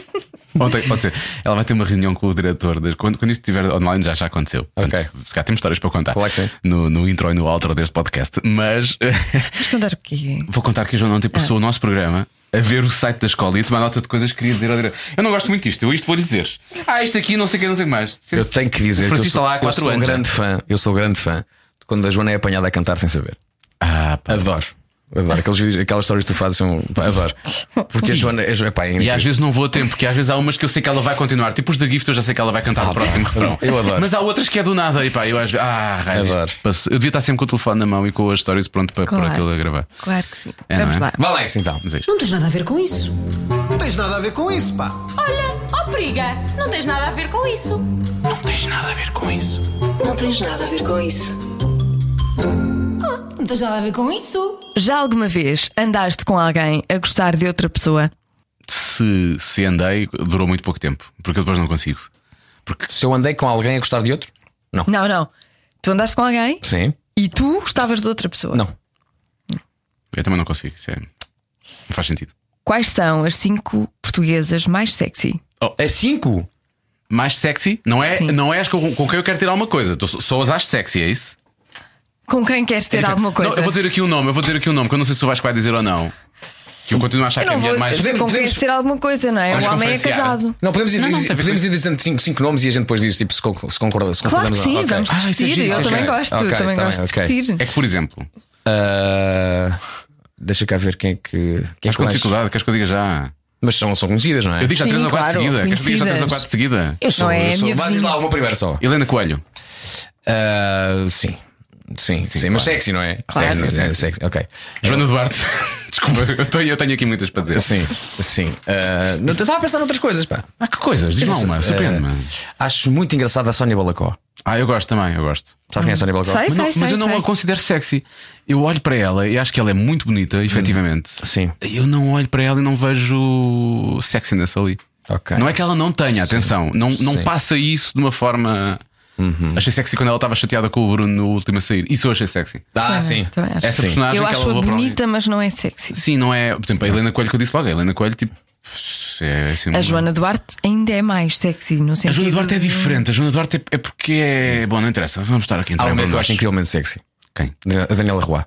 S2: Ontem, pode ser. Ela vai ter uma reunião com o diretor. de- Quando, quando isto estiver online, já, já aconteceu.
S5: Ok.
S2: se calhar temos histórias para contar
S5: Claro que sim.
S2: no, no intro e no outro deste podcast. Mas
S4: Mas contar o quê?
S2: Vou contar que a Joana ontem
S4: Ah.
S2: passou o nosso programa a ver o site da escola e a tomar nota de coisas que queria dizer ao diretor. Eu não gosto muito disto, eu isto vou-lhe dizer. Ah, isto aqui não sei o que, não sei o que mais.
S5: Eu tenho que dizer que eu
S2: Francisco está
S5: sou,
S2: tá lá há
S5: eu
S2: quatro
S5: sou
S2: anos.
S5: grande fã, eu sou grande fã de quando a Joana é apanhada a cantar sem saber.
S2: Ah, pá.
S5: Adoro. Adoro. Aqueles vídeos, aquelas histórias que tu fazes são. pá, Adoro. Porque a Joana. A Joana pá, é
S2: E às
S5: incrível.
S2: vezes não vou a tempo, porque às vezes há umas que eu sei que ela vai continuar. Tipo os da Gift, eu já sei que ela vai cantar o próximo refrão.
S5: Ah, eu adoro.
S2: Mas há outras que é do nada. E pá, eu às vezes. Ah, raios, isto
S5: Adoro.
S2: passou. Eu devia estar sempre com o telefone na mão e com as histórias pronto para, para
S4: Claro.
S2: aquilo a gravar.
S4: Claro que sim.
S2: É,
S4: Vamos
S2: não é?
S4: lá.
S5: Vá lá isso então.
S2: Mas é isto.
S1: Não tens nada a ver com isso.
S6: Não tens nada a ver com isso, pá.
S7: Olha, ó periga, não tens nada a ver com isso.
S1: Não tens nada a ver com isso.
S7: Não tens nada a ver com isso.
S4: Já alguma vez andaste com alguém a gostar de outra pessoa?
S2: Se, se andei, durou muito pouco tempo, porque eu depois não consigo.
S5: Se eu andei com alguém a gostar de outro? Não.
S4: Não, não. Tu andaste com alguém
S5: Sim.
S4: e tu gostavas de outra pessoa.
S5: Não.
S2: Eu também não consigo. Isso é... Não faz sentido.
S4: Quais são as cinco portuguesas mais sexy?
S5: É cinco?
S2: mais sexy, não é,
S4: Sim.
S2: não é as com, com quem eu quero ter alguma coisa. Tu só- só as acho sexy, é isso?
S4: Com quem queres ter
S2: É
S4: alguma
S2: diferente.
S4: coisa?
S2: Não, eu vou dizer aqui um nome, eu vou dizer aqui um nome, que eu não sei se o Vasco vai dizer ou não. Que eu continuo a achar
S4: Eu
S2: que é a
S4: não
S2: mulher
S4: vou
S2: mais.
S4: dizer com quem queres ter alguma coisa, não é?
S2: Vamos
S4: O homem é
S2: conferenciar.
S4: casado.
S5: Não, podemos ir,
S2: Não, não, tem a ver
S5: podemos ir dizendo cinco, cinco nomes e a gente depois diz tipo, se, con- se concorda. Se
S4: Claro que
S5: concordamos ou
S4: sim,
S5: não. Ok.
S4: vamos
S2: Ah, isso é
S4: discutir.
S2: giro,
S4: eu
S2: isso é
S4: também
S2: giro.
S4: gosto,
S5: tá Ok,
S4: também
S5: tá bem,
S4: gosto de
S5: ok.
S4: discutir.
S2: É que, por exemplo,
S5: Ah, Deixa cá ver quem é que. Quem é
S2: Mas
S5: que eu
S2: com
S5: acho.
S2: dificuldade, queres que eu diga já?
S5: Mas são, são conhecidas, não é?
S2: Eu digo já
S4: Sim,
S2: 3 ou 4
S4: claro,
S2: seguida. Queres que diga já 3 ou
S4: conhecidas.
S2: 4 seguida?
S5: Eu sou,
S4: Não é
S5: eu
S4: a
S5: sou.
S4: minha
S5: Vai, diz
S4: vizinha.
S5: lá uma primeira só.
S2: Helena Coelho.
S5: Ah, sim. Sim, sim, mas
S2: claro.
S5: sexy, não é?
S2: Claro.
S5: Sexy,
S2: Sim, sim,
S5: é,
S2: sim.
S5: sexy. Ok.
S2: Joana Duarte. Desculpa, eu tenho, eu tenho aqui muitas para dizer.
S5: Sim, sim. Ah, não, eu estava a pensar noutras coisas, pá.
S2: Ah, que coisas, diz-me
S4: é.
S2: uma, surpreende-me.
S5: Ah, acho muito engraçada a Sónia Balacó.
S2: Ah, eu gosto também, eu gosto.
S5: Sabes quem é a Sónia Balacó?
S4: Sei,
S2: Mas,
S4: sei,
S2: não-
S4: sei.
S2: mas eu não
S4: sei.
S2: a considero sexy. Eu olho para ela e acho que ela é muito bonita, efetivamente.
S5: Sim.
S2: Eu não olho para ela e não vejo sexiness ali.
S5: Ok.
S2: Não é que ela não tenha, atenção, não, não
S5: Tá. Sim. Uhum.
S2: passa isso de uma forma. Achei sexy quando ela estava chateada com o Bruno no último a sair. Isso eu achei sexy.
S5: Ah,
S4: Também,
S5: sim.
S4: também acho.
S2: Essa
S5: Sim.
S2: personagem
S4: Eu
S2: que ela
S4: acho-a
S2: levou para ali.
S4: bonita, mas não é sexy.
S2: Sim, não é. Por exemplo, a Helena Coelho que eu disse logo, a Helena Coelho, tipo. É, assim,
S4: A
S2: um-
S4: Joana Duarte ainda é mais sexy, no
S2: A
S4: sentido.
S2: Joana Duarte é
S4: de-
S2: diferente. A Joana Duarte é, é porque é. Bom, não interessa. Vamos estar aqui a
S5: Há
S2: entrar
S5: uma
S2: em
S5: que eu acho
S2: pormenores.
S5: incrivelmente sexy.
S2: Quem?
S5: A Daniela Roy.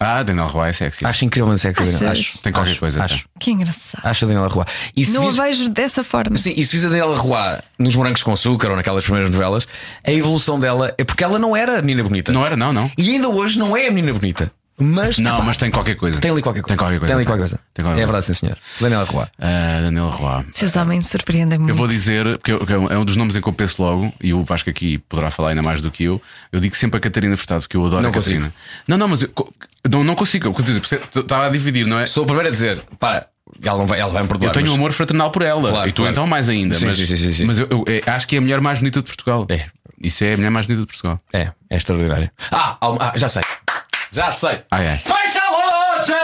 S2: Ah, Daniel Roy é sexy.
S5: Acho incrivelmente sexy.
S4: Achas?
S5: Daniela. Acho.
S2: Tem qualquer
S5: acho,
S2: coisa,
S5: Acho.
S4: Que engraçado.
S5: então. Acho a Daniela Roy. E se
S4: não
S5: vis-
S4: a vejo dessa forma.
S5: Sim, e se vis a Daniela Roy nos Morangos com Açúcar ou naquelas primeiras novelas, a evolução dela é porque ela não era a menina bonita.
S2: Não era, não, não.
S5: E ainda hoje não é a menina bonita. Mas.
S2: Não,
S5: Epá,
S2: mas tem qualquer coisa.
S5: Tem ali qualquer coisa.
S2: Tem qualquer coisa.
S5: Tem ali qualquer coisa.
S2: Tem qualquer
S5: É
S2: coisa.
S5: verdade, sim, senhor. Daniela Roy.
S2: Ah, Daniel Roy.
S4: Esses homens surpreendem muito.
S2: Eu vou dizer, porque eu- que é um dos nomes em que eu penso logo, e o Vasco aqui poderá falar ainda mais do que eu. Eu digo sempre a Catarina Furtado, porque eu adoro
S5: Não
S2: a Catarina. Não, não, mas eu, co- não, não consigo. Eu consigo dizer, porque estava a dividir, não é?
S5: Sou o primeiro a dizer, para, ela, não vai, ela vai me perdoar.
S2: Eu tenho
S5: mas-
S2: um amor fraternal por ela.
S5: Claro,
S2: e tu
S5: claro.
S2: então mais ainda.
S5: Sim,
S2: mas
S5: sim, sim, sim, sim.
S2: mas eu, eu, eh, acho que é a mulher mais bonita de Portugal.
S5: É.
S2: Isso é a mulher mais bonita de Portugal.
S5: É, é extraordinário. Ah, há uma- ah, já sei. Já sei.
S2: Ah, é.
S5: Fecha a louça!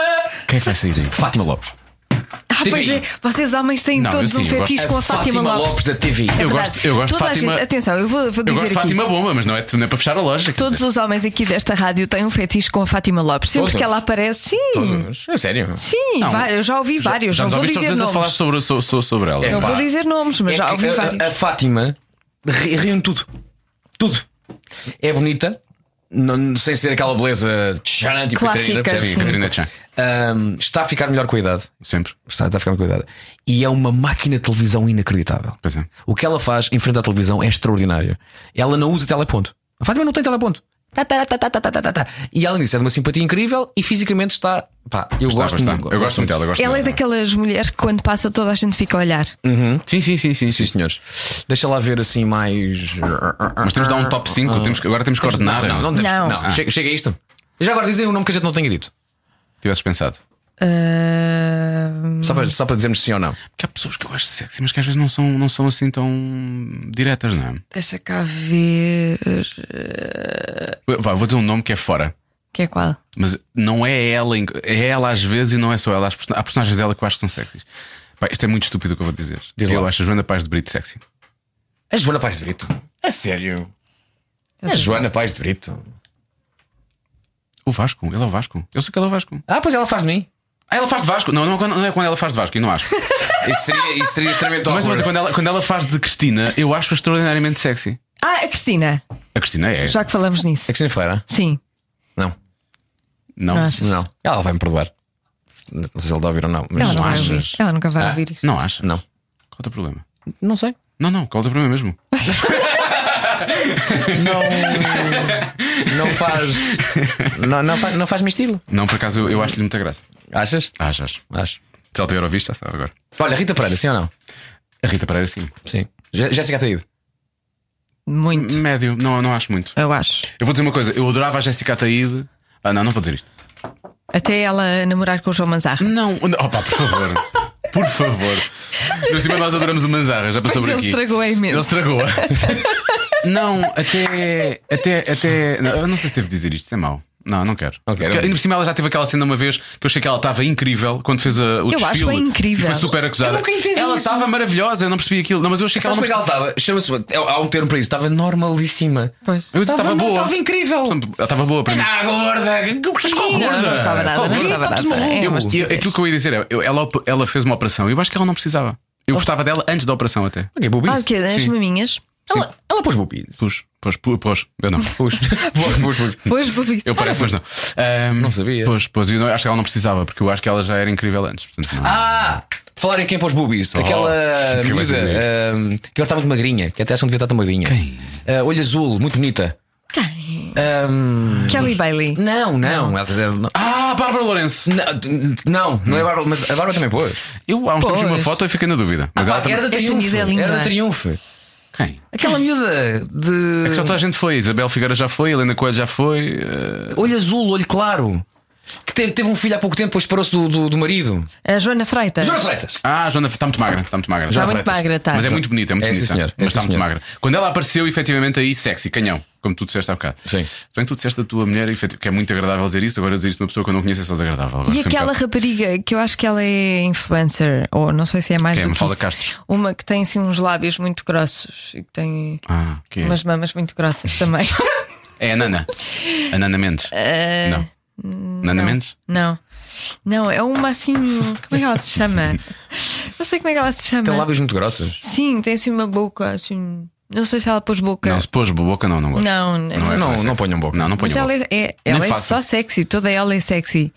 S2: Quem é que vai sair daí?
S5: Fátima Lopes.
S4: Ah,
S5: TV.
S4: pois é, vocês homens têm
S2: Não, eu
S4: todos
S2: sim,
S4: um
S2: eu gosto- É
S4: fetiche com a Fátima, Lopes.
S5: É da TV.
S2: Eu
S4: Verdade.
S2: gosto, eu gosto de
S4: Toda a
S2: Fátima.
S4: gente- atenção, eu vou, vou
S2: eu
S4: dizer
S2: gosto de
S4: aqui.
S2: Fátima Bomba, mas não é, não é para fechar a loja. quer
S4: Todos
S2: dizer.
S4: os homens aqui desta rádio têm um fetiche com a Fátima Lopes. Sempre
S5: Todos.
S4: que ela aparece, sim,
S5: É sério?
S4: sim,
S2: Não.
S4: vai- eu já ouvi vários,
S2: já
S4: não
S2: nos
S4: vou
S2: ouviste
S4: dizer
S2: outras vezes a falar
S4: nomes.
S2: sobre, so- so- sobre ela.
S4: Não
S5: Pá.
S4: vou dizer nomes, mas
S5: É
S4: já
S5: que
S4: ouvi
S5: a-
S4: vários.
S5: a, a Fátima ri- riu-me tudo. Tudo. É bonita, não- sem ser aquela beleza tchan, tipo
S4: Clássica,
S5: Catarina,
S2: Sim,
S5: percebes?
S4: sim.
S2: Catarina Chan.
S5: Ahm, está a ficar melhor com a idade.
S2: Sempre.
S5: Está, está a ficar melhor com a idade. E é uma máquina de televisão inacreditável.
S2: Pois é.
S5: O que ela faz em frente à televisão é extraordinário. Ela não usa teleponto. A Fátima não tem teleponto. Tá, tá, tá, tá, tá, tá, tá, tá, tá. E além disso, é de uma simpatia incrível e fisicamente está. Pá, eu
S2: Está,
S5: gosto
S2: está.
S5: muito.
S2: Eu gosto muito dela. eu Gosto
S4: Ela é
S2: dela.
S4: daquelas mulheres que quando passa toda a gente fica a olhar.
S2: Uhum. Sim, sim, sim, sim,
S5: Sim,
S2: sim.
S5: senhores. Deixa lá ver assim mais.
S2: Mas temos de dar um top 5, temos que, agora temos que ordenar.
S5: Ah. Não, não,
S2: não
S5: uh, temos-
S4: Não.
S5: não. Chega, chega a isto. Já agora dizem o nome que a gente não tenha dito.
S2: Tivesses pensado.
S4: Ah,
S5: Só para, só para dizermos sim ou não.
S2: Porque há pessoas que eu acho sexy, mas que às vezes não são, não são assim tão diretas, não é?
S4: deixa cá ver.
S2: Eu- vá, vou dizer um nome que é fora.
S4: Que é qual?
S2: Mas não é ela, em- é ela às vezes e não é só ela. Há person- Há personagens dela que eu acho que são sexys. Pá, isto é muito estúpido o que eu vou dizer.
S5: Diz
S2: eu
S5: lá.
S2: acho a Joana Paz de Brito sexy.
S5: A É Joana Paz de Brito. A sério.
S2: É
S5: A Joana Paz de Brito.
S2: O Vasco, ele é o Vasco. Eu sei que ele é o Vasco.
S5: Ah, pois ela faz de mim.
S2: Ah, ela faz de Vasco. Não, não, é quando- não é quando ela faz de Vasco, eu não acho.
S5: Isso seria, isso seria extremamente
S2: Mas
S5: awkward.
S2: mas quando ela, quando ela faz de Cristina, eu acho extraordinariamente sexy.
S4: Ah, a Cristina,
S2: A Cristina é.
S4: já que falamos nisso.
S5: É Cristina Ferreira?
S4: Sim,
S5: Não.
S2: Não,
S4: não achas?
S5: Não. Ela vai me perdoar. Não sei se ele está a ouvir ou não. Mas
S4: Ela não vai
S5: acho.
S4: ouvir. Ela nunca vai ouvir.
S2: não acha?
S5: Não.
S2: Qual é o teu problema?
S5: Não sei.
S2: Não, não, qual é o teu problema mesmo?
S5: Não faz. não, não faz, não faz meu estilo.
S2: Não, por acaso eu, eu acho-lhe muita graça.
S5: Achas?
S2: Acho, acho.
S5: Acho.
S2: Se ela tiver ouvido, já sabe agora.
S5: Olha, Rita Pereira, sim ou não?
S2: A Rita Pereira, sim.
S5: Sim. Jé- Jéssica Ataíde.
S4: Muito,
S2: Médio, não, não acho muito.
S4: eu acho.
S2: Eu vou dizer uma coisa, eu adorava a Jéssica Ataíde. Ah, não, não vou dizer isto.
S4: Até ela namorar com o João Manzarra.
S2: Não, não opa, por favor. Por favor. Por cima nós adoramos o Manzarra, já passou
S4: Pois
S2: por
S4: ele
S2: aqui.
S4: estragou a
S2: Ele
S4: imenso.
S2: estragou. não, até. Até. até não, eu não sei se devo dizer isto, isso é mau. Não, não quero.
S5: Não quero.
S2: Porque, Ainda por cima ela já teve aquela cena uma vez que eu achei que ela estava incrível quando fez a, o
S4: Eu acho
S2: desfile.
S4: bem incrível.
S2: e Foi super acusada.
S5: Eu nunca entendi
S2: ela
S5: isso.
S2: estava maravilhosa, eu não percebi aquilo. Não, mas eu achei que
S5: Sabes como é que
S2: ela.
S5: ela
S2: não
S5: estava? Chama-se. é- Há um termo para isso. Estava normalíssima.
S4: Pois.
S2: perce- Eu disse estava
S5: não,
S2: boa.
S5: Estava incrível.
S2: Ela estava boa para mim.
S5: Ah, gorda. Mas qual
S4: Não, não estava nada, não
S5: Está
S4: estava
S5: tudo
S4: nada. É,
S5: maluco.
S4: mas-
S2: E aquilo que eu ia dizer é, eu- ela, op- ela fez uma operação, eu acho que ela não precisava. Eu gostava dela antes da operação até.
S5: Ok, boobies.
S4: Ah, o quê? As
S2: Sim. Hum.
S4: maminhas?
S5: ela, ela pôs boobies.
S2: Pus, pus, pu- pus, eu não.
S5: Pôs. pôs, pôs, pôs.
S4: Pois, vou
S2: Eu parece, mas não. Ahm,
S5: Não sabia.
S2: Pois, pois, eu não- acho que ela não precisava, porque eu acho que ela já era incrível antes. portanto, não.
S5: Ah! Falarem quem pôs boobies. Aquela
S2: que
S5: miúda ehm,
S2: coisa
S4: é
S5: tá Eh, ah, que ela está muito magrinha. Que até acham que devia estar tão magrinha. Ah, olho azul, muito bonita. Ehm,
S4: Quem? Quem? Kelly Bailey.
S5: Não, não.
S2: Ah, Bárbara Lourenço!
S5: Não, não é a Bárbara, mas a Bárbara também pôs.
S4: Ah,
S2: Eu há uns tempos vi uma
S4: Pois.
S2: foto e fiquei na dúvida. Mas ela
S5: Pá, Era
S4: Essa
S5: da
S4: miúda
S5: Triunfo.
S4: é linda.
S5: Era da Triunfo.
S2: também. Quem?
S5: Aquela miúda de.
S2: É que só toda a gente foi. Isabel Figueira já foi, Helena Coelho já foi. eh,
S5: Olho azul, olho claro. Que teve, teve um filho há pouco tempo, depois parou-se do, do, do marido.
S4: A Joana Freitas.
S5: Joana Freitas!
S2: Ah, Joana, está muito magra, está muito magra.
S4: Está
S5: Joana
S4: muito
S5: Freitas.
S4: magra, tá.
S2: Mas é muito bonita, é muito
S5: É, sim,
S2: bonita.
S5: senhor. É,
S2: Mas está
S5: sim,
S2: muito
S5: senhor.
S2: magra. Quando ela apareceu, efetivamente, aí sexy, canhão, como tu disseste há bocado.
S5: Sim.
S2: Se Bem, que tu disseste da tua mulher, efeti- que é muito agradável dizer isso, agora dizer isso de uma pessoa que eu não conheço é só desagradável. Agora
S4: E
S2: foi um
S4: aquela
S2: bocado-
S4: rapariga que eu acho que ela é influencer, ou não sei se é mais
S2: Quem?
S4: do que
S2: Mafalda
S4: isso.
S2: Castro.
S4: Uma que tem assim uns lábios muito grossos e que tem
S2: Ah, que é?
S4: umas mamas muito grossas também.
S2: É a Nana. A Nana Mendes. Não. Nana Mendes?
S4: Eh, não. Não, é uma assim. Como é que ela se chama? Não sei como é que ela se chama.
S5: Tem lábios muito grossos.
S4: Sim, tem assim uma boca assim. Não sei se ela pôs boca.
S2: Não, se pôs boca, não, não gosto.
S4: Não, não.
S2: é
S5: Não,
S2: sexy.
S5: não ponham boca.
S2: Não, não
S4: Mas
S2: ponham
S4: ela
S2: boca.
S4: é, é- ela é
S2: faço.
S4: só sexy, toda ela é sexy.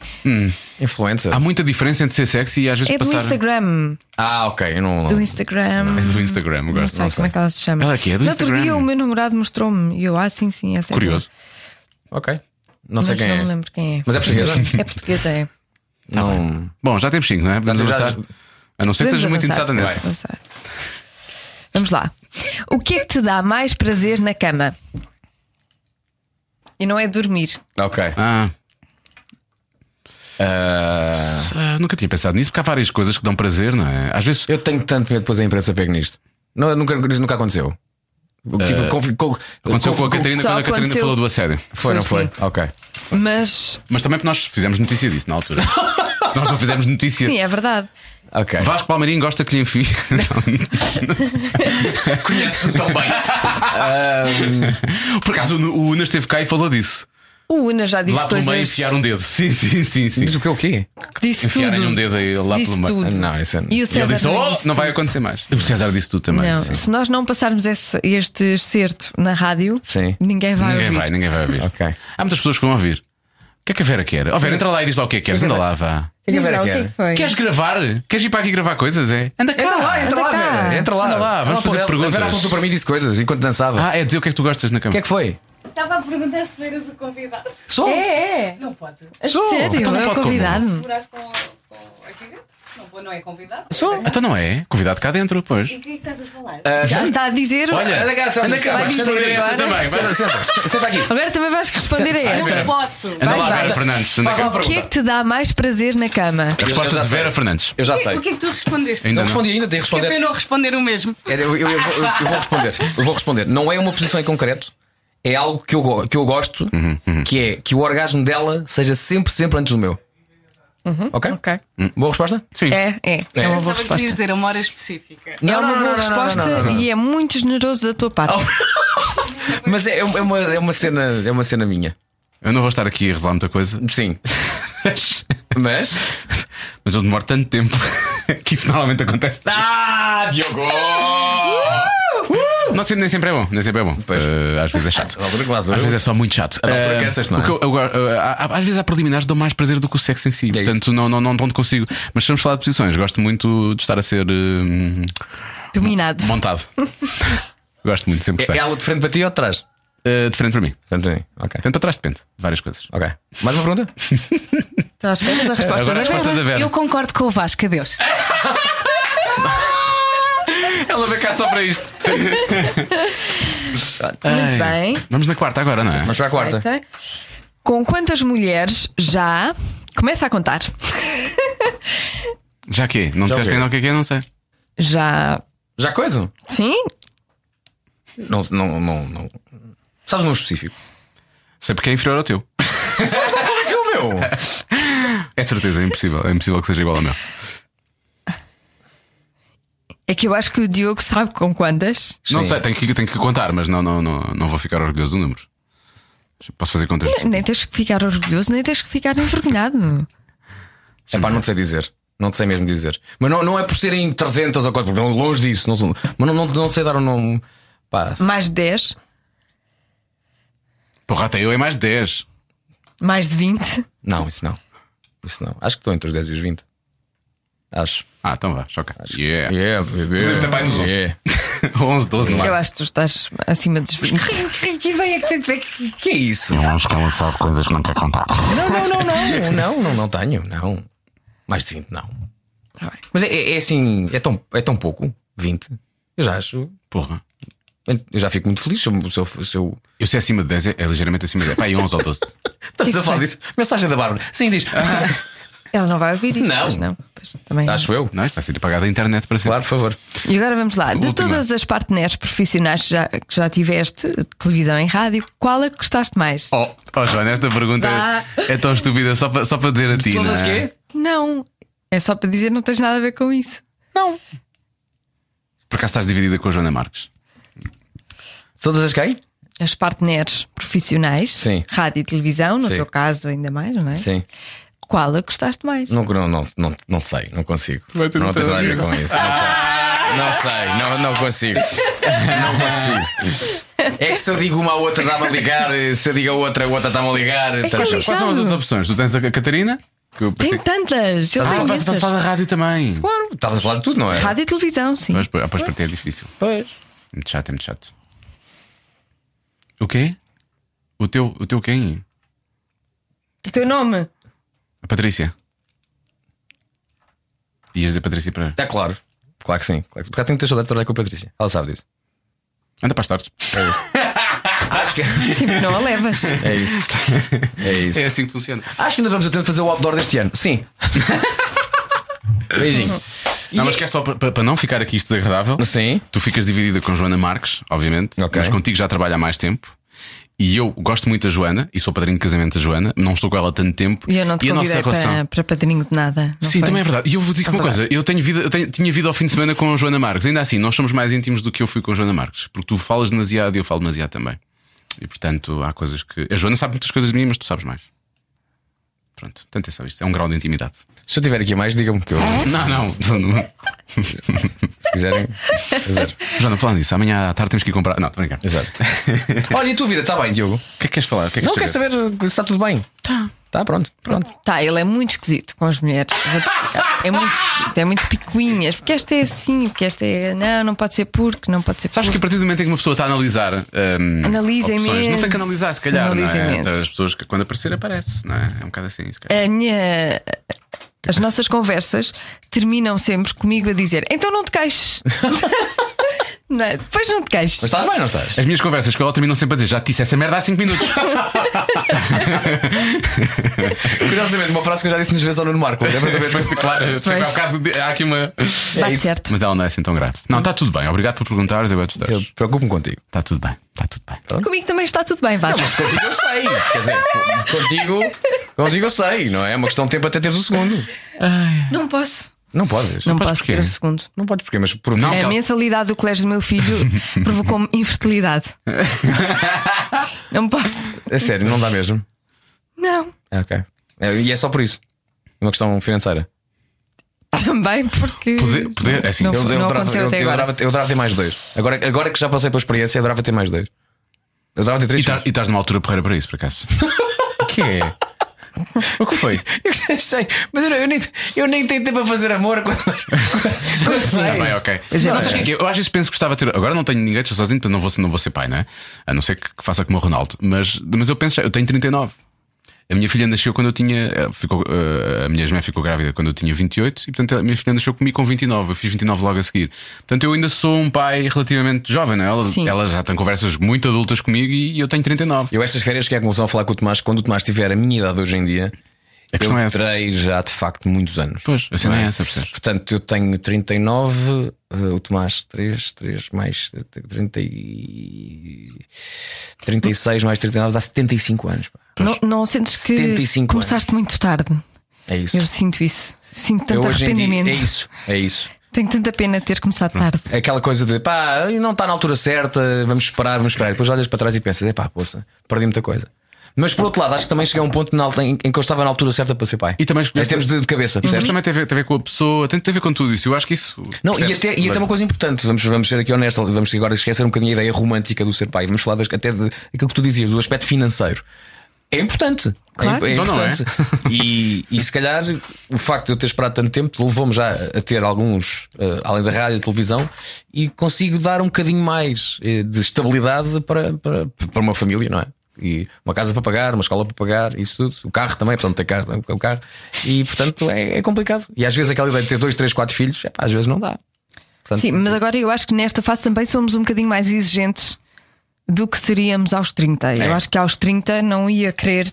S5: Influencer.
S2: Há muita diferença entre ser sexy e às vezes
S4: É do
S2: passar.
S4: Instagram.
S5: Ah, ok. eu Não,
S4: Do
S5: não.
S4: Instagram.
S2: É do Instagram, eu
S4: Não
S2: gosto.
S4: sei como é que ela se chama.
S2: Ela é que é do
S4: no outro
S2: Instagram.
S4: dia o meu namorado mostrou-me e eu, ah, sim, sim, essa é
S2: Curioso.
S5: Ok. Não
S4: boa.
S5: sei
S4: Mas
S5: quem
S4: não
S5: é.
S4: me lembro quem é.
S5: Mas é portuguesa?
S4: É portuguesa, é.
S5: não.
S2: Bom, já temos 5, não é? Podemos
S5: Já- já-
S2: avançar. A não ser que
S4: Podemos
S2: estejas muito
S4: avançar,
S2: interessada nessa.
S4: podemos avançar. Vamos lá. O que é que te dá mais prazer na cama? E não é dormir.
S5: Ok.
S2: Ah. Ah, nunca tinha pensado nisso, porque há várias coisas que dão prazer, não é? Às vezes.
S5: Eu tenho tanto medo depois da imprensa pegue nisto. Não, nunca, isto nunca aconteceu.
S4: Eh,
S5: Tipo, confi- co-
S2: Aconteceu
S5: conf-
S2: com a Catarina
S4: só
S2: quando a Catarina
S4: aconteceu-
S2: falou do assédio.
S5: Foi, não foi?
S4: Sim,
S5: Ok.
S4: Mas,
S2: Mas também porque nós fizemos notícia disso na altura. Se nós não fizermos notícia.
S4: sim, é verdade.
S5: Ok.
S2: Vasco Palmeirim gosta que lhe enfie.
S5: Conheces-me tão bem.
S2: Ah, Por acaso o o Unas esteve cá e falou disso.
S4: O Una já disse
S2: Lá pelo meio
S4: coisas.
S2: enfiar um dedo. Sim, sim, sim, sim.
S5: Diz o que é o quê?
S4: Disse tudo.
S2: Enfiarem um dedo aí lá
S4: Disse
S2: pelo meio.
S4: tudo.
S5: Não, isso é.
S4: E o
S2: E ele
S4: César
S2: disse:
S4: não
S2: Oh,
S4: disse
S2: não vai
S4: tudo."
S2: acontecer mais. O César disse tudo também.
S4: Não,
S2: sim.
S4: se nós não passarmos esse- este excerto na rádio,
S5: Sim.
S4: ninguém vai
S2: Ninguém
S4: ouvir.
S2: vai, ninguém vai ouvir.
S5: Ok. é
S2: Há muitas pessoas que vão ouvir. O que é que a Vera quer? Ó, Vera, entra lá e diz lá o que é que queres. Anda lá, vá.
S5: Quem
S4: Diz
S5: era
S4: lá o
S5: que
S4: que é
S5: era?
S4: que foi.
S2: Queres gravar? Queres ir para aqui gravar coisas? É? Anda cá.
S5: Entra lá, entra lá,
S4: Tá, Anda cá.
S5: Vera. Entra lá.
S2: Anda lá, vamos
S5: Ela
S2: fazer
S5: apontou-
S2: perguntas.
S5: A Vera apontou para mim e disse coisas enquanto dançava.
S2: Ah, é dizer o que é que tu gostas na
S5: O
S2: cama.
S5: que é que foi?
S8: Estava a perguntar se não eras o convidado.
S5: Sou?
S4: É, é.
S8: Não pode.
S5: Sou.
S4: Sério,
S2: Então não
S4: é o
S2: pode como?
S4: convidado.
S8: Segurasse com, com aqui dentro? Não, vou- não é convidado?
S5: Sou?
S2: Então não é? Convidado cá dentro, pois.
S8: E o que é que estás a falar?
S4: Já está a dizer.
S2: Olha,
S5: Anda cá, só-
S2: anda cá,
S5: vai
S2: vai
S5: dizer
S2: responder a esta
S4: agora.
S2: também.
S5: Senta,
S2: vai.
S5: senta. Senta aqui.
S4: Agora também vais responder a
S5: Sim, sim.
S4: esta.
S7: Não posso.
S2: Anda
S4: Vai,
S2: lá,
S4: vai.
S2: Vera Fernandes. anda
S5: Faz lá
S2: cá.
S5: uma
S4: O que é
S5: pergunta.
S4: que te dá mais prazer na cama?
S2: A resposta
S5: Eu já
S2: de
S5: sei.
S2: Vera Fernandes.
S5: Eu já
S8: O
S5: sei.
S8: que é que tu respondeste?
S2: Ainda
S5: Não
S2: não.
S5: respondi ainda, tenho que
S8: Que é para eu
S5: responder.
S8: não responder o mesmo.
S5: Era- Eu, eu- eu vou- eu vou responder. Eu vou responder. Não é uma posição em concreto. É algo que eu, go- que eu gosto, que é que o orgasmo dela seja sempre, sempre antes do meu. Ok? Hum.
S4: Ok.
S5: Boa resposta?
S2: Sim.
S4: É, é. É uma boa
S8: Pensava que
S4: resposta.
S8: devias dizer a uma hora específica.
S4: é uma boa resposta
S5: não, não, não. Oh.
S4: e é muito generoso da tua parte.
S5: Mas é, é uma, é, uma cena, é uma cena minha.
S2: Eu não vou estar aqui a revelar muita coisa,
S5: Sim. Mas.
S2: mas eu demoro tanto tempo que isso normalmente acontece.
S5: Ah, Diogo!
S2: Não, sempre- nem sempre é bom, nem sempre é bom. Eh, às vezes é chato.
S5: Na altura que lá sou
S2: Às
S5: eu.
S2: vezes é só muito chato.
S5: A da altura
S2: Eh,
S5: cansas, não é?
S2: o que eu- eu go- eh, há- há- às vezes há preliminares que dão mais prazer do que o sexo em si.
S5: isso.
S2: portanto, não, não, não, não te consigo. Mas se vamos falar de posições, gosto muito de estar a ser eh,
S4: Dominado.
S2: montado. gosto muito, sempre
S5: É, é
S2: gostei.
S5: algo de frente para ti ou de trás?
S2: Eh, de frente para mim.
S5: Frente para mim. Ok.
S2: Frente para trás, depende. Várias coisas.
S5: Ok. Mais uma pergunta?
S4: Estou à espera da resposta
S2: Agora
S4: da
S2: a
S4: Vera.
S2: resposta da Vera.
S7: Eu concordo com o Vasco, adeus.
S2: Ela vai cá só para isto.
S4: Muito bem.
S2: Vamos na quarta agora, não é?
S5: Vamos para a quarta.
S4: Perfeita. Com quantas mulheres já. Começa a contar.
S2: Já que Não
S5: Já o
S2: disseste
S5: quê?
S2: ainda o que é que é? Não sei.
S4: Já.
S5: Já coisa?
S4: Sim?
S5: Não, não, não, não. Sabes um específico?
S2: Sei porque é inferior ao teu. Ah,
S5: Qual é que é o meu?
S2: É de certeza, é impossível. É impossível que seja igual ao meu.
S4: É que eu acho que o Diogo sabe com quantas.
S2: Não
S5: Sim.
S2: sei, tenho que, tenho que contar, mas não, não, não, não vou ficar orgulhoso do número. Posso fazer contas?
S4: Nem tens que ficar orgulhoso, nem tens que ficar envergonhado.
S5: É pá, não te sei dizer. Não te sei mesmo dizer. Mas não, não é por serem 300 ou 400, não, longe disso. Não, sou- mas não, não, não sei dar o nome. Pá,
S4: Mais de 10,
S2: Porra, até eu é mais 10.
S4: mais de 20.
S5: não, isso não. Isso não. Acho que estou entre os 10 e os 20. Acho.
S2: Ah, então vá, choca.
S5: Acho. é.
S2: Yeah.
S5: Yeah,
S2: É. Deve
S5: bebê.
S2: ter pai nos onze.
S5: Yeah. 11, 12 no
S4: Eu
S5: máximo.
S4: acho que tu estás acima dos 20.
S5: Que ideia que tem que que é isso?
S9: Eu acho que ela sabe coisas que não quer contar.
S5: Não, não, não, não, Um não, não, não tenho, não. Mais de 20, não.
S4: Tá bem.
S5: Mas é, é- é assim, é tão, é tão pouco, 20. Eu já acho.
S2: Porra.
S5: Eu já fico muito feliz se eu. Se eu, se eu-
S2: Eu sei acima de 10, é, é ligeiramente acima de 10. Pá, e 11 ou 12.
S5: Estamos
S4: que
S5: a falar
S4: foi?
S5: disso. Mensagem da Bárbara. Sim, diz.
S4: Ela não vai ouvir isto.
S5: Não.
S4: pois não. Pois também não.
S5: Acho eu.
S2: Não, isto vai ser apagado da internet para sempre.
S5: Claro, por favor.
S4: E agora vamos lá. De
S2: Última.
S4: todas as partners profissionais que já, que já tiveste, televisão e rádio, qual é que gostaste mais?
S2: Oh, oh Joana, esta pergunta
S4: Vá.
S2: é, é tão estúpida só para, só para dizer a ti.
S5: Todas
S2: não é?
S5: quê?
S4: Não. É só para dizer, não tens nada a ver com isso.
S2: Por acaso estás dividida com a Joana Marques?
S5: Todas as quem?
S4: As partners profissionais,
S5: Sim.
S4: rádio e televisão, no
S5: Sim.
S4: teu caso ainda mais, não é?
S5: Sim.
S4: Qual é que gostaste mais?
S5: Não, não, não, não, não sei, não consigo.
S2: Vai ter
S5: não
S2: de
S5: tens
S2: ter
S5: nada a ver
S2: amigos.
S5: com isso. Não sei, não, sei não, não consigo. Não consigo. É que se eu digo uma, a outra dá-me a ligar. Se eu digo a outra, a outra está-me a ligar.
S4: que é
S5: Estás a-
S2: Quais são as
S4: Chamo.
S2: outras opções? Tu tens a Catarina? Que eu
S4: Tem
S2: pensei...
S4: tantas! Eu
S2: Ah,
S4: tenho
S2: faz, faz,
S4: imensas.
S2: faz a rádio também.
S5: Claro, estavas a falar de tudo, não é?
S4: Rádio e televisão, sim.
S2: Pois, pois, ah, pois, para ti é difícil.
S5: Pois.
S2: É muito chato, é muito chato. O quê? O teu, o teu quem?
S4: O teu nome?
S2: A Patrícia. Ias dizer Patrícia para.
S5: É claro. Claro que sim. Claro que... Por acaso tenho que ter saudade de trabalhar com a Patrícia. Ela sabe disso.
S2: Anda para as tardes.
S5: Acho que é
S4: Sim, porque não a levas.
S5: isso. É isso.
S2: assim que funciona.
S5: Acho que ainda vamos a tempo de fazer o outdoor deste ano. Sim. Beijinho.
S2: Não, mas quer só para, para não ficar aqui isto desagradável.
S5: Sim.
S2: Tu ficas dividida com Joana Marques, obviamente,
S5: Ok.
S2: mas contigo já trabalha há mais tempo. E eu gosto muito da Joana e sou padrinho de casamento da Joana, não estou com ela há tanto tempo.
S4: E eu não te
S2: a nossa
S4: convidei para,
S2: relação.
S4: para padrinho de nada. não
S2: Sim,
S4: foi?
S2: também é verdade. E eu vou dizer
S4: É
S2: uma
S4: verdade.
S2: coisa: eu, tenho vida, eu tenho- tinha vida ao fim de semana com a Joana Marques. Ainda assim, nós somos mais íntimos do que eu fui com a Joana Marques, porque tu falas demasiado e eu falo demasiado também. E portanto, há coisas que. A Joana sabe muitas coisas de mim, mas tu sabes mais. Pronto, portanto é só isto. É um grau de intimidade.
S5: Se eu tiver aqui mais, digam-me que eu,
S2: Não, não. não, não.
S5: se quiserem. Exato.
S2: Joana, falando disso, amanhã à tarde temos que ir comprar. Não, estou a brincar.
S5: Exato. Olha, e a tua vida está bem, Diogo?
S2: O que é que queres falar? O que é que
S5: Não
S2: queres
S5: quer saber se está tudo bem? Está. Está, pronto, pronto.
S4: Tá, ele é muito esquisito com as mulheres. Vou-te explicar. É muito esquisito, é muito picuinhas. Porque esta é assim, porque esta é. Não, não pode ser porque, não pode ser
S2: Sabes que
S4: porque.
S2: a partir do momento em que uma pessoa está a analisar hum,
S4: Analisa
S2: opções, não tem que
S4: imenso,
S2: analisar, se calhar,
S4: analisa
S2: não é?
S4: imenso.
S2: Então, as pessoas que quando aparecer aparece, não é? É um bocado assim, se calhar.
S4: A minha. As nossas conversas terminam sempre comigo a dizer: então não te queixes. não, é? depois não te
S5: Mas tá
S4: queixes.
S5: estás bem, não estás?
S2: As minhas conversas com ela terminam sempre a dizer, já te disse essa merda há 5 minutos.
S5: Curiosamente, uma frase que eu já disse muitas vezes ao Nuno Marco. Lembra da vez que
S2: Mas, claro, sempre há um bocado de- há aqui uma.
S4: Bate certo.
S2: Mas ela não é assim tão grave. Não, está tudo bem. Obrigado por perguntares, eu gosto de
S5: Eu preocupo-me contigo.
S2: Está tudo bem, está tudo bem.
S4: Comigo também está tudo bem, vá.
S5: Mas contigo eu sei. Quer dizer, contigo, contigo eu sei, não é? É uma questão de tempo até teres o segundo.
S4: Não posso.
S5: Não podes.
S4: Não,
S2: podes
S4: posso
S2: porquê?
S4: ter o segundo.
S5: Não podes porquê, mas por não.
S4: A mensalidade do colégio do meu filho provocou-me infertilidade. não posso.
S5: É sério, não dá mesmo.
S4: Não.
S5: É, ok. É, e é só por isso. É Uma questão financeira.
S4: Também porque.
S2: Poder- poder- é assim,
S4: não,
S2: eu-
S4: não aconteceu
S5: eu,
S4: até
S5: eu
S4: agora.
S5: adorava, eu adorava ter mais dois. Agora, agora que já passei pela experiência, eu adorava ter mais dois. Eu adorava ter
S2: E
S5: três.
S2: tá- e estás numa altura porreira para isso, por acaso. O que é? O que foi?
S5: Eu sei, mas eu, não- eu nem, eu nem tenho tempo a fazer amor quando.
S2: Tá
S5: quando sei.
S2: bem, ok. Não, sabes o que é que eu- eu às vezes penso que gostava de ter. Agora não tenho ninguém, estou sozinho, portanto não vou, ser- não vou ser pai, não é? A não ser que, que faça como o Ronaldo. Mas, mas eu penso, já, eu tenho 39. A minha filha nasceu quando eu tinha. eh, Ficou, eh, a minha irmã ficou grávida quando eu tinha 28 e, portanto, a minha filha nasceu comigo com 29. Eu fiz 29 logo a seguir. Portanto, eu ainda sou um pai relativamente jovem, não é? Ela,
S4: Sim.
S2: ela já tem conversas muito adultas comigo e eu tenho 39.
S5: Eu, estas férias, que é a conclusão a falar com o Tomás, quando o Tomás tiver a minha idade hoje em dia,
S2: A
S5: eu
S2: questão é essa.
S5: terei já de facto muitos anos.
S2: Pois, a cena
S5: Não
S2: é
S5: é?
S2: essa, percebes?
S5: Portanto, eu tenho 39, eh, o Tomás 3, 3 mais 30 e... 36 mais 39 dá 75 anos. pá.
S4: Não, não sentes que
S5: 75
S4: começaste muito tarde?
S5: É isso.
S4: Eu sinto isso. Sinto
S5: Eu
S4: tanto
S5: hoje em dia,
S4: arrependimento.
S5: é isso, é isso.
S4: Tenho tanta pena de ter começado tarde.
S5: É Aquela coisa de pá, não está na altura certa, vamos esperar, vamos esperar. E depois olhas para trás e pensas, é pá, poça, perdi muita coisa. Mas por outro lado, acho que também cheguei a um ponto na altura em, em que eu estava na altura certa para ser pai.
S2: E também
S5: em termos de, de cabeça,
S2: Mas
S5: percebes?
S2: também tem a ver, tem a ver com a pessoa, tem, tem a ver com tudo isso. Eu acho que isso.
S5: Não, e
S2: percebes?
S5: até, e até uma coisa importante, vamos, vamos ser aqui honestos, vamos agora esquecer um bocadinho a ideia romântica do ser pai, vamos falar das- até de, aquilo que tu dizias, do aspecto financeiro. É importante.
S4: Claro.
S5: É, é
S2: Então não é.
S5: importante. E, e se calhar o facto de eu ter esperado tanto tempo levou-me já a ter alguns, eh, além da rádio e televisão, e consigo dar um bocadinho mais eh, de estabilidade para, para, para uma família, não é? E uma casa para pagar, uma escola para pagar, isso tudo. O carro também, portanto, tem carro, é o carro. E portanto é, é complicado. E às vezes aquela ideia de ter dois, três, quatro filhos, epá, às vezes não dá. Portanto,
S4: Sim, mas agora eu acho que nesta fase também somos um bocadinho mais exigentes do que seríamos aos 30.
S5: É.
S4: Eu acho que aos 30 não ia querer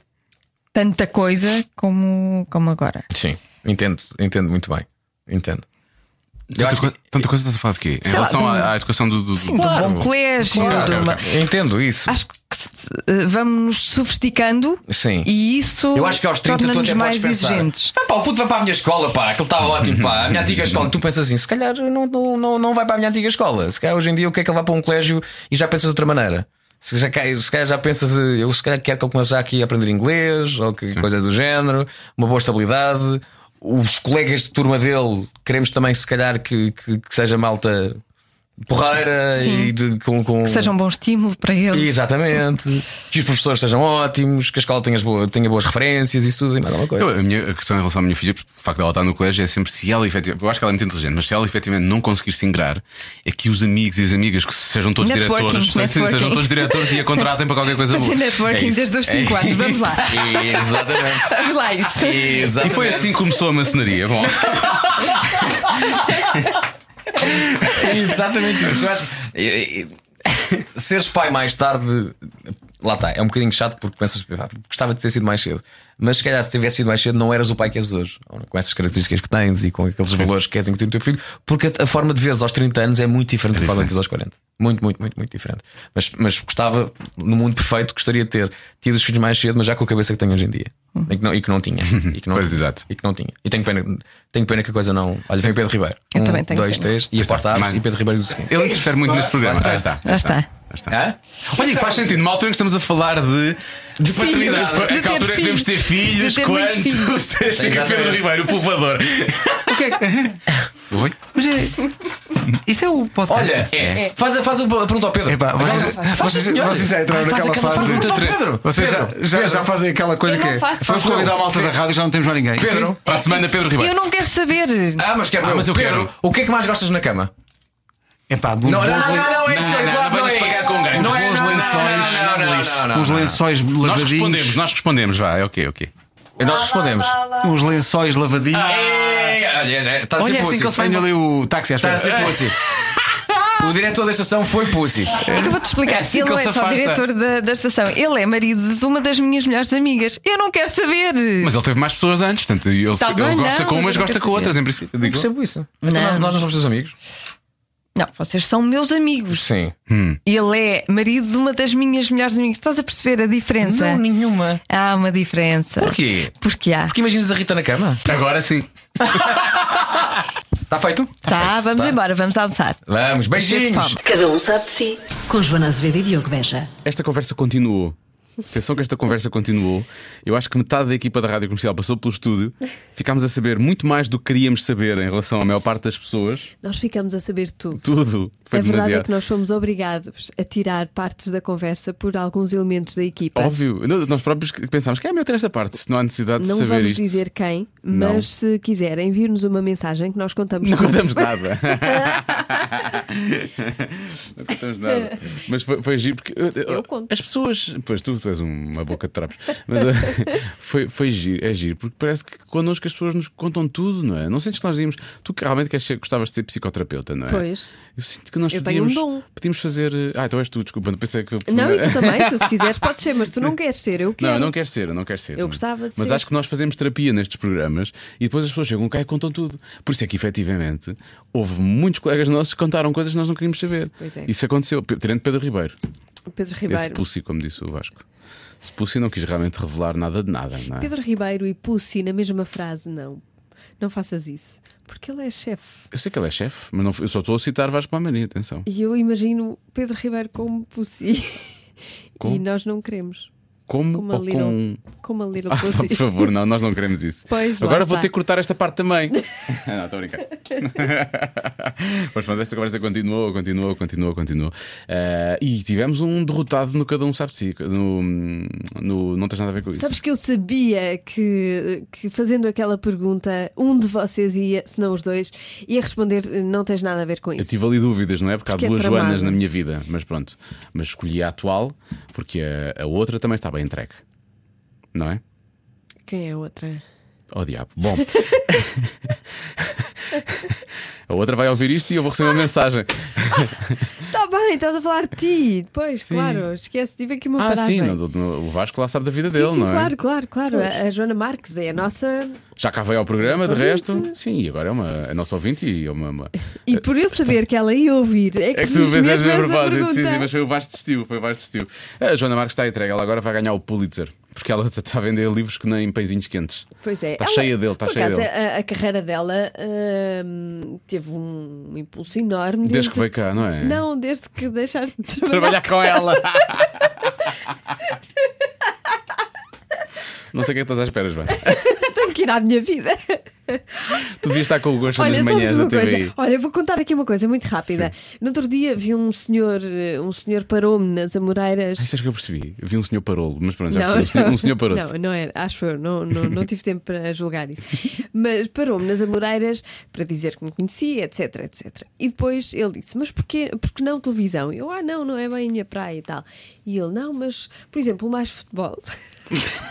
S4: tanta coisa como, como agora.
S5: Sim, entendo, entendo muito bem. Entendo. Eu
S2: Tanta,
S5: acho
S2: coi-
S5: que-
S2: tanta coisa estás a falar de quê? Em
S4: Sei lá,
S2: relação
S4: de um-
S2: à, à educação do. do-
S4: Sim,
S5: Claro.
S4: do bom colégio,
S5: Claro,
S4: de uma-
S5: entendo isso.
S4: acho que se- eh, vamos nos sofisticando
S5: Sim.
S4: e isso
S5: Eu acho que aos 30 tu
S4: torna-nos
S5: até
S4: mais
S5: podes pensar,
S4: exigentes.
S5: Ah, pá, o puto vai para a minha escola, pá, aquilo está ótimo, pá, a minha antiga escola. Tu pensas assim, se calhar não, não, não, não vai para a minha antiga escola. Se calhar hoje em dia o que é que ele vai para um colégio e já pensas de outra maneira. Se, já, ca- se calhar já pensas, eh, eu se calhar quero que ele comece já aqui a aprender inglês ou que coisa do género, uma boa estabilidade. Os colegas de turma dele queremos também, se calhar, que, que, que seja malta porreira
S4: Sim.
S5: e de, com, com-
S4: Que seja um bom estímulo para ele.
S5: Exatamente. Que os professores sejam ótimos, que a escola tenha, as boa- tenha boas referências, isso tudo e mais alguma coisa.
S2: Eu, a minha a questão em relação à minha filha, porque o facto de ela estar no colégio, é sempre se ela efetivamente. Eu acho que ela é muito inteligente, mas se ela efetivamente não conseguir se ingrar, é que os amigos e as amigas que sejam todos
S4: Networking,
S2: diretores, se- se- sejam
S4: networking.
S2: todos diretores e a contratem para qualquer coisa É boa.
S4: Fazer networking
S5: isso.
S4: desde os 5 anos. Vamos lá.
S5: Exatamente.
S4: Vamos lá, isso.
S2: E
S5: Exatamente.
S2: foi assim que começou a maçonaria. Bom,
S5: Exatamente isso. Eu acho que- e- e- Seres pai mais tarde, lá está, é um bocadinho chato porque pensas, "Pá, gostava de ter sido mais cedo. Mas se calhar se tivesse sido mais cedo, não eras o pai que és hoje, Ou com essas características que tens e com aqueles valores que queres incutir no teu filho, porque a- a forma de veres aos 30 anos é muito diferente da forma de veres aos 40. Muito, muito, muito, muito diferente. Mas, mas gostava, no mundo perfeito, gostaria de ter tido os filhos mais cedo, mas já com a cabeça que tenho hoje em dia. E que não, e que não tinha. E que não,
S2: Pois, exato.
S5: E que não tinha. E tenho pena, tenho pena que a coisa não. Olha, vem o Pedro Ribeiro.
S4: Eu
S5: um,
S4: também tenho
S5: dois,
S4: pena.
S5: três, e a porta abre
S2: Mas-
S5: e Pedro Ribeiro do seguinte.
S2: ele interfere muito neste programa. Já está.
S4: Já está.
S2: Já está. Olha, e faz sentido, numa altura em que estamos a falar de. De
S4: paternidade.
S2: paternidade.
S4: De
S2: É que
S4: ter
S2: altura é que devemos ter filhos,
S4: filhos, de ter muitos
S2: quantos? Chega
S5: Exatamente.
S2: Pedro Ribeiro, o povoador. O que é que. Oi?
S10: Mas é. Isto é o podcast.
S5: Olha, é. Faz, a- faz a pergunta ao Pedro.
S10: Epá, vocês, vocês-
S5: senhora.
S10: vocês já entraram
S5: Faz
S10: naquela
S5: aquela
S10: fase.
S5: pergunta ao
S10: de...
S5: Pedro.
S10: Vocês já,
S5: Pedro,
S10: já,
S5: Pedro.
S10: já fazem aquela coisa
S4: Eu
S10: que
S4: não
S10: é.
S4: faço.
S10: Vamos convidar a malta da rádio, já não temos mais ninguém.
S5: Pedro.
S2: Para a semana, Pedro
S4: Eu
S2: Ribeiro.
S4: não quero saber.
S5: Ah, mas quero
S2: Ah, mas eu
S5: Pedro,
S2: quero.
S5: o que é que mais gostas na cama?
S10: Epá, de um bons len-
S5: não,
S2: Não, não, não venhas pagar com ganhos.
S5: Não é
S10: Bons
S5: não, não,
S10: lençóis,
S5: não, não, não, não, não,
S10: uns
S5: não.
S10: lençóis
S2: Nós
S10: lavadinhos.
S2: respondemos, nós respondemos, vá, é ok, ok.
S5: Nós Ah, é. respondemos.
S10: Uns lençóis lavadinhos.
S5: Ei, Olha, já- está
S10: Olha,
S5: sempre
S10: assim que eles Tá, é.
S5: pussy.
S10: Tenho ali o táxi à
S5: Está a
S10: espera.
S5: ser pussy. O diretor da estação foi pussy.
S4: É que eu vou-te explicar.
S5: assim
S4: ele
S5: que
S4: não
S5: ele
S4: é
S5: se
S4: só
S5: afasta.
S4: diretor da, da estação, ele é marido de uma das minhas melhores amigas. Eu não quero saber.
S2: Mas ele teve mais pessoas antes, portanto, ele,
S4: Tá bem,
S2: ele gosta
S4: não,
S2: com umas,
S4: mas eu
S2: gosta
S4: quero
S2: com
S4: saber.
S2: outras, em princípio.
S5: Não
S2: digo eu.
S5: percebo isso. Então,
S4: Não.
S5: Nós não somos teus amigos?
S4: Não, vocês são meus amigos.
S5: Sim.
S4: Ele é marido de uma das minhas melhores amigas. Estás a perceber a diferença?
S5: Não, nenhuma.
S4: há uma diferença.
S5: Porquê?
S4: Porque há.
S5: Porque imaginas a Rita na cama?
S2: Agora sim.
S5: Está feito?
S4: tá,
S5: feito.
S4: vamos
S5: Tá.
S4: embora, vamos almoçar.
S5: Vamos,
S4: Cheio de
S5: beijinhos.
S4: fome.
S1: Cada um sabe de si. Com Joana Azevedo e Diogo Beja.
S2: Esta conversa continuou. Atenção que esta conversa continuou. Eu acho que metade da equipa da Rádio Comercial passou pelo estúdio. Ficámos a saber muito mais do que queríamos saber em relação à maior parte das pessoas.
S3: Nós ficamos a saber tudo.
S2: Tudo. Foi
S3: a verdade
S2: demasiado.
S3: é que nós fomos obrigados a tirar partes da conversa por alguns elementos da equipa.
S2: Óbvio. Não, Nós próprios que- pensámos que é meu ter esta parte, se não há necessidade
S3: Não
S2: de saber
S3: vamos
S2: isto.
S3: dizer quem,
S2: Não.
S3: mas se quiserem vir-nos uma mensagem que nós contamos
S2: Não
S3: tudo.
S2: contamos nada. não contamos nada. Mas foi, foi giro porque. eh,
S3: Eu conto.
S2: As pessoas. Pois tu, tu és uma boca de trapos. Mas eh, foi, foi giro, é giro, porque parece que connosco as pessoas nos contam tudo, não é? Não sentes que nós dizíamos. Tu que realmente queres ser, gostavas de ser psicoterapeuta, não é?
S3: Pois.
S2: Eu sinto que nós
S3: Eu tenho um
S2: podíamos.
S3: dom.
S2: Podíamos fazer. eh, Ah, então és tu, desculpa, não pensei que. eu-
S3: Não, e tu também, tu se quiseres, podes ser, mas tu não queres ser, eu
S2: Não,
S3: quero.
S2: eu não quero ser, eu não quero ser.
S3: é Eu gostava de
S2: Mas
S3: ser.
S2: acho que nós fazemos terapia nestes programas e depois as pessoas chegam cá e contam tudo. Por isso é que, efetivamente, houve muitos colegas nossos que contaram coisas que nós não queríamos saber.
S3: Pois é.
S2: Isso aconteceu, P- tirando Pedro Ribeiro.
S3: Pedro
S2: Esse
S3: Ribeiro.
S2: pussy, como disse o Vasco. Esse pussy não quis realmente revelar nada de nada, não é?
S3: Pedro Ribeiro e Pussy na mesma frase, não. Não faças isso. Porque ele é chefe.
S2: Eu sei que ele é chefe, mas não, eu só estou a citar Vasco Palmeirinho, atenção.
S3: E eu imagino Pedro Ribeiro como Pussy.
S2: Com?
S3: E nós não queremos.
S2: como
S4: Como a
S2: ou
S4: little,
S2: com.
S4: como a little
S2: Ah,
S4: pussy.
S2: por favor, não, nós não queremos isso.
S4: Pois, lá
S2: Agora vou
S4: está.
S2: ter que cortar esta parte também. não, estou a brincar. Mas pronto, esta conversa continuou, continuou, continuou, continuou. Eh, e tivemos um derrotado no Cada Um Sabe de Si. No, no- não tens nada a ver com isso.
S4: Sabes que eu sabia que, que fazendo aquela pergunta, um de vocês ia, se não os dois, ia responder: não tens nada a ver com
S2: Eu
S4: isso.
S2: tive ali dúvidas, não é? Porque, há
S4: Porque é
S2: duas
S4: tramado.
S2: Joanas na minha vida, mas pronto. Mas escolhi a atual porque a, a outra também está bem entregue, não é?
S4: Quem é a outra?
S2: Oh diabo. Bom. a outra vai ouvir isto e eu vou receber uma mensagem.
S4: Está Tá bem, estás a falar de ti. Pois, claro, esquece, tive aqui uma
S2: Ah,
S4: paragem.
S2: sim, não, não, o Vasco lá sabe da vida
S4: Sim,
S2: dele,
S4: sim,
S2: não é?
S4: claro, claro, claro. A, a Joana Marques é a nossa.
S2: Já cá veio ao programa, de
S4: Nossa
S2: resto. Sim, e agora é uma é nossa ouvinte e é uma. uma-
S4: E por eu saber que ela ia ouvir, é que,
S2: É que tu
S4: fiz
S2: fizeste
S4: mesmo
S2: bem a
S4: essa
S2: propósito,
S4: pergunta.
S2: sim, sim, mas foi o Vasco desistiu, foi o Vasco desistiu. A Joana Marques está entregue, ela agora vai ganhar o Pulitzer, porque ela está a vender livros que nem pãezinhos quentes.
S4: Pois é.
S2: Está
S4: ela-
S2: tá cheia dele, está
S4: por
S2: cheia
S4: acaso,
S2: dele.
S4: A, a carreira dela hum, teve um impulso enorme.
S2: Desde que veio cá, não é?
S4: Não, desde que deixaste de
S2: Trabalhar
S4: trabalhar.
S2: com ela. Não sei o que é que estás à espera, Joana.
S4: Tenho que ir à minha vida.
S2: Tu devias estar com o gosto
S4: Olha,
S2: das
S4: sabes
S2: manhãs
S4: uma
S2: da
S4: coisa?
S2: TVI.
S4: Olha, eu vou contar aqui uma coisa muito rápida. No outro dia vi um senhor, eh, um senhor parou-me nas Amoreiras.
S2: Achas que eu percebi? Vi um senhor parolo, mas pronto, já
S4: Não,
S2: percebi. Um senhor-
S4: não.
S2: Um senhor parou.
S4: Não, não era, acho eu, não, não, não tive tempo para julgar isso. Mas parou-me nas Amoreiras para dizer que me conhecia, etc, etc. E depois ele disse: Mas porquê, porque não televisão? Eu, ah, não, não é bem a minha praia e tal. E ele, não, mas, por exemplo, mais futebol.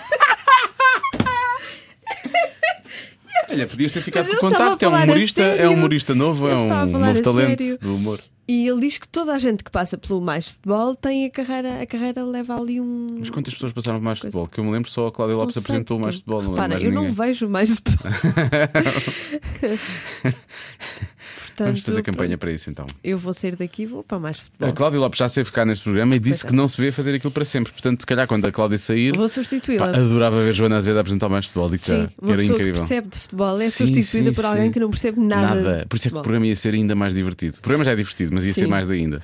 S2: Olha, podias ter ficado
S4: Mas
S2: com o
S4: eu estava a
S2: contacto. É um
S4: falar a
S2: humorista, é um
S4: sério.
S2: humorista novo, é
S4: Eu estava a
S2: um
S4: falar
S2: novo
S4: a
S2: talento
S4: sério.
S2: do humor.
S4: E ele diz que toda a gente que passa pelo mais futebol tem a carreira, a carreira leva ali um.
S2: Mas quantas pessoas passaram por mais futebol? Que eu me lembro só a Cláudia Lopes
S4: Não sei,
S2: apresentou mais
S4: porque,
S2: futebol, não lembro
S4: repara,
S2: mais
S4: eu
S2: ninguém.
S4: não vejo mais futebol.
S2: Vamos fazer
S4: Portanto,
S2: campanha
S4: pronto,
S2: para isso então.
S4: Eu vou sair daqui e vou para mais futebol.
S2: A Cláudia Lopes já teve cá neste programa e disse
S4: Pois é.
S2: que não se vê fazer aquilo para sempre. Portanto, se calhar quando a Cláudia sair,
S4: Vou
S2: pá,
S4: substituí-la.
S2: adorava ver Joana Azevedo apresentar mais futebol. Digo já,
S4: Sim, uma
S2: era
S4: pessoa que
S2: incrível.
S4: percebe de futebol é
S2: Sim,
S4: substituída
S2: sim,
S4: por
S2: sim.
S4: alguém que não percebe nada. de
S2: Por isso é que o
S4: futebol.
S2: programa ia ser ainda mais divertido. O programa já é divertido, mas ia ser
S4: Sim.
S2: mais ainda.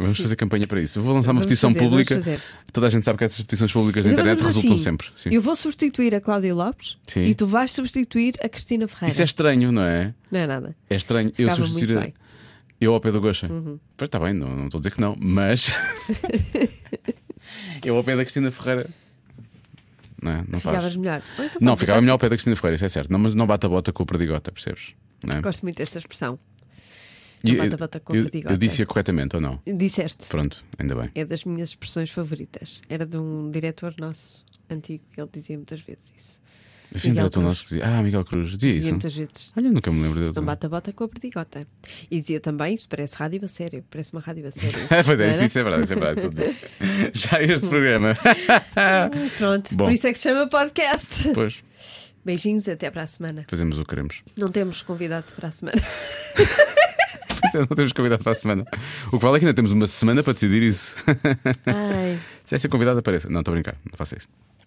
S2: Vamos fazer campanha para isso. Eu vou lançar uma
S4: Vamos
S2: petição
S4: fazer, vamos
S2: pública.
S4: fazer.
S2: Toda a gente sabe que essas petições públicas da
S4: Então
S2: internet
S4: fazemos
S2: resultam
S4: assim,
S2: sempre. Sim.
S4: Eu vou substituir a Cláudia Lopes
S2: Sim.
S4: e tu vais substituir a Cristina Ferreira.
S2: Isso é estranho, não é?
S4: Não é nada.
S2: É estranho. eu
S4: Ficava
S2: substituir.
S4: muito bem. Uhum.
S2: Eu ao pé do Gosha. Pois está bem, não, não estou a dizer que não, mas. eu ao pé da Cristina Ferreira. Não, é? não
S4: Ficavas
S2: faz.
S4: melhor. Ou então
S2: Não,
S4: pode
S2: ficava
S4: ficar
S2: melhor ao pé da Cristina Ferreira, isso é certo. Não, mas não bate a bota com o perdigota, percebes? Não é?
S4: assim. Gosto muito dessa expressão.
S2: E
S4: Não
S2: eu-
S4: bate a bota com o
S2: eu-
S4: perdigota.
S2: Eu disse-a corretamente ou não?
S4: Disseste.
S2: Pronto, ainda bem.
S4: É das minhas expressões favoritas. Era de um diretor nosso antigo, ele dizia muitas vezes isso.
S2: Enfim,
S4: Miguel
S2: diretor
S4: Cruz.
S2: nosso que dizia. Ah, Miguel Cruz, dizia
S4: Dizia
S2: isso.
S4: muitas vezes.
S2: Olha, nunca me lembro
S4: Se não
S2: dele.
S4: Então bate a bota com a perdigota. E dizia também, isto parece rádio a sério, parece uma rádio a sério.
S2: É, pois
S4: Não
S2: é,
S4: era?
S2: isso, isso é verdade, isso é verdade. tudo bem. Já este programa.
S4: Pronto,
S2: Bom.
S4: por isso é que se chama podcast.
S2: Depois
S4: Beijinhos, até para a semana.
S2: fazemos o que queremos.
S4: Não temos convidado para a semana.
S2: é, Não temos convidado para a semana. O que vale é que ainda temos uma semana para decidir isso.
S4: Ai.
S2: Se é ser convidado, apareça. Não, estou a brincar, não faça isso.